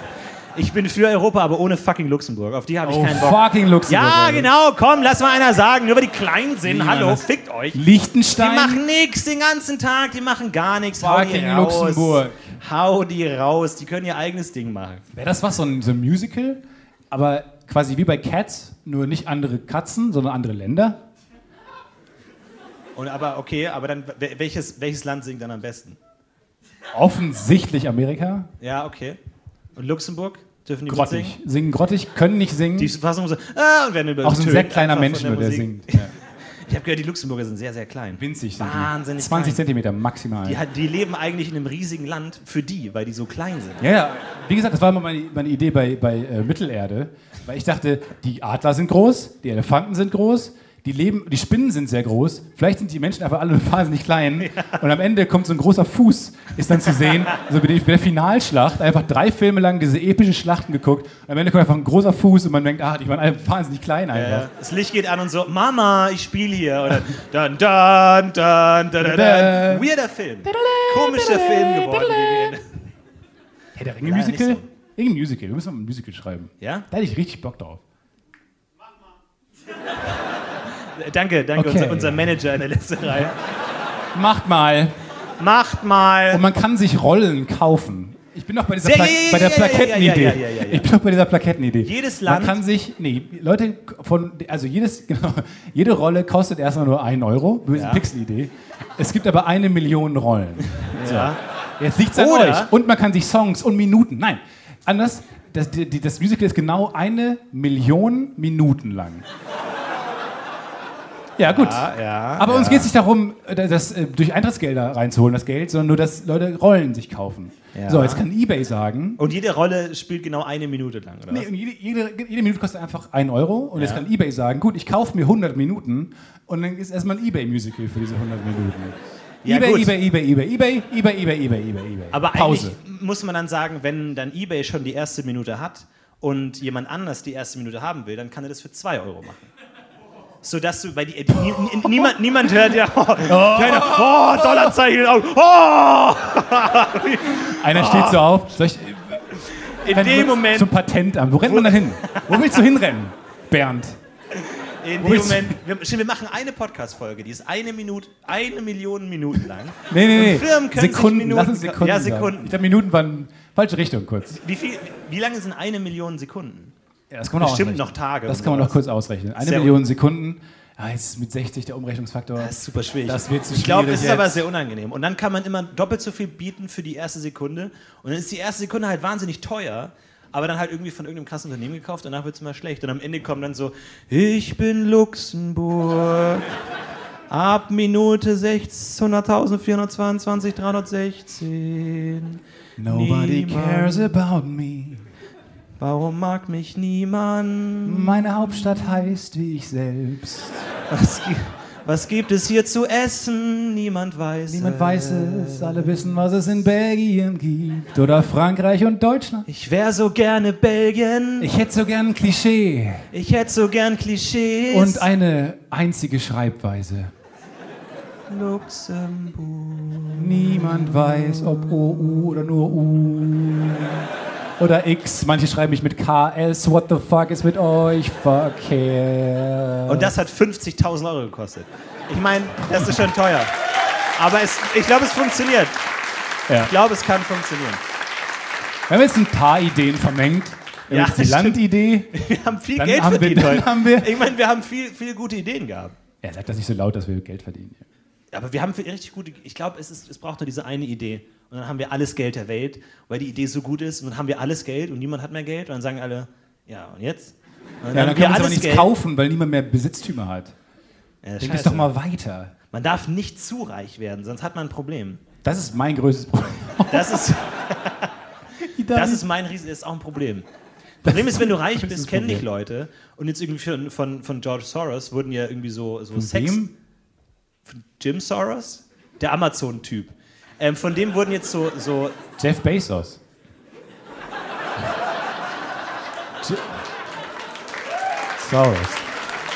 Speaker 1: Ich bin für Europa, aber ohne fucking Luxemburg. Auf die habe ich
Speaker 2: Oh,
Speaker 1: keinen Bock.
Speaker 2: fucking Luxemburg.
Speaker 1: Ja,
Speaker 2: Alter.
Speaker 1: genau, komm, lass mal einer sagen, nur weil die Kleinen sind,
Speaker 2: Niemand
Speaker 1: hallo,
Speaker 2: das-
Speaker 1: fickt euch. Die
Speaker 2: Liechtenstein?
Speaker 1: machen nix den ganzen Tag, die machen gar nichts. Hau die
Speaker 2: Fucking
Speaker 1: raus.
Speaker 2: Luxemburg.
Speaker 1: Hau die raus, die können ihr eigenes Ding machen.
Speaker 2: Wäre das was, so ein, so ein Musical? Aber quasi wie bei Cats, nur nicht andere Katzen, sondern andere Länder?
Speaker 1: Und aber okay, aber dann wel- welches, welches Land singt dann am besten?
Speaker 2: Offensichtlich Amerika.
Speaker 1: Ja, okay. Und Luxemburg dürfen die mitsingen?
Speaker 2: Grottig. Singen grottig, können nicht singen.
Speaker 1: Die Fassung so, ah, und werden über
Speaker 2: auch so ein sehr kleiner Mensch nur,
Speaker 1: der
Speaker 2: der
Speaker 1: Musik.
Speaker 2: singt. Ja.
Speaker 1: Ich habe gehört, die Luxemburger sind sehr, sehr klein.
Speaker 2: Winzig sind
Speaker 1: Wahnsinnig
Speaker 2: die. 20
Speaker 1: klein.
Speaker 2: Zentimeter maximal.
Speaker 1: Die, hat- die leben eigentlich in einem riesigen Land für die, weil die so klein sind.
Speaker 2: Ja, ja. Wie gesagt, das war immer meine, meine Idee bei, bei äh, Mittelerde, weil ich dachte, die Adler sind groß, die Elefanten sind groß, Die, leben, die Spinnen sind sehr groß. Vielleicht sind die Menschen einfach alle wahnsinnig klein. Und am Ende kommt so ein großer Fuß, ist dann zu sehen. Also bei der- bei der Finalschlacht, einfach drei Filme lang diese epischen Schlachten geguckt. Und am Ende kommt einfach ein großer Fuß und man denkt, ah, die waren alle wahnsinnig klein einfach.
Speaker 1: Ja. Das Licht geht an und so, Mama, ich spiele hier. Oder dann, dann, dann, dann, dann, dann. Weirder Film. Komischer Film geworden. gegen Ende.
Speaker 2: Hey, der Ringe
Speaker 1: Leider nicht
Speaker 2: Musical?
Speaker 1: so.
Speaker 2: Irgendein Musical. Wir müssen mal ein Musical schreiben.
Speaker 1: Ja?
Speaker 2: Da hätte ich richtig Bock drauf.
Speaker 1: Danke, danke,
Speaker 2: Okay.
Speaker 1: unser, unser Manager in der letzten Reihe.
Speaker 2: Macht mal.
Speaker 1: Macht mal.
Speaker 2: Und man kann sich Rollen kaufen. Ich bin doch bei dieser
Speaker 1: Ja,
Speaker 2: Pla
Speaker 1: ja, ja,
Speaker 2: bei der
Speaker 1: ja, ja, ja, ja, ja, ja,
Speaker 2: Plakettenidee.
Speaker 1: ja, ja.
Speaker 2: Ich bin doch bei dieser Plakettenidee.
Speaker 1: Jedes Land-
Speaker 2: Man kann sich, nee, Leute von, also jedes, genau, jede Rolle kostet erstmal nur einen Euro. Böse
Speaker 1: Ja.
Speaker 2: Pixel-Idee. Es gibt aber eine Million Rollen.
Speaker 1: Ja.
Speaker 2: Jetzt liegt's an
Speaker 1: Oder-
Speaker 2: euch. Und man kann sich Songs und Minuten, nein, anders, das, die, die- das Musical ist genau eine Million Minuten lang. Ja, gut.
Speaker 1: Ja, Ah, ja,
Speaker 2: Aber
Speaker 1: ja.
Speaker 2: uns geht es nicht darum, äh, das äh, durch Eintrittsgelder reinzuholen, das Geld, sondern nur, dass Leute Rollen sich kaufen.
Speaker 1: Ja.
Speaker 2: So, jetzt kann eBay sagen,
Speaker 1: Und jede Rolle spielt genau eine Minute lang, oder?
Speaker 2: nee,
Speaker 1: was?
Speaker 2: und jede, jede, jede Minute kostet einfach 1 Euro und jetzt
Speaker 1: Ja.
Speaker 2: kann eBay sagen, gut, ich kaufe mir 100 Minuten und dann ist erstmal ein eBay-Musical für diese 100 Minuten.
Speaker 1: Ja,
Speaker 2: eBay,
Speaker 1: gut.
Speaker 2: eBay, eBay, eBay, eBay, eBay, eBay, eBay, eBay.
Speaker 1: Aber
Speaker 2: Pause.
Speaker 1: eigentlich muss man dann sagen, wenn dann eBay schon die erste Minute hat und jemand anders die erste Minute haben will, dann kann er das für 2 Euro machen. Sodass du bei die, die, nie, nie- niemand, niemand hört ja, oh, keiner, oh Dollarzeichen in den Augen, oh!
Speaker 2: Einer steht so auf. Soll ich,
Speaker 1: In Ah. dem Moment,
Speaker 2: Zum Patentamt. Wo rennt man da hin? Wo willst du hinrennen, Bernd?
Speaker 1: in
Speaker 2: Wo
Speaker 1: dem
Speaker 2: ist-
Speaker 1: Moment, wir, stimmt, wir machen eine Podcast-Folge, die ist eine Minute, eine Million Minuten lang.
Speaker 2: Nee, nee, nee.
Speaker 1: Und Firmen können sich
Speaker 2: Sekunden.
Speaker 1: Minuten-
Speaker 2: Lass uns Sekunden.
Speaker 1: Ja,
Speaker 2: sagen.
Speaker 1: Sekunden.
Speaker 2: Ich glaube, Minuten waren falsche Richtung kurz.
Speaker 1: Wie, viel, wie lange sind eine Million Sekunden?
Speaker 2: Ja, das kann man auch
Speaker 1: Bestimmt
Speaker 2: ausrechnen.
Speaker 1: noch Tage
Speaker 2: Das
Speaker 1: und
Speaker 2: kann man noch
Speaker 1: sowas.
Speaker 2: kurz ausrechnen. Eine
Speaker 1: Sehr
Speaker 2: Million Sekunden. Ah, jetzt ist mit 60 der Umrechnungsfaktor.
Speaker 1: Das ist super schwierig.
Speaker 2: Das wird zu
Speaker 1: ich glaube,
Speaker 2: schwierig
Speaker 1: es ist aber
Speaker 2: jetzt.
Speaker 1: sehr unangenehm. Und dann kann man immer doppelt so viel bieten für die erste Sekunde. Und dann ist die erste Sekunde halt wahnsinnig teuer, aber dann halt irgendwie von irgendeinem krassen Unternehmen gekauft. Danach wird es immer schlecht. Und am Ende kommt dann so: Ich bin Luxemburg. Ab Minute 600.422.316.
Speaker 2: Nobody
Speaker 1: Niemand.
Speaker 2: cares about me.
Speaker 1: Warum mag mich niemand?
Speaker 2: Meine Hauptstadt heißt wie ich selbst.
Speaker 1: Was, gi- was gibt es hier zu essen? Niemand weiß.
Speaker 2: Niemand weiß es. Alle wissen, was es in Belgien gibt. Oder Frankreich und Deutschland.
Speaker 1: Ich wäre so gerne Belgien.
Speaker 2: Ich hätte so gern ein Klischee.
Speaker 1: Ich hätte so gern Klischees.
Speaker 2: Und eine einzige Schreibweise.
Speaker 1: Luxemburg.
Speaker 2: Niemand weiß, ob OU oder nur U oder X. Manche schreiben mich mit KS. What the fuck ist mit euch verkehrt?
Speaker 1: Und das hat 50.000 Euro gekostet. Ich meine, das ist schon teuer. Aber es, ich glaube, es funktioniert.
Speaker 2: Ja.
Speaker 1: Ich glaube, es kann funktionieren.
Speaker 2: Wir haben jetzt ein paar Ideen vermengt. Wir
Speaker 1: Ja,
Speaker 2: haben jetzt die
Speaker 1: das stimmt.
Speaker 2: Landidee.
Speaker 1: Wir haben viel
Speaker 2: Dann
Speaker 1: Geld
Speaker 2: haben wir-
Speaker 1: verdient
Speaker 2: dann
Speaker 1: heute.
Speaker 2: haben wir-
Speaker 1: ich meine, wir haben viel, viele gute Ideen gehabt.
Speaker 2: Ja, sag das nicht so laut, dass wir Geld verdienen.
Speaker 1: Aber wir haben viel- richtig gute. Ich glaube, es, ist- es braucht nur diese eine Idee. Und dann haben wir alles Geld der Welt, weil die Idee so gut ist. Und dann haben wir alles Geld und niemand hat mehr Geld. Und dann sagen alle, ja, und jetzt? Und
Speaker 2: Ja,
Speaker 1: haben
Speaker 2: dann können wir uns aber
Speaker 1: alles
Speaker 2: nichts
Speaker 1: Geld.
Speaker 2: kaufen, weil niemand mehr Besitztümer hat.
Speaker 1: Ja,
Speaker 2: Denk es
Speaker 1: scheiße.
Speaker 2: doch mal weiter.
Speaker 1: Man darf nicht zu reich werden, sonst hat man ein Problem.
Speaker 2: Das ist mein größtes Problem.
Speaker 1: Das ist, das
Speaker 2: Italien-
Speaker 1: ist mein Riesen, ist auch ein Problem. Problem ist, wenn du reich bist,
Speaker 2: größtes
Speaker 1: kennen dich
Speaker 2: Problem.
Speaker 1: Leute. Und jetzt irgendwie von, von, von George Soros wurden ja irgendwie so, so Sex.
Speaker 2: wem?
Speaker 1: Von Jim Soros? Der Amazon-Typ. Ähm, von dem wurden jetzt so, so
Speaker 2: Jeff Bezos. Je- Soros.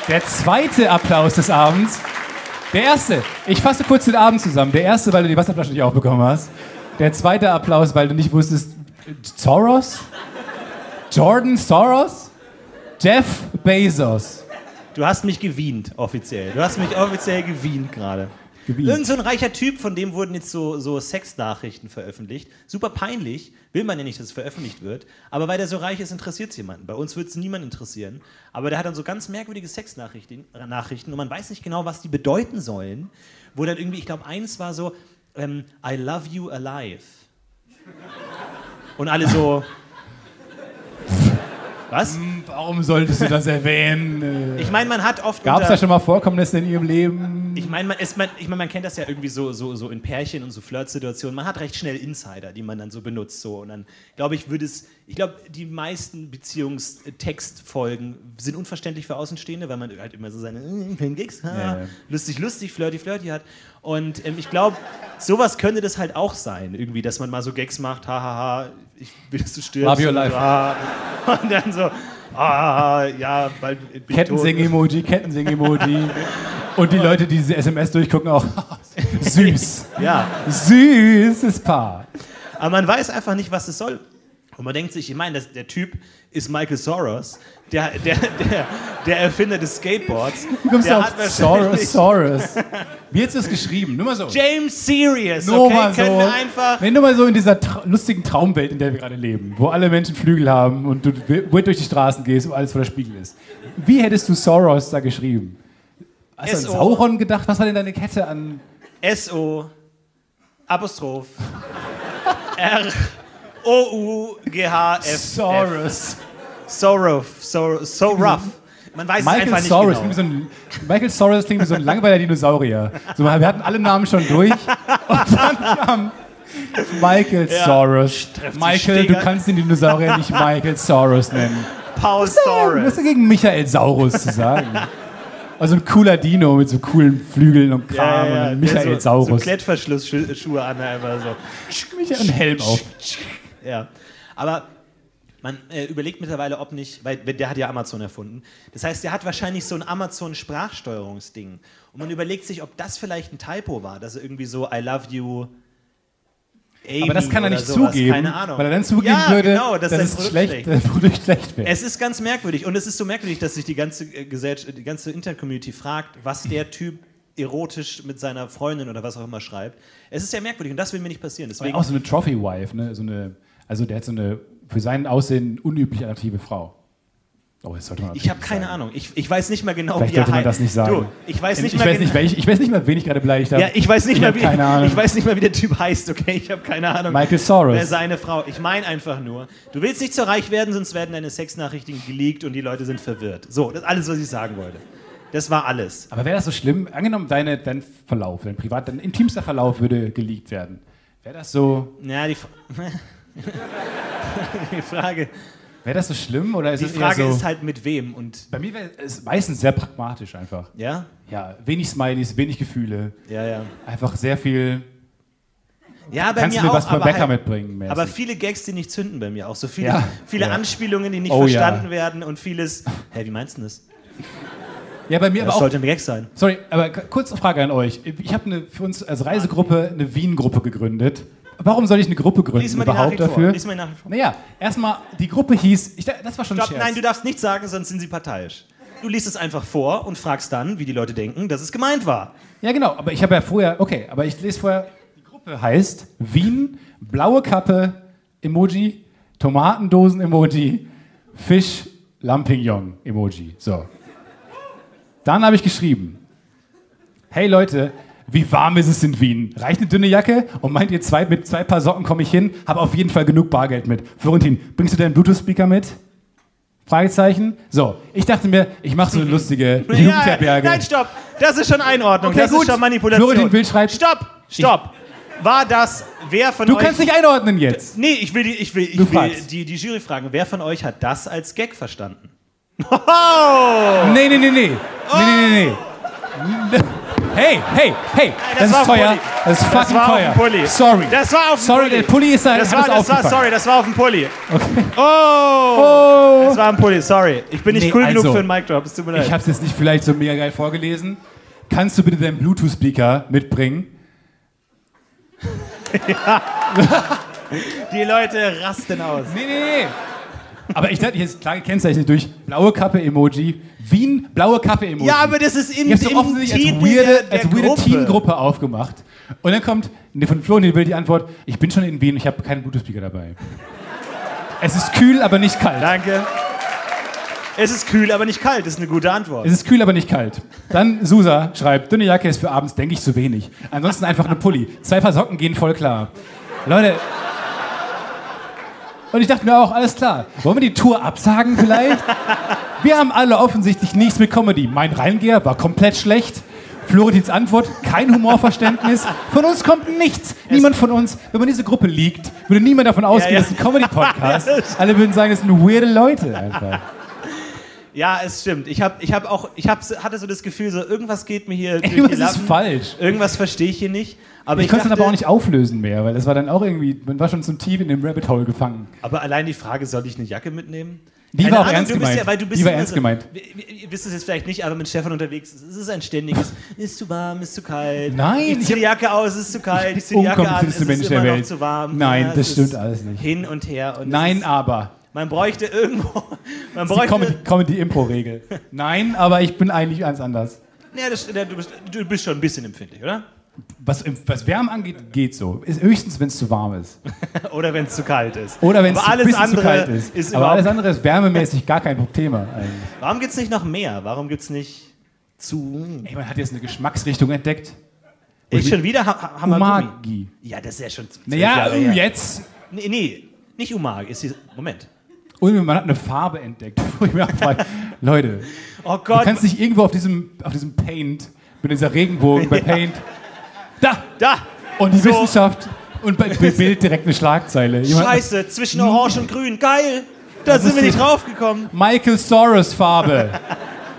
Speaker 2: Der zweite Applaus des Abends. Der erste. Ich fasse kurz den Abend zusammen. Der erste, weil du die Wasserflasche nicht aufbekommen hast. Der zweite Applaus, weil du nicht wusstest. äh, Soros? Jordan Soros? Jeff Bezos.
Speaker 1: Du hast mich gewient, offiziell. Du hast mich offiziell gewient gerade.
Speaker 2: Gewient.
Speaker 1: Irgend so ein reicher Typ, von dem wurden jetzt so, so Sexnachrichten veröffentlicht. Super peinlich, will man ja nicht, dass es veröffentlicht wird. Aber weil der so reich ist, interessiert es jemanden. Bei uns würde es niemand interessieren. Aber der hat dann so ganz merkwürdige Sexnachrichten Nachrichten und man weiß nicht genau, was die bedeuten sollen. Wo dann irgendwie, ich glaube, eins war so, ähm, I love you alive. Und alle so, Was?
Speaker 2: Warum solltest du das erwähnen?
Speaker 1: Ich meine, man hat oft.
Speaker 2: Gab es
Speaker 1: unter-
Speaker 2: da schon mal Vorkommnisse in ihrem Leben?
Speaker 1: Ich meine, man, ist- man, ich mein, man kennt das ja irgendwie so, so, so in Pärchen und so Flirtsituationen. Man hat recht schnell Insider, die man dann so benutzt. So. Und dann glaube ich, würde es, ich glaube, die meisten Beziehungstextfolgen sind unverständlich für Außenstehende, weil man halt immer so seine äh, Pancakes, ha,
Speaker 2: Ja, ja.
Speaker 1: lustig, lustig, flirty, flirty hat. Und ähm, ich glaube, sowas könnte das halt auch sein, irgendwie, dass man mal so Gags macht, hahaha, ich will, dass du stirbst.
Speaker 2: Love your
Speaker 1: und,
Speaker 2: life.
Speaker 1: ah, und dann so, ah, ja, bald bin ich tot.
Speaker 2: Kettensing-Emoji, Kettensing-Emoji. Und die Leute, die diese SMS durchgucken, auch süß.
Speaker 1: Ja.
Speaker 2: Süßes Paar.
Speaker 1: Aber man weiß einfach nicht, was es soll. Und man denkt sich, ich meine, das, der Typ ist Michael Soros, der, der, der, der Erfinder des Skateboards.
Speaker 2: Du kommst
Speaker 1: der
Speaker 2: auf
Speaker 1: wahrscheinlich-
Speaker 2: Soros, Soros. Wie jetzt ist geschrieben? Nur mal so.
Speaker 1: James Serious,
Speaker 2: Nur
Speaker 1: okay?
Speaker 2: mal
Speaker 1: Können
Speaker 2: so.
Speaker 1: wir einfach...
Speaker 2: Wenn du mal so in dieser tra lustigen Traumwelt, in der wir gerade leben, wo alle Menschen Flügel haben und du wild durch die Straßen gehst und alles voller Spiegel ist. Wie hättest du Soros da geschrieben? Hast du an
Speaker 1: S.O..
Speaker 2: Sauron gedacht? Was war denn deine Kette an
Speaker 1: S-O, Apostroph, R... O-U-G-H-F.
Speaker 2: Soros?
Speaker 1: So rough. So, so rough. Man weiß es
Speaker 2: Michael
Speaker 1: einfach nicht
Speaker 2: Soros,
Speaker 1: genau.
Speaker 2: klingt wie so ein, Michael Soros klingt wie so ein langweiliger Dinosaurier. So, wir hatten alle Namen schon durch und dann kam Michael
Speaker 1: Ja,
Speaker 2: Soros.
Speaker 1: sich
Speaker 2: Michael, du
Speaker 1: Steger.
Speaker 2: kannst den Dinosaurier nicht Michael Soros nennen.
Speaker 1: Paul
Speaker 2: Was ist
Speaker 1: Soros.
Speaker 2: gegen Michael Saurus zu sagen? Also ein cooler Dino mit so coolen Flügeln und Kram
Speaker 1: Ja, ja, ja.
Speaker 2: und ein
Speaker 1: Der
Speaker 2: Michael
Speaker 1: so,
Speaker 2: Saurus.
Speaker 1: So Klettverschlussschuhe an, einfach so.
Speaker 2: Michael und Helm auf.
Speaker 1: Ja. Aber man äh, überlegt mittlerweile, ob nicht, weil der hat ja Amazon erfunden. Das heißt, der hat wahrscheinlich so ein Amazon-Sprachsteuerungsding. Und man überlegt sich, ob das vielleicht ein Typo war, dass er irgendwie so I love you. Amy
Speaker 2: Aber das kann er
Speaker 1: oder
Speaker 2: nicht
Speaker 1: sowas.
Speaker 2: zugeben,
Speaker 1: Keine Ahnung.
Speaker 2: weil er dann zugeben
Speaker 1: ja,
Speaker 2: würde,
Speaker 1: genau, dass
Speaker 2: dass
Speaker 1: sein
Speaker 2: es
Speaker 1: Produkt
Speaker 2: schlecht,
Speaker 1: schlecht
Speaker 2: das Produkt schlecht wäre.
Speaker 1: es ist ganz merkwürdig und es ist so merkwürdig, dass sich die ganze äh, Gesellschaft, die ganze Internet-Community fragt, was der Typ erotisch mit seiner Freundin oder was auch immer schreibt. Es ist ja merkwürdig und das will mir nicht passieren. Deswegen,
Speaker 2: Auch so eine Trophy Wife, ne? So eine, also der hat so eine für sein Aussehen unüblich attraktive Frau. Oh, das sollte man
Speaker 1: ich habe
Speaker 2: natürlich
Speaker 1: keine
Speaker 2: sagen.
Speaker 1: Ahnung. Ich, ich weiß nicht mal genau,
Speaker 2: Vielleicht
Speaker 1: wie er
Speaker 2: sollte man
Speaker 1: hei-
Speaker 2: das nicht sagen.
Speaker 1: Du, ich weiß nicht
Speaker 2: ich,
Speaker 1: mal
Speaker 2: weiß
Speaker 1: gen-
Speaker 2: nicht, welch, ich weiß nicht mal, wen ich gerade beleidigt habe.
Speaker 1: Ja, ich weiß nicht
Speaker 2: Ich
Speaker 1: mal,
Speaker 2: hab
Speaker 1: wie,
Speaker 2: keine Ahnung.
Speaker 1: ich weiß nicht mal, wie der Typ heißt, okay? Ich habe keine Ahnung.
Speaker 2: Michael Soros.
Speaker 1: Wer seine Frau. Ich meine einfach nur, du willst nicht so reich werden, sonst werden deine Sexnachrichten geleakt und die Leute sind verwirrt. So, das ist alles, was ich sagen wollte. Das war alles.
Speaker 2: Aber wäre das so schlimm? Angenommen, deine, dein Verlauf, dein privat, dein intimster Verlauf würde geleakt werden. Wäre das so,
Speaker 1: Ja, die, Fra- die Frage,
Speaker 2: wäre das so schlimm oder ist
Speaker 1: die
Speaker 2: es
Speaker 1: Frage
Speaker 2: eher so?
Speaker 1: ist halt mit wem und
Speaker 2: bei mir wäre es meistens sehr pragmatisch einfach.
Speaker 1: ja,
Speaker 2: Ja, wenig Smileys, wenig Gefühle,
Speaker 1: ja, ja.
Speaker 2: einfach sehr viel.
Speaker 1: Ja, bei
Speaker 2: kannst
Speaker 1: mir
Speaker 2: du mir
Speaker 1: auch,
Speaker 2: was von
Speaker 1: aber
Speaker 2: Becker
Speaker 1: halt-
Speaker 2: mitbringen? mäßig.
Speaker 1: Aber viele Gags, die nicht zünden bei mir auch. So viele,
Speaker 2: Ja.
Speaker 1: viele
Speaker 2: Ja.
Speaker 1: Anspielungen, die nicht
Speaker 2: Oh, ja.
Speaker 1: verstanden werden und vieles. Hä, wie meinst du das?
Speaker 2: ja, bei mir
Speaker 1: Das
Speaker 2: aber auch
Speaker 1: sollte ein Gag sein.
Speaker 2: Sorry, aber k- kurze Frage an euch. Ich habe eine, für uns als Reisegruppe eine Wien-Gruppe gegründet. Warum soll ich eine Gruppe gründen
Speaker 1: Lies mal die
Speaker 2: überhaupt
Speaker 1: Nachricht
Speaker 2: dafür?
Speaker 1: vor. Lies mal die Nachricht vor.
Speaker 2: Naja, erstmal, die Gruppe hieß, ich, da- das war schon ein
Speaker 1: Stopp,
Speaker 2: Scherz.
Speaker 1: nein, du darfst nicht sagen, sonst sind sie parteiisch. Du liest es einfach vor und fragst dann, wie die Leute denken, dass es gemeint war.
Speaker 2: ja, genau, aber ich habe ja vorher, okay, aber ich lese vorher, die Gruppe heißt Wien, blaue Kappe, Emoji, Tomatendosen, Emoji, Fisch, Lampignon, Emoji. So. Dann habe ich geschrieben, hey Leute, wie warm ist es in Wien? Reicht eine dünne Jacke? Und meint ihr, zwei, mit zwei Paar Socken komme ich hin? Habe auf jeden Fall genug Bargeld mit. Florentin, bringst du deinen Bluetooth-Speaker mit? Fragezeichen. So, ich dachte mir, ich mache so eine lustige
Speaker 1: Ja,
Speaker 2: Jugendherberge.
Speaker 1: nein, stopp. Das ist schon Einordnung.
Speaker 2: Okay,
Speaker 1: das
Speaker 2: gut.
Speaker 1: ist schon Manipulation.
Speaker 2: Florentin Will schreibt-
Speaker 1: Stopp, stopp. War das, wer von
Speaker 2: du
Speaker 1: euch...
Speaker 2: kannst dich einordnen jetzt.
Speaker 1: nee, ich will, die, ich will, ich
Speaker 2: Du
Speaker 1: will
Speaker 2: fragst.
Speaker 1: die, die Jury fragen, wer von euch hat das als Gag verstanden? Oh!
Speaker 2: Nee, nee, nee, nee. Nee, nee, nee, nee. Hey, hey, hey, das,
Speaker 1: war
Speaker 2: ist
Speaker 1: auf dem
Speaker 2: teuer.
Speaker 1: Pulli.
Speaker 2: Das ist fucking
Speaker 1: das war
Speaker 2: teuer.
Speaker 1: Auf dem Pulli.
Speaker 2: Sorry.
Speaker 1: Das war auf dem
Speaker 2: sorry,
Speaker 1: Pulli.
Speaker 2: der Pulli ist da
Speaker 1: das
Speaker 2: hat
Speaker 1: war, das
Speaker 2: es
Speaker 1: war,
Speaker 2: aufgefallen.
Speaker 1: sorry, das war auf dem Pulli.
Speaker 2: Okay.
Speaker 1: Oh!
Speaker 2: Oh.
Speaker 1: Das war ein Pulli, sorry. Ich bin nicht
Speaker 2: Nee,
Speaker 1: cool genug
Speaker 2: also,
Speaker 1: für einen Mic Drop, es tut mir leid.
Speaker 2: Ich habe es jetzt nicht vielleicht so mega geil vorgelesen. Kannst du bitte deinen Bluetooth-Speaker mitbringen?
Speaker 1: Die Leute rasten aus.
Speaker 2: Nee, nee, nee. Aber ich dachte, jetzt klar gekennzeichnet durch blaue Kappe-Emoji. Wien, blaue Kappe-Emoji.
Speaker 1: Ja, aber das ist im,
Speaker 2: Ihr habt so
Speaker 1: im
Speaker 2: offensichtlich als
Speaker 1: Titel
Speaker 2: weirde,
Speaker 1: der, der
Speaker 2: als weirde
Speaker 1: Gruppe.
Speaker 2: Teen-Gruppe aufgemacht. Und dann kommt nee, von Flo und die will die Antwort: Ich bin schon in Wien, ich habe keinen Bluetooth-Speaker dabei. Es ist kühl, aber nicht kalt.
Speaker 1: Danke. Es ist kühl, aber nicht kalt. Das ist eine gute Antwort.
Speaker 2: Es ist kühl, aber nicht kalt. Dann Susa schreibt, dünne Jacke ist für abends, denke ich, zu wenig. Ansonsten einfach eine Pulli. Zwei Paar Socken gehen voll klar. Leute. Und ich dachte mir auch, alles klar, wollen wir die Tour absagen vielleicht? Wir haben alle offensichtlich nichts mit Comedy. Mein Reingeher war komplett schlecht. Florentins Antwort, kein Humorverständnis. Von uns kommt nichts. Niemand von uns, wenn man in diese Gruppe liegt, würde niemand davon ausgehen,
Speaker 1: ja.
Speaker 2: dass es ein Comedy-Podcast. Alle würden sagen, das sind weirde Leute einfach.
Speaker 1: Ja, es stimmt. Ich, hab, ich, hab auch, ich hab, hatte so das Gefühl, so irgendwas geht mir hier durch die
Speaker 2: Irgendwas ist
Speaker 1: Lappen.
Speaker 2: falsch.
Speaker 1: Irgendwas verstehe ich hier nicht. Aber ich,
Speaker 2: Ich konnte es dann
Speaker 1: dachte,
Speaker 2: aber auch nicht auflösen mehr, weil das war dann auch irgendwie, man war schon zum Tief in dem Rabbit Hole gefangen.
Speaker 1: Aber allein die Frage, soll ich eine Jacke mitnehmen?
Speaker 2: Die
Speaker 1: Keine
Speaker 2: war auch
Speaker 1: Ahnung,
Speaker 2: ernst
Speaker 1: du bist
Speaker 2: gemeint.
Speaker 1: Ja, weil du bist
Speaker 2: Die war
Speaker 1: immer
Speaker 2: ernst
Speaker 1: so,
Speaker 2: gemeint.
Speaker 1: Ihr wisst es jetzt vielleicht nicht, aber mit Stefan unterwegs, es ist ein ständiges, ist zu warm, ist zu kalt.
Speaker 2: Nein,
Speaker 1: Ich
Speaker 2: ich
Speaker 1: ziehe die Jacke aus, es ist zu kalt. Ich, ziehe die Jacke an, es
Speaker 2: unkomplizierteste
Speaker 1: ist
Speaker 2: Mensch
Speaker 1: immer
Speaker 2: der
Speaker 1: noch
Speaker 2: Welt.
Speaker 1: zu warm.
Speaker 2: Nein,
Speaker 1: es
Speaker 2: das stimmt
Speaker 1: ist
Speaker 2: alles nicht.
Speaker 1: Hin und her. Und es
Speaker 2: Nein,
Speaker 1: ist,
Speaker 2: aber.
Speaker 1: man bräuchte irgendwo, man
Speaker 2: Das ist die
Speaker 1: bräuchte...
Speaker 2: Comedy- Comedy-Impro-Regel. Nein, aber ich bin eigentlich ganz anders.
Speaker 1: Ja, das, ja, du, bist, du bist schon ein bisschen empfindlich, oder?
Speaker 2: Was, was Wärme angeht, geht so. Ist höchstens, wenn es zu warm ist.
Speaker 1: Oder wenn es zu kalt ist.
Speaker 2: Oder wenn es
Speaker 1: Aber
Speaker 2: ein
Speaker 1: alles
Speaker 2: bisschen
Speaker 1: andere
Speaker 2: zu kalt ist.
Speaker 1: ist
Speaker 2: aber
Speaker 1: überhaupt-
Speaker 2: alles andere ist wärmemäßig gar kein Thema eigentlich.
Speaker 1: Warum gibt es nicht noch mehr? Warum gibt es nicht zu...
Speaker 2: Ey, man hat jetzt eine Geschmacksrichtung entdeckt.
Speaker 1: Ist schon wieder ha ha- Hammergummi.
Speaker 2: Umagi.
Speaker 1: Ja, das ist ja schon... zwölf
Speaker 2: Naja, äh,
Speaker 1: Jahre her.
Speaker 2: oh, jetzt.
Speaker 1: Nee, nee, nicht Umag. Ist die, Moment.
Speaker 2: Und Oh, man hat eine Farbe entdeckt. Wo ich mir auch frage, Leute,
Speaker 1: Oh
Speaker 2: Du
Speaker 1: Gott.
Speaker 2: kannst dich irgendwo auf diesem, auf diesem Paint, mit dieser Regenbogen bei
Speaker 1: Ja.
Speaker 2: Paint. Da!
Speaker 1: da!
Speaker 2: Und die
Speaker 1: So.
Speaker 2: Wissenschaft und bei bei Bild direkt eine Schlagzeile. Jemand-
Speaker 1: Scheiße, zwischen Orange und Grün. Geil! Da sind wir nicht draufgekommen.
Speaker 2: Michael Soros Farbe.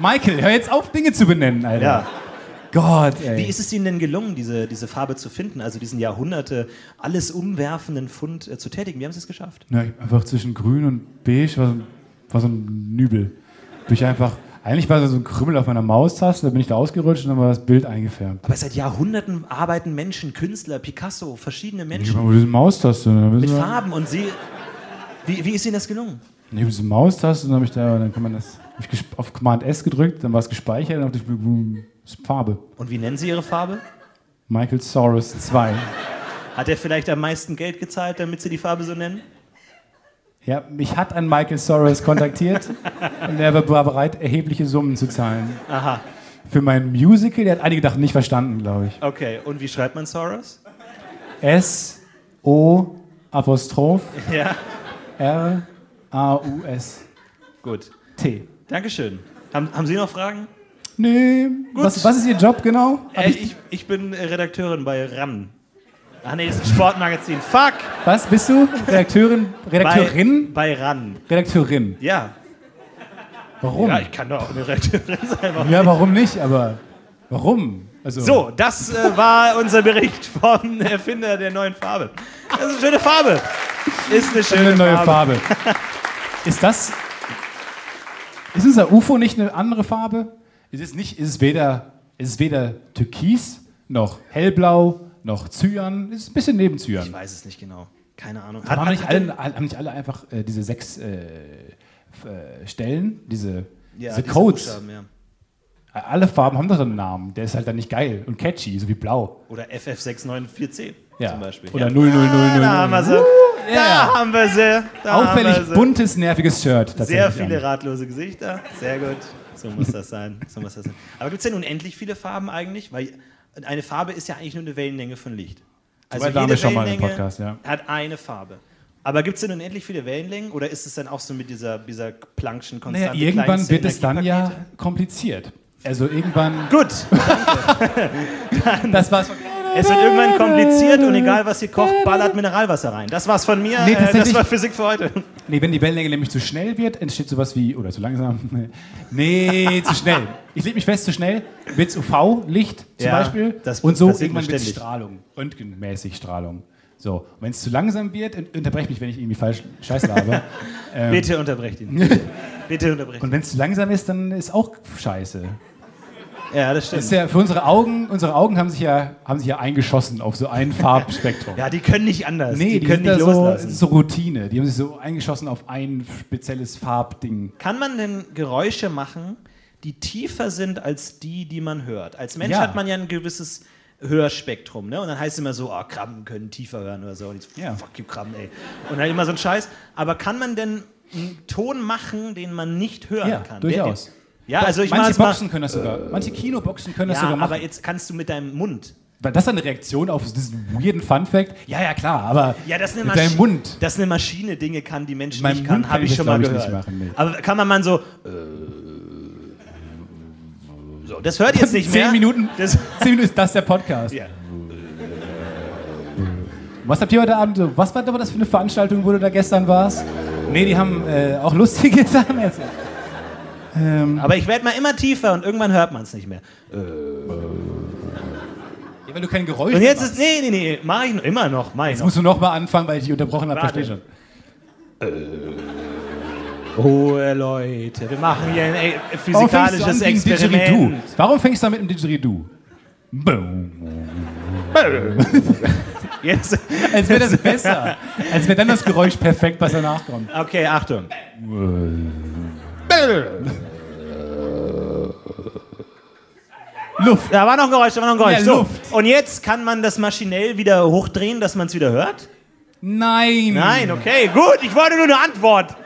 Speaker 2: Michael, hör jetzt auf, Dinge zu benennen, Alter.
Speaker 1: Ja.
Speaker 2: Gott,
Speaker 1: Wie
Speaker 2: ey.
Speaker 1: ist es Ihnen denn gelungen, diese, diese Farbe zu finden, also diesen Jahrhunderte alles umwerfenden Fund äh, zu tätigen? Wie haben Sie es geschafft?
Speaker 2: Na, ich- einfach zwischen grün und beige war so ein, war so ein Nübel. Bin ich einfach, eigentlich war so ein Krümmel auf meiner Maustaste, da bin ich da ausgerutscht und dann war das Bild eingefärbt.
Speaker 1: Aber seit Jahrhunderten arbeiten Menschen, Künstler, Picasso, verschiedene
Speaker 2: Ich
Speaker 1: Menschen
Speaker 2: habe diese Maustaste. ne? und dann
Speaker 1: mit
Speaker 2: wissen wir-
Speaker 1: Farben und Sie. Wie, wie ist Ihnen das gelungen?
Speaker 2: Ich habe diese Maustaste und dann habe ich da, dann kann man das hab ich ges- auf Command S gedrückt, dann war es gespeichert und auf die Boom, ist Farbe.
Speaker 1: Und wie nennen Sie Ihre Farbe?
Speaker 2: Michael Soros 2.
Speaker 1: Hat er vielleicht am meisten Geld gezahlt, damit Sie die Farbe so nennen?
Speaker 2: Ja, mich hat ein Michael Soros kontaktiert und er war bereit, erhebliche Summen zu zahlen.
Speaker 1: Aha,
Speaker 2: Für mein Musical, der hat einige Sachen nicht verstanden, glaube ich.
Speaker 1: okay. Und wie schreibt man Soros?
Speaker 2: S O Apostroph
Speaker 1: Ja.
Speaker 2: R A U S
Speaker 1: Gut.
Speaker 2: T.
Speaker 1: Dankeschön. Haben, haben Sie noch Fragen?
Speaker 2: Nee, was, was ist Ihr Job genau? Hab
Speaker 1: Äh,
Speaker 2: ich,
Speaker 1: ich, ich bin äh, Redakteurin bei RAN. Ach nee, das ist ein Sportmagazin. Fuck!
Speaker 2: was bist du? Redakteurin? Redakteurin?
Speaker 1: Bei, bei RAN.
Speaker 2: Redakteurin.
Speaker 1: Ja.
Speaker 2: Warum?
Speaker 1: ja. Ich kann doch auch eine Redakteurin sein. warum-
Speaker 2: Ja, warum nicht? Aber warum? Also,
Speaker 1: So, das äh, war unser Bericht vom Erfinder der neuen Farbe. Das ist eine schöne Farbe. Ist eine schöne
Speaker 2: eine neue
Speaker 1: Farbe.
Speaker 2: Farbe. Ist das. Ist unser UFO nicht eine andere Farbe? Ist es nicht, ist es weder, ist es weder Türkis, noch Hellblau, noch Cyan. Es Ist ein bisschen neben
Speaker 1: Ich
Speaker 2: Cyan.
Speaker 1: weiß es nicht genau. Keine Ahnung. Hat-
Speaker 2: Haben
Speaker 1: hat-
Speaker 2: nicht alle, haben nicht alle einfach äh, diese sechs äh, f- äh, Stellen, diese,
Speaker 1: ja, diese
Speaker 2: diese Codes?
Speaker 1: Buchstaben, ja.
Speaker 2: Alle Farben haben doch einen Namen. Der ist halt dann nicht geil und catchy, so wie Blau.
Speaker 1: Oder FF694C
Speaker 2: Ja.
Speaker 1: zum Beispiel.
Speaker 2: Oder
Speaker 1: ja. Da
Speaker 2: 0000.
Speaker 1: haben wir sie.
Speaker 2: ja.
Speaker 1: Da haben wir sie. Da haben wir
Speaker 2: Auffällig
Speaker 1: sie.
Speaker 2: buntes, nerviges Shirt. tatsächlich
Speaker 1: Sehr
Speaker 2: an.
Speaker 1: viele ratlose Gesichter. Sehr gut. So muss das sein. So muss das sein. Aber gibt es denn unendlich viele Farben eigentlich? Weil eine Farbe ist ja eigentlich nur eine Wellenlänge von Licht. Also
Speaker 2: weit waren wir schon mal im Podcast, ja.
Speaker 1: hat eine Farbe. Aber gibt es denn unendlich viele Wellenlängen oder ist es dann auch so mit dieser, dieser Planck'schen
Speaker 2: Naja,
Speaker 1: Konstante?
Speaker 2: irgendwann
Speaker 1: kleinste
Speaker 2: wird es dann ja
Speaker 1: Energiepakete?
Speaker 2: kompliziert. Also irgendwann.
Speaker 1: Gut, Genau.
Speaker 2: Das war's.
Speaker 1: es wird irgendwann kompliziert und egal was ihr kocht, ballert Mineralwasser rein. Das war's von mir.
Speaker 2: Nee,
Speaker 1: äh, das
Speaker 2: tatsächlich-
Speaker 1: war Physik für heute.
Speaker 2: Nee, wenn die Wellenlänge nämlich zu schnell wird, entsteht sowas wie. Oder zu langsam. Nee, zu schnell. Ich lege mich fest, zu schnell wird's UV-Licht zum
Speaker 1: Ja,
Speaker 2: Beispiel.
Speaker 1: das
Speaker 2: und so
Speaker 1: passiert mir
Speaker 2: irgendwann wird's
Speaker 1: ständig.
Speaker 2: Strahlung. Röntgenmäßig Strahlung. So. Und wenn es zu langsam wird, in- unterbrech mich, wenn ich irgendwie falsch Scheiß labe. Ähm.
Speaker 1: Bitte unterbrecht ihn. Bitte unterbrecht
Speaker 2: und
Speaker 1: ihn.
Speaker 2: wenn es zu langsam ist, dann ist auch Scheiße.
Speaker 1: Ja, das stimmt.
Speaker 2: Das ist ja für unsere Augen, unsere Augen haben sich ja, haben sich ja eingeschossen auf so ein Farbspektrum.
Speaker 1: Ja, die können nicht anders.
Speaker 2: Nee,
Speaker 1: die,
Speaker 2: die,
Speaker 1: können
Speaker 2: sind
Speaker 1: nicht
Speaker 2: da so,
Speaker 1: loslassen.
Speaker 2: das ist so Routine. Die haben sich so eingeschossen auf ein spezielles Farbding.
Speaker 1: Kann man denn Geräusche machen, die tiefer sind als die, die man hört? Als Mensch
Speaker 2: Ja.
Speaker 1: hat man ja ein gewisses Hörspektrum, ne? Und dann heißt es immer so, oh, Krabben können tiefer hören oder so. Und jetzt,
Speaker 2: Ja.
Speaker 1: fuck you, Krabben, ey. Und dann immer so ein Scheiß. Aber kann man denn einen Ton machen, den man nicht hören
Speaker 2: Ja,
Speaker 1: kann?
Speaker 2: durchaus.
Speaker 1: Der- Ja, also ich
Speaker 2: manche
Speaker 1: mach's mal.
Speaker 2: Boxen können das sogar. Manche Kinoboxen können das
Speaker 1: Ja,
Speaker 2: sogar machen.
Speaker 1: aber jetzt kannst du mit deinem Mund
Speaker 2: War das eine Reaktion auf diesen weirden Fun-Fact? Ja, ja, klar, aber
Speaker 1: Ja, dass eine,
Speaker 2: mit deinem
Speaker 1: Maschi-
Speaker 2: Mund.
Speaker 1: dass eine Maschine Dinge kann, die Menschen
Speaker 2: Mein
Speaker 1: nicht kann,
Speaker 2: Mund
Speaker 1: habe
Speaker 2: kann
Speaker 1: ich
Speaker 2: ich
Speaker 1: schon
Speaker 2: das,
Speaker 1: mal
Speaker 2: glaub ich,
Speaker 1: gehört.
Speaker 2: nicht machen, nee.
Speaker 1: Aber kann man mal so. Äh, so das hört jetzt nicht
Speaker 2: Zehn
Speaker 1: mehr.
Speaker 2: Minuten.
Speaker 1: Das,
Speaker 2: Zehn Minuten ist das der Podcast.
Speaker 1: ja.
Speaker 2: Was habt ihr heute Abend? so- Was war aber das für eine Veranstaltung, wo du da gestern warst? Nee, die haben äh, auch lustige Sachen erzählt. Ähm,
Speaker 1: Aber ich werde mal immer tiefer und irgendwann hört man es nicht mehr.
Speaker 2: ja, weil du kein Geräusch
Speaker 1: Und jetzt
Speaker 2: machst.
Speaker 1: ist. Nee, nee, nee, mach ich noch, immer noch. Mach ich
Speaker 2: Jetzt
Speaker 1: noch.
Speaker 2: musst du nochmal anfangen, weil ich dich unterbrochen habe.
Speaker 1: Warte.
Speaker 2: Verstehe schon.
Speaker 1: Hohe Leute, wir machen hier ein e-
Speaker 2: Warum fängst du
Speaker 1: physikalisches
Speaker 2: an mit diesem Didgeridoo?
Speaker 1: Experiment.
Speaker 2: Warum fängst du an mit dem Didgeridoo? Boom.
Speaker 1: Jetzt,
Speaker 2: Als wäre das besser. Als wäre dann das Geräusch perfekt, was danach kommt.
Speaker 1: okay, Achtung.
Speaker 2: Luft.
Speaker 1: Da war noch ein Geräusch, da war noch ein Geräusch.
Speaker 2: Ja,
Speaker 1: so.
Speaker 2: Luft.
Speaker 1: Und jetzt kann man das maschinell wieder hochdrehen, dass man es wieder hört?
Speaker 2: Nein.
Speaker 1: Nein, okay, gut. Ich wollte nur eine Antwort.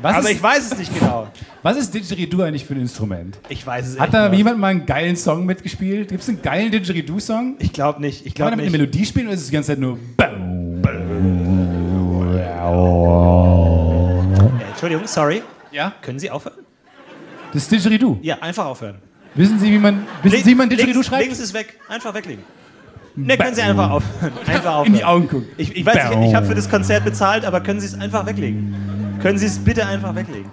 Speaker 2: Was,
Speaker 1: Aber
Speaker 2: ist,
Speaker 1: ich weiß es nicht genau.
Speaker 2: was ist Didgeridoo eigentlich für ein Instrument?
Speaker 1: Ich weiß es
Speaker 2: Hat
Speaker 1: echt
Speaker 2: da
Speaker 1: nicht.
Speaker 2: jemand mal einen geilen Song mitgespielt? Gibt es einen geilen Didgeridoo-Song?
Speaker 1: Ich glaube nicht. Ich
Speaker 2: Kann man
Speaker 1: glaube
Speaker 2: damit eine
Speaker 1: nicht.
Speaker 2: Melodie spielen oder ist es die ganze Zeit nur Boom?
Speaker 1: Äh, Entschuldigung, sorry.
Speaker 2: Ja?
Speaker 1: Können Sie aufhören?
Speaker 2: Das ist Didgeridoo.
Speaker 1: Ja, einfach aufhören.
Speaker 2: Wissen Sie, wie man, wissen Sie, wie man Didgeridoo
Speaker 1: links,
Speaker 2: schreibt?
Speaker 1: links ist weg. Einfach weglegen. Ne, können Sie einfach aufhören. Einfach aufhören.
Speaker 2: In die Augen gucken.
Speaker 1: Ich, ich weiß, ich, ich habe für das Konzert bezahlt, aber können Sie es einfach weglegen? Können Sie es bitte einfach weglegen?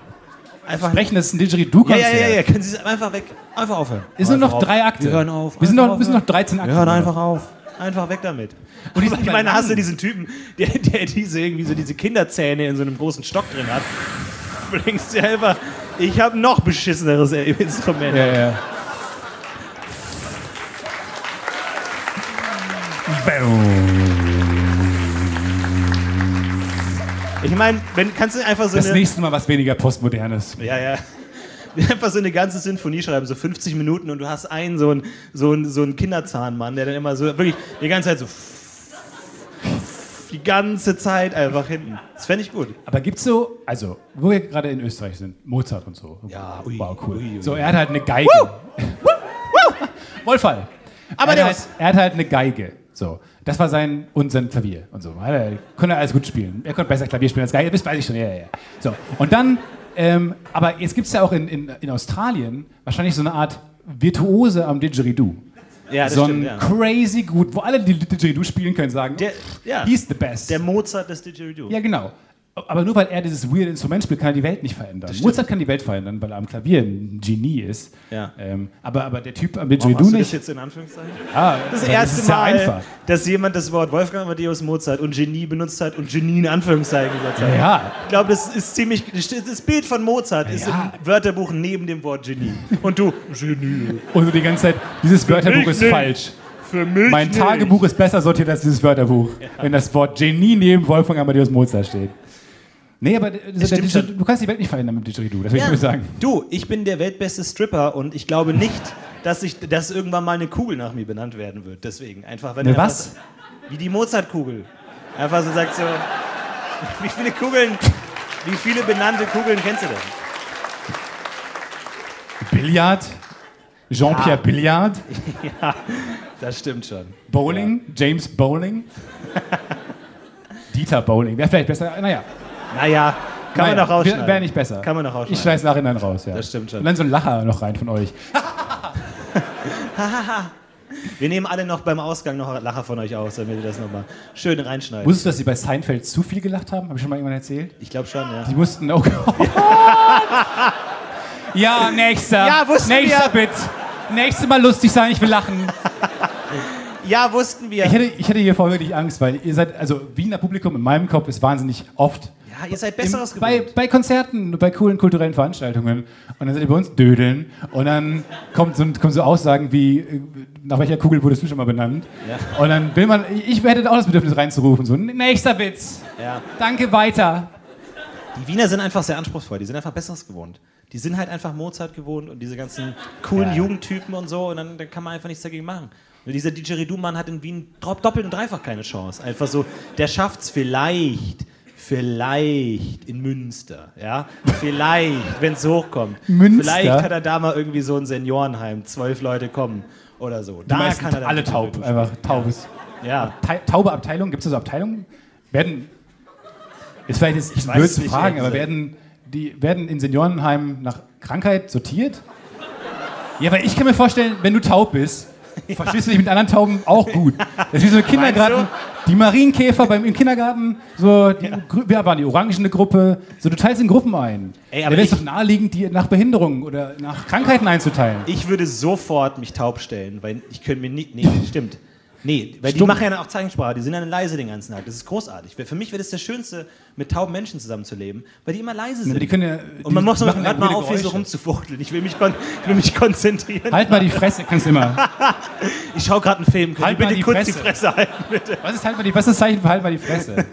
Speaker 1: Einfach.
Speaker 2: Brechen, das ist ein
Speaker 1: Ja,
Speaker 2: Didgeridoo-Konzert.
Speaker 1: ja, ja, ja. Können Sie es einfach weg? Einfach aufhören.
Speaker 2: Es sind
Speaker 1: Einfach
Speaker 2: noch
Speaker 1: auf.
Speaker 2: drei Akte.
Speaker 1: Wir hören auf.
Speaker 2: Wir sind
Speaker 1: Einfach
Speaker 2: noch, müssen noch
Speaker 1: aufhören.
Speaker 2: 13 Akte.
Speaker 1: Wir hören einfach auf. Einfach weg damit.
Speaker 2: Und die
Speaker 1: Aber
Speaker 2: sind
Speaker 1: ich meine,
Speaker 2: lang.
Speaker 1: hast du diesen Typen, der, der diese irgendwie so diese Kinderzähne in so einem großen Stock drin hat? Du denkst dir einfach, ich habe noch beschisseneres Instrument.
Speaker 2: Ja, ja.
Speaker 1: Ich meine, wenn kannst du einfach so
Speaker 2: Das
Speaker 1: eine,
Speaker 2: nächste Mal was weniger Postmodernes.
Speaker 1: ja, ja, einfach so eine ganze Sinfonie schreiben, so 50 Minuten und du hast einen so einen so einen, so einen Kinderzahnmann, der dann immer so wirklich die ganze Zeit so die ganze Zeit einfach hinten. Das fände ich gut.
Speaker 2: Aber gibt's so, also, wo wir gerade in Österreich sind, Mozart und so.
Speaker 1: Ja, ui,
Speaker 2: wow, cool.
Speaker 1: ui, ui.
Speaker 2: So, er hat halt eine Geige. Wohlfall.
Speaker 1: Aber
Speaker 2: er,
Speaker 1: der
Speaker 2: hat halt, er hat halt eine Geige. So, das war sein und sein Klavier und so. Hat Er konnte alles gut spielen. Er konnte besser Klavier spielen als Geige. Das weiß ich schon. Ja, ja, ja. So und dann, ähm, aber jetzt gibt es ja auch in, in, in Australien wahrscheinlich so eine Art Virtuose am Didgeridoo.
Speaker 1: Ja, das
Speaker 2: so ein
Speaker 1: stimmt. Ja.
Speaker 2: crazy gut, wo alle die Didgeridoo spielen können, sagen,
Speaker 1: Der, ja,
Speaker 2: he's the best.
Speaker 1: der Mozart des Didgeridoo.
Speaker 2: Ja, genau. Aber nur weil er dieses weird Instrument spielt, kann er die Welt nicht verändern. Mozart kann die Welt verändern, weil er am Klavier ein Genie ist.
Speaker 1: Ja.
Speaker 2: Ähm, aber, aber der Typ
Speaker 1: Warum
Speaker 2: am Didgeridoo
Speaker 1: hast du das
Speaker 2: nicht.
Speaker 1: jetzt in Anführungszeichen?
Speaker 2: Ah,
Speaker 1: Das
Speaker 2: weil
Speaker 1: erste
Speaker 2: ist ja
Speaker 1: Mal,
Speaker 2: einfach.
Speaker 1: dass jemand das Wort Wolfgang Amadeus Mozart und Genie benutzt hat und Genie in Anführungszeichen gesetzt hat.
Speaker 2: Ja.
Speaker 1: Ich glaube, das ist ziemlich. Das Bild von Mozart ist
Speaker 2: Ja.
Speaker 1: im Wörterbuch neben dem Wort Genie. Und du, Genie.
Speaker 2: Und so die ganze Zeit, dieses Wörterbuch ist
Speaker 1: nicht.
Speaker 2: falsch.
Speaker 1: Für mich.
Speaker 2: Mein
Speaker 1: nicht.
Speaker 2: Tagebuch ist besser sortiert als dieses Wörterbuch. Wenn das Wort Genie neben Wolfgang Amadeus Mozart steht. Nee, aber der
Speaker 1: stimmt
Speaker 2: Didgeridoo-
Speaker 1: schon.
Speaker 2: du kannst die Welt nicht verändern mit dem Didgeridoo. Das will ich
Speaker 1: Ja.
Speaker 2: nur sagen.
Speaker 1: Du, ich bin der weltbeste Stripper und ich glaube nicht, dass, ich, dass irgendwann mal eine Kugel nach mir benannt werden wird. Deswegen. Einfach, wenn
Speaker 2: Eine
Speaker 1: einfach
Speaker 2: was?
Speaker 1: so- Wie die Mozartkugel. Einfach so sagt so. Wie viele Kugeln. Wie viele benannte Kugeln kennst du denn?
Speaker 2: Billard, Jean-Pierre Billard,
Speaker 1: Das stimmt schon.
Speaker 2: Bowling, James Bowling, Dieter Bowling. Wäre vielleicht besser. Naja.
Speaker 1: Naja, kann
Speaker 2: Naja,
Speaker 1: man noch rausschneiden.
Speaker 2: Wäre nicht besser.
Speaker 1: Kann man noch rausschneiden.
Speaker 2: Ich schneide es nachher dann raus, ja.
Speaker 1: Das stimmt schon.
Speaker 2: Und dann so ein Lacher noch rein von euch.
Speaker 1: Wir nehmen alle noch beim Ausgang noch Lacher von euch aus, damit ihr das nochmal schön reinschneiden.
Speaker 2: Wusstest du, dass sie bei Seinfeld zu viel gelacht haben? Habe ich schon mal jemand erzählt?
Speaker 1: ich glaube schon, ja.
Speaker 2: Die mussten. Oh Gott. ja, nächster.
Speaker 1: Ja, wussten
Speaker 2: Nächster
Speaker 1: wir.
Speaker 2: Bit. Nächstes Mal lustig sein, ich will lachen.
Speaker 1: Ja, wussten wir.
Speaker 2: Ich hätte, ich hätte hier vor wirklich Angst, weil ihr seid, also Wiener Publikum in meinem Kopf ist wahnsinnig oft
Speaker 1: ja, ihr seid besseres
Speaker 2: Im, bei,
Speaker 1: geworden.
Speaker 2: bei Konzerten, bei coolen kulturellen Veranstaltungen. Und dann seid ihr bei uns dödeln. Und dann kommt so, kommen so Aussagen wie, äh, nach welcher Kugel wurdest du schon mal benannt?
Speaker 1: Ja.
Speaker 2: Und dann will man, ich hätte auch das Bedürfnis reinzurufen, so, nächster Witz,
Speaker 1: Ja.
Speaker 2: danke, weiter.
Speaker 1: Die Wiener sind einfach sehr anspruchsvoll. Die sind einfach besseres gewohnt. Die sind halt einfach Mozart gewohnt und diese ganzen coolen
Speaker 2: Ja.
Speaker 1: Jugendtypen und so. Und dann, dann kann man einfach nichts dagegen machen. Und dieser Didgeridoo-Mann hat in Wien dro- doppelt und dreifach keine Chance. Einfach so, der schafft's vielleicht, vielleicht in Münster, ja? Vielleicht, wenn's hochkommt.
Speaker 2: Münster?
Speaker 1: Vielleicht hat er da mal irgendwie so ein Seniorenheim, zwölf Leute kommen. oder so.
Speaker 2: Die meisten
Speaker 1: dann
Speaker 2: alle
Speaker 1: mit
Speaker 2: taub,
Speaker 1: Würfeln
Speaker 2: einfach taubes.
Speaker 1: spielen. Ja,
Speaker 2: Ta taube Abteilung, gibt es so Abteilungen? Werden, ist vielleicht jetzt ich blöd
Speaker 1: weiß
Speaker 2: zu
Speaker 1: nicht,
Speaker 2: fragen,
Speaker 1: ehrlich
Speaker 2: aber
Speaker 1: gesagt.
Speaker 2: werden, die, werden in Seniorenheimen nach Krankheit sortiert? Ja, weil ich kann mir vorstellen, wenn du taub bist, verstehst du dich mit anderen Tauben auch gut. Das ist wie so ein Kindergarten, die Marienkäfer beim, im Kindergarten, so, die, grü- ja. waren die orangene Gruppe, so du teilst in Gruppen ein.
Speaker 1: Ey,
Speaker 2: Ey,
Speaker 1: aber
Speaker 2: aber da wäre
Speaker 1: ich-
Speaker 2: es doch naheliegend, die nach Behinderungen oder nach Krankheiten einzuteilen.
Speaker 1: ich würde sofort mich taub stellen, weil ich könnte mir nicht. Nee, stimmt. Nee, weil die
Speaker 2: Stumm.
Speaker 1: machen ja dann auch Zeichensprache, die sind dann leise den ganzen Tag. Das ist großartig. Für mich wäre das das Schönste, mit tauben Menschen zusammenzuleben, weil die immer leise sind.
Speaker 2: die können ja,
Speaker 1: Und man
Speaker 2: die
Speaker 1: muss
Speaker 2: machen ja
Speaker 1: gerade mal
Speaker 2: gute
Speaker 1: auf, hier so
Speaker 2: Geräusche.
Speaker 1: rumzufuchteln. Ich will mich, kon ich will mich konzentrieren.
Speaker 2: Halt mal die Fresse, kannst du immer.
Speaker 1: Ich schaue gerade einen Film. Könnt
Speaker 2: Halt
Speaker 1: ihr bitte
Speaker 2: mal die
Speaker 1: kurz die
Speaker 2: Fresse.
Speaker 1: Fresse halten, bitte.
Speaker 2: Was ist halt mal die, was ist das Zeichen für halt mal die Fresse?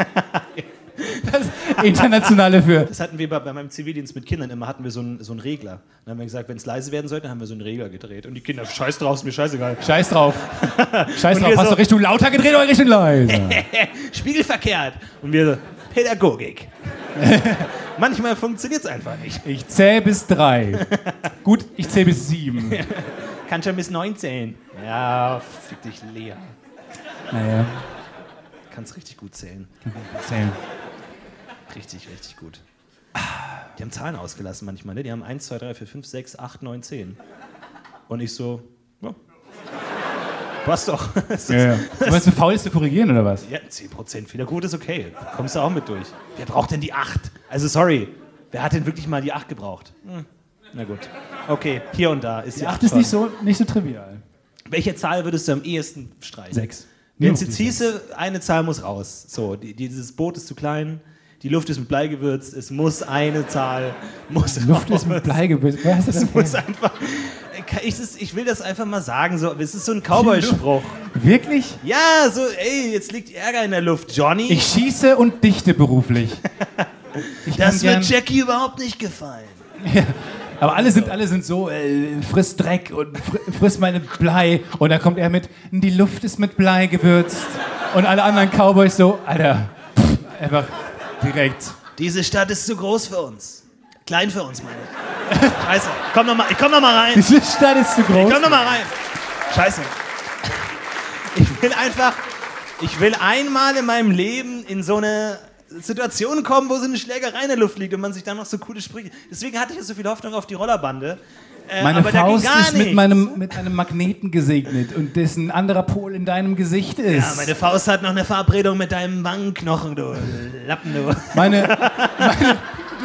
Speaker 2: Das internationale für.
Speaker 1: Das hatten wir bei, bei meinem Zivildienst mit Kindern immer, hatten wir so einen, so einen Regler. Dann haben wir gesagt, wenn es leise werden sollte, haben wir so einen Regler gedreht. Und die Kinder, scheiß drauf, ist mir scheißegal.
Speaker 2: Scheiß drauf. Scheiß
Speaker 1: Und
Speaker 2: drauf.
Speaker 1: wir
Speaker 2: Hast
Speaker 1: so-
Speaker 2: du Richtung lauter gedreht oder Richtung leiser?
Speaker 1: Spiegelverkehrt. Und wir so, Pädagogik. Manchmal funktioniert es einfach nicht.
Speaker 2: Ich zähl bis drei. Gut, ich zähl bis sieben.
Speaker 1: Kann schon bis 9 zählen. Ja, fick dich leer.
Speaker 2: Naja,
Speaker 1: Kannst richtig gut zählen.
Speaker 2: zählen.
Speaker 1: Richtig, richtig gut. Die haben Zahlen ausgelassen manchmal, ne? Die haben 1, 2, 3, 4, 5, 6, 8, 9, 10. Und ich so, ja. Passt doch. Das
Speaker 2: Ja, ja. Du warst zu faul, ist zu korrigieren oder was?
Speaker 1: Ja, 10% Fehlerquote ist okay. Kommst du auch mit durch. Wer braucht denn die 8? Also sorry, wer hat denn wirklich mal die 8 gebraucht? Hm. Na gut. Okay, hier und da ist die,
Speaker 2: Die
Speaker 1: 8.
Speaker 2: acht ist
Speaker 1: schon.
Speaker 2: nicht so, nicht so trivial.
Speaker 1: Welche Zahl würdest du am ehesten streichen?
Speaker 2: Sechs.
Speaker 1: Wenn es
Speaker 2: Nur
Speaker 1: jetzt
Speaker 2: die
Speaker 1: hieße, eine Zahl muss raus. So, die, dieses Boot ist zu klein, die Luft ist mit Blei gewürzt, es muss eine Zahl, muss
Speaker 2: Luft
Speaker 1: raus.
Speaker 2: ist mit Blei gewürzt. Wer ist das
Speaker 1: Es muss
Speaker 2: denn?
Speaker 1: einfach, ich, das- ich will das einfach mal sagen, so, es ist so ein Cowboy-Spruch.
Speaker 2: Wirklich?
Speaker 1: Ja, so, ey, jetzt liegt Ärger in der Luft, Johnny.
Speaker 2: Ich schieße und dichte beruflich. Ich
Speaker 1: das
Speaker 2: kann gern-
Speaker 1: wird Jackie überhaupt nicht gefallen.
Speaker 2: Aber alle sind, alle sind so, äh, friss Dreck und fr friss meine Blei. Und da kommt er mit, die Luft ist mit Blei gewürzt. Und alle anderen Cowboys so, Alter, pff, einfach direkt.
Speaker 1: Diese Stadt ist zu groß für uns. Klein für uns, meine ich. Scheiße, komm noch mal, ich komm noch mal rein.
Speaker 2: Diese Stadt ist zu groß.
Speaker 1: Komm doch mal rein. Scheiße. Ich will einfach, ich will einmal in meinem Leben in so eine Situation kommen, wo so eine Schlägerei in der Luft liegt und man sich dann noch so coole Sprüche. Deswegen hatte ich jetzt so viel Hoffnung auf die Rollerbande. Äh,
Speaker 2: Meine
Speaker 1: aber
Speaker 2: Faust
Speaker 1: da ging gar
Speaker 2: ist mit
Speaker 1: nichts.
Speaker 2: meinem, mit einem Magneten gesegnet und dessen anderer Pol in deinem Gesicht ist.
Speaker 1: ja, meine Faust hat noch eine Verabredung mit deinem Wangenknochen, du Lappen, du.
Speaker 2: Meine, meine,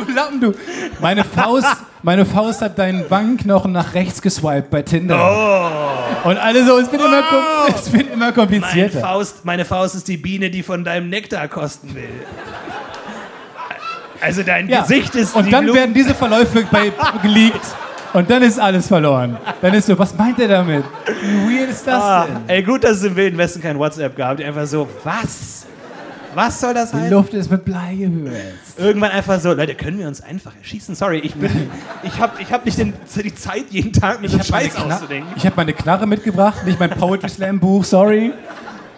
Speaker 2: du Lappen, du. Meine Faust, meine Faust hat deinen Wangenknochen nach rechts geswiped bei Tinder. Und alle so, es wird, immer, kom-
Speaker 1: Oh. Wow.
Speaker 2: es wird immer
Speaker 1: Meine
Speaker 2: komplizierter.
Speaker 1: Faust, meine Faust ist die Biene, die von deinem Nektar kosten will. Also dein
Speaker 2: Ja.
Speaker 1: Gesicht ist die
Speaker 2: Und dann
Speaker 1: Blume-
Speaker 2: werden diese Verläufe bei geleakt. Und dann ist alles verloren. Dann ist so, was meint er damit? Wie weird ist das
Speaker 1: Ah,
Speaker 2: denn?
Speaker 1: ey, gut, dass es im Wilden Westen kein WhatsApp gab. Die Einfach so, was? Was soll das
Speaker 2: Die
Speaker 1: heißen?
Speaker 2: Luft ist mit Blei gewürzt.
Speaker 1: Irgendwann einfach so, Leute, können wir uns einfach erschießen? Sorry, ich bin, ich hab, ich hab nicht den, die Zeit, jeden Tag mir so einen
Speaker 2: Ich habe
Speaker 1: Scheiß
Speaker 2: meine, Kna-
Speaker 1: auszudenken.
Speaker 2: ich hab meine Knarre mitgebracht, nicht mein Poetry Slam Buch, sorry.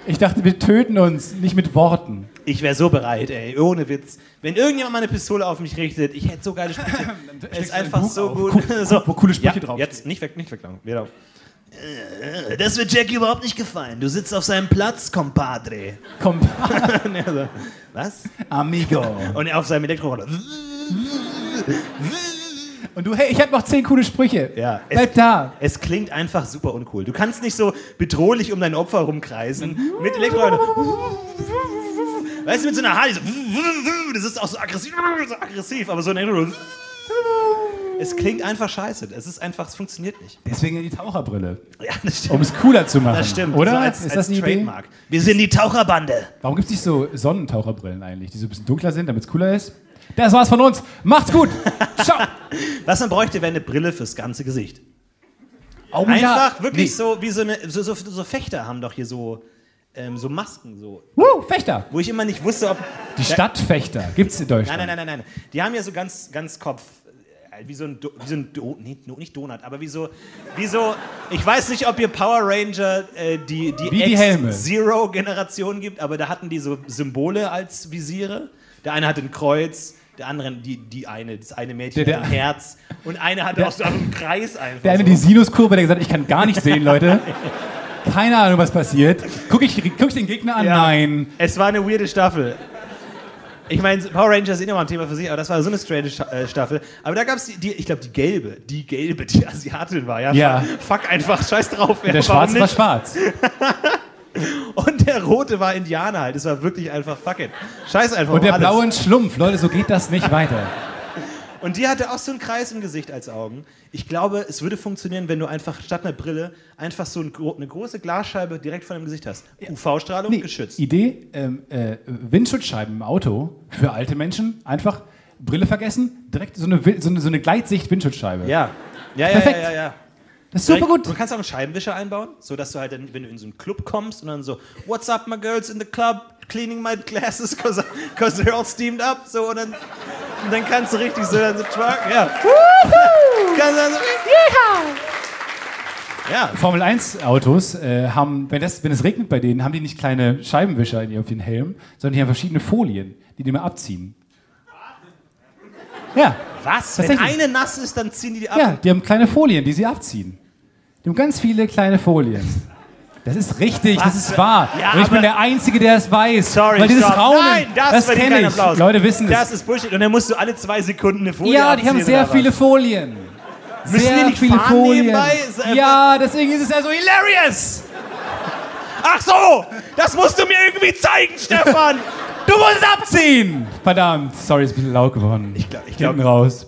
Speaker 2: Ich dachte, wir töten uns, nicht mit Worten.
Speaker 1: Ich wäre so bereit, ey, ohne Witz. Wenn irgendjemand mal eine Pistole auf mich richtet, ich hätte so geile Sprüche. Es ist
Speaker 2: du ein
Speaker 1: einfach
Speaker 2: Buch
Speaker 1: so
Speaker 2: auf.
Speaker 1: gut.
Speaker 2: Guck,
Speaker 1: so.
Speaker 2: wo coole Sprüche
Speaker 1: ja,
Speaker 2: draufstehen.
Speaker 1: Jetzt nicht weg, nicht weglangen. Wieder auf. Äh, Das wird Jackie überhaupt nicht gefallen. Du sitzt auf seinem Platz, Compadre.
Speaker 2: Komm,
Speaker 1: Und er so, Was?
Speaker 2: Amigo.
Speaker 1: Und er auf seinem Elektroroller.
Speaker 2: Und du, hey, ich hab noch zehn coole Sprüche.
Speaker 1: Ja, es-
Speaker 2: Bleib da.
Speaker 1: Es klingt einfach super uncool. Du kannst nicht so bedrohlich um dein Opfer rumkreisen mit Elektroauto. Weißt du, mit so einer Harley, so, das ist auch so aggressiv, so aggressiv, aber so ein Elektro. Es klingt einfach scheiße. Es ist einfach, es funktioniert nicht.
Speaker 2: Deswegen die Taucherbrille.
Speaker 1: Ja, das
Speaker 2: Um
Speaker 1: stimmt.
Speaker 2: es cooler zu machen.
Speaker 1: Das stimmt.
Speaker 2: Oder?
Speaker 1: So als,
Speaker 2: ist
Speaker 1: als
Speaker 2: das eine Idee?
Speaker 1: Trademark. Wir sind die Taucherbande.
Speaker 2: Warum gibt es nicht so Sonnentaucherbrillen eigentlich, die so ein bisschen dunkler sind, damit es cooler ist? Das war's von uns. Macht's gut. Ciao.
Speaker 1: Was man bräuchte, wäre eine Brille fürs ganze Gesicht.
Speaker 2: Oh,
Speaker 1: Einfach wirklich
Speaker 2: Nee.
Speaker 1: so, wie so eine, so, so, so Fechter haben doch hier so, ähm, so Masken, so.
Speaker 2: Woo, Fechter.
Speaker 1: Wo ich immer nicht wusste, ob.
Speaker 2: Die Stadtfechter gibt's in Deutschland.
Speaker 1: Nein, nein, nein, nein, nein. Die haben ja so ganz, ganz Kopf. äh, Wie so ein, Do wie so ein Do nee, no- nicht Donut, aber wie so, wie so, ich weiß nicht, ob ihr Power Ranger äh, die, die,
Speaker 2: Wie die Helme.
Speaker 1: Zero-Generation gibt, aber da hatten die so Symbole als Visiere. Der eine hatte ein Kreuz, der anderen, die, die eine, das eine Mädchen
Speaker 2: Der-
Speaker 1: hat
Speaker 2: der-
Speaker 1: ein Herz und eine hat auch so einen Kreis einfach.
Speaker 2: Der eine
Speaker 1: so.
Speaker 2: die Sinuskurve, der gesagt hat, ich kann gar nicht sehen, Leute. Keine Ahnung, was passiert. Gucke ich, guck ich den Gegner an?
Speaker 1: Ja.
Speaker 2: Nein.
Speaker 1: Es war eine weirde Staffel. Ich meine, Power Rangers ist eh nochmal ein Thema für sich, aber das war so eine strange Scha- äh, Staffel. Aber da gab es die, die, ich glaube, die gelbe, die gelbe, die Asiatin war, ja.
Speaker 2: Ja.
Speaker 1: Fuck einfach, scheiß drauf. wer-
Speaker 2: Der
Speaker 1: warum
Speaker 2: Schwarze war
Speaker 1: nicht?
Speaker 2: schwarz.
Speaker 1: Und der rote war Indianer halt. Es war wirklich einfach, fuck it. Scheiß einfach.
Speaker 2: Und
Speaker 1: auf
Speaker 2: der
Speaker 1: alles.
Speaker 2: blaue ein Schlumpf. Leute, so geht das nicht weiter.
Speaker 1: Und die hatte auch so einen Kreis im Gesicht als Augen. Ich glaube, es würde funktionieren, wenn du einfach statt einer Brille einfach so ein, gro- eine große Glasscheibe direkt vor deinem Gesicht hast. UV-Strahlung
Speaker 2: Nee,
Speaker 1: geschützt.
Speaker 2: Idee, ähm, äh, Windschutzscheiben im Auto für alte Menschen. Einfach Brille vergessen, direkt so eine, Wi- so eine, so eine Gleitsicht-Windschutzscheibe.
Speaker 1: Ja. Ja, ja,
Speaker 2: Perfekt.
Speaker 1: ja, ja, ja.
Speaker 2: Das ist super
Speaker 1: Direkt-
Speaker 2: gut.
Speaker 1: Du kannst auch einen Scheibenwischer einbauen, sodass du halt, dann, wenn du in so einen Club kommst und dann so, what's up, my girls in the club, cleaning my glasses, cause, I- cause they're all steamed up, so und dann, und dann kannst du richtig so, dann so twerken, ja. kannst du dann so, ja.
Speaker 2: Formel 1-Autos äh, haben, wenn, das, wenn es regnet bei denen, haben die nicht kleine Scheibenwischer in ihr auf den Helm, sondern die haben verschiedene Folien, die die mal abziehen. Ja,
Speaker 1: Was? Wenn
Speaker 2: Tatsächlich.
Speaker 1: eine nass ist, dann ziehen die die ab.
Speaker 2: ja, die haben kleine Folien, die sie abziehen. Die haben ganz viele kleine Folien. Das ist richtig,
Speaker 1: Was
Speaker 2: das ist
Speaker 1: für-
Speaker 2: wahr.
Speaker 1: Ja,
Speaker 2: Und ich
Speaker 1: aber-
Speaker 2: bin der Einzige, der es weiß.
Speaker 1: Sorry,
Speaker 2: Weil dieses
Speaker 1: stopp.
Speaker 2: Raunen,
Speaker 1: Nein, das,
Speaker 2: das
Speaker 1: verdient
Speaker 2: kenne
Speaker 1: keinen
Speaker 2: ich.
Speaker 1: Applaus.
Speaker 2: Leute wissen
Speaker 1: das
Speaker 2: es.
Speaker 1: ist Bullshit. Und dann musst du alle zwei Sekunden eine Folie
Speaker 2: Ja, die haben
Speaker 1: abziehen
Speaker 2: sehr
Speaker 1: oder was?
Speaker 2: viele Folien.
Speaker 1: Müssen
Speaker 2: Sehr
Speaker 1: die nicht
Speaker 2: viele
Speaker 1: fahren
Speaker 2: Folien.
Speaker 1: nebenbei? Äh, Ist einfach-
Speaker 2: Ja, deswegen ist es ja so hilarious.
Speaker 1: Ach so, das musst du mir irgendwie zeigen, Stefan.
Speaker 2: Du musst es abziehen! Verdammt, sorry, ist ein bisschen laut geworden. Ich
Speaker 1: glaub- ich glaub-
Speaker 2: Hinten raus.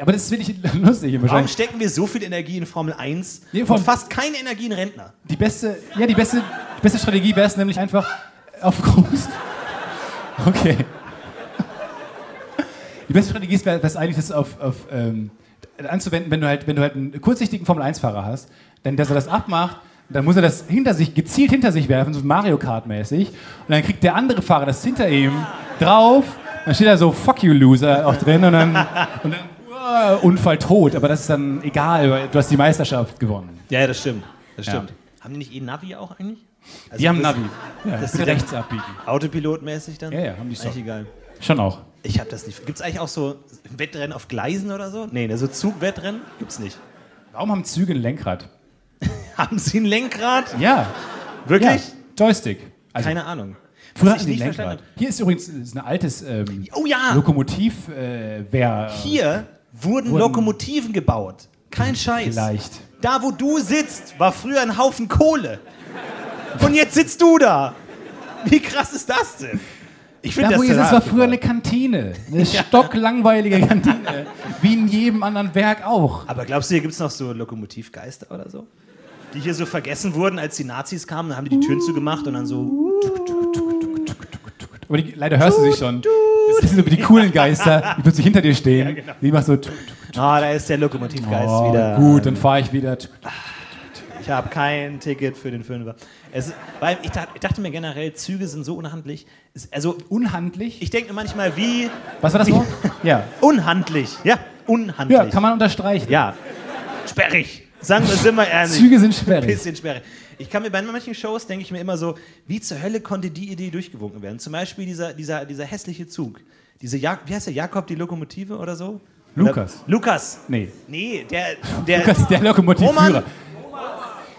Speaker 2: Aber das ist wirklich lustig.
Speaker 1: Warum
Speaker 2: Wahrscheinlich
Speaker 1: stecken wir so viel Energie in Formel 1
Speaker 2: Nee, Form-
Speaker 1: und fast keine Energie in Rentner?
Speaker 2: die beste, ja, die beste, die beste Strategie wäre es nämlich einfach auf groß. Okay. Die beste Strategie ist- wäre es eigentlich, das auf, auf ähm, anzuwenden, wenn du halt, wenn du halt einen kurzsichtigen Formel-1-Fahrer hast, dann, dass er das abmacht, dann muss er das hinter sich, gezielt hinter sich werfen, so Mario Kart-mäßig. Und dann kriegt der andere Fahrer das hinter ihm drauf. Dann steht da so Fuck you Loser auch drin und dann, und dann uh, Unfall tot. Aber das ist dann egal, weil du hast die Meisterschaft gewonnen.
Speaker 1: Ja, ja, das stimmt. Das
Speaker 2: Ja.
Speaker 1: stimmt. Haben die nicht eh Navi auch eigentlich? Also
Speaker 2: Die haben
Speaker 1: das-
Speaker 2: Navi. Ja,
Speaker 1: das
Speaker 2: bitte
Speaker 1: ist-
Speaker 2: rechts abbiegen.
Speaker 1: Autopilotmäßig dann?
Speaker 2: Ja, ja, haben die
Speaker 1: Eigentlich
Speaker 2: schon.
Speaker 1: egal.
Speaker 2: Schon auch.
Speaker 1: Ich habe das nicht. Gibt's eigentlich auch so Wettrennen auf Gleisen oder so? Nee, ne, so Zugwettrennen gibt's nicht.
Speaker 2: Warum haben Züge ein Lenkrad?
Speaker 1: Haben sie ein Lenkrad?
Speaker 2: Ja.
Speaker 1: Wirklich?
Speaker 2: ja. Joystick. Also,
Speaker 1: Keine Ahnung. Was
Speaker 2: früher hatten
Speaker 1: ich
Speaker 2: die
Speaker 1: nicht
Speaker 2: Lenkrad.
Speaker 1: verstanden
Speaker 2: Hier ist übrigens äh, ist ein altes ähm,
Speaker 1: habe. Oh ja!
Speaker 2: Lokomotiv, äh, wer
Speaker 1: Hier wurden,
Speaker 2: Wurden-
Speaker 1: Lokomotiven gebaut. Kein Scheiß.
Speaker 2: vielleicht.
Speaker 1: Da, wo du sitzt, war früher ein Haufen Kohle. Und jetzt sitzt du da. Wie krass ist das denn? Ich finde
Speaker 2: Da,
Speaker 1: das
Speaker 2: wo ihr sitzt,
Speaker 1: total
Speaker 2: war früher
Speaker 1: abgefahren.
Speaker 2: eine Kantine. Eine stocklangweilige Kantine. Wie in jedem anderen Werk auch.
Speaker 1: Aber glaubst du, hier gibt es noch so Lokomotivgeister oder so? Die hier so vergessen wurden, als die Nazis kamen, dann haben die die Türen zugemacht und dann so.
Speaker 2: Aber die, leider hörst du sie schon. Das sind so wie die coolen Geister, die plötzlich hinter dir stehen. Die machen so. tuk, tuk,
Speaker 1: Ah, da ist der Lokomotivgeist
Speaker 2: Oh,
Speaker 1: wieder.
Speaker 2: gut, dann fahre ich wieder. tuk, tuk.
Speaker 1: Ich habe kein Ticket für den Fünfer. Es, weil ich, dacht, ich dachte mir generell, Züge sind so unhandlich. Es, also,
Speaker 2: Unhandlich.
Speaker 1: ich denke mir manchmal, wie.
Speaker 2: Was war das Wort? Ja.
Speaker 1: Unhandlich. Ja, unhandlich.
Speaker 2: Ja, kann man unterstreichen.
Speaker 1: Ja. Sperrig. Sagen wir, sind wir ehrlich.
Speaker 2: Züge sind sperrig.
Speaker 1: Bisschen sperrig. Ich kann mir bei manchen Shows denke ich mir immer so, wie zur Hölle konnte die Idee durchgewunken werden? Zum Beispiel dieser, dieser, dieser hässliche Zug. Diese Jak wie heißt der Jakob die Lokomotive oder so?
Speaker 2: Lukas.
Speaker 1: Oder, Lukas.
Speaker 2: Nee.
Speaker 1: Nee, der, der
Speaker 2: Lukas, der Lokomotivführer.
Speaker 1: Roman-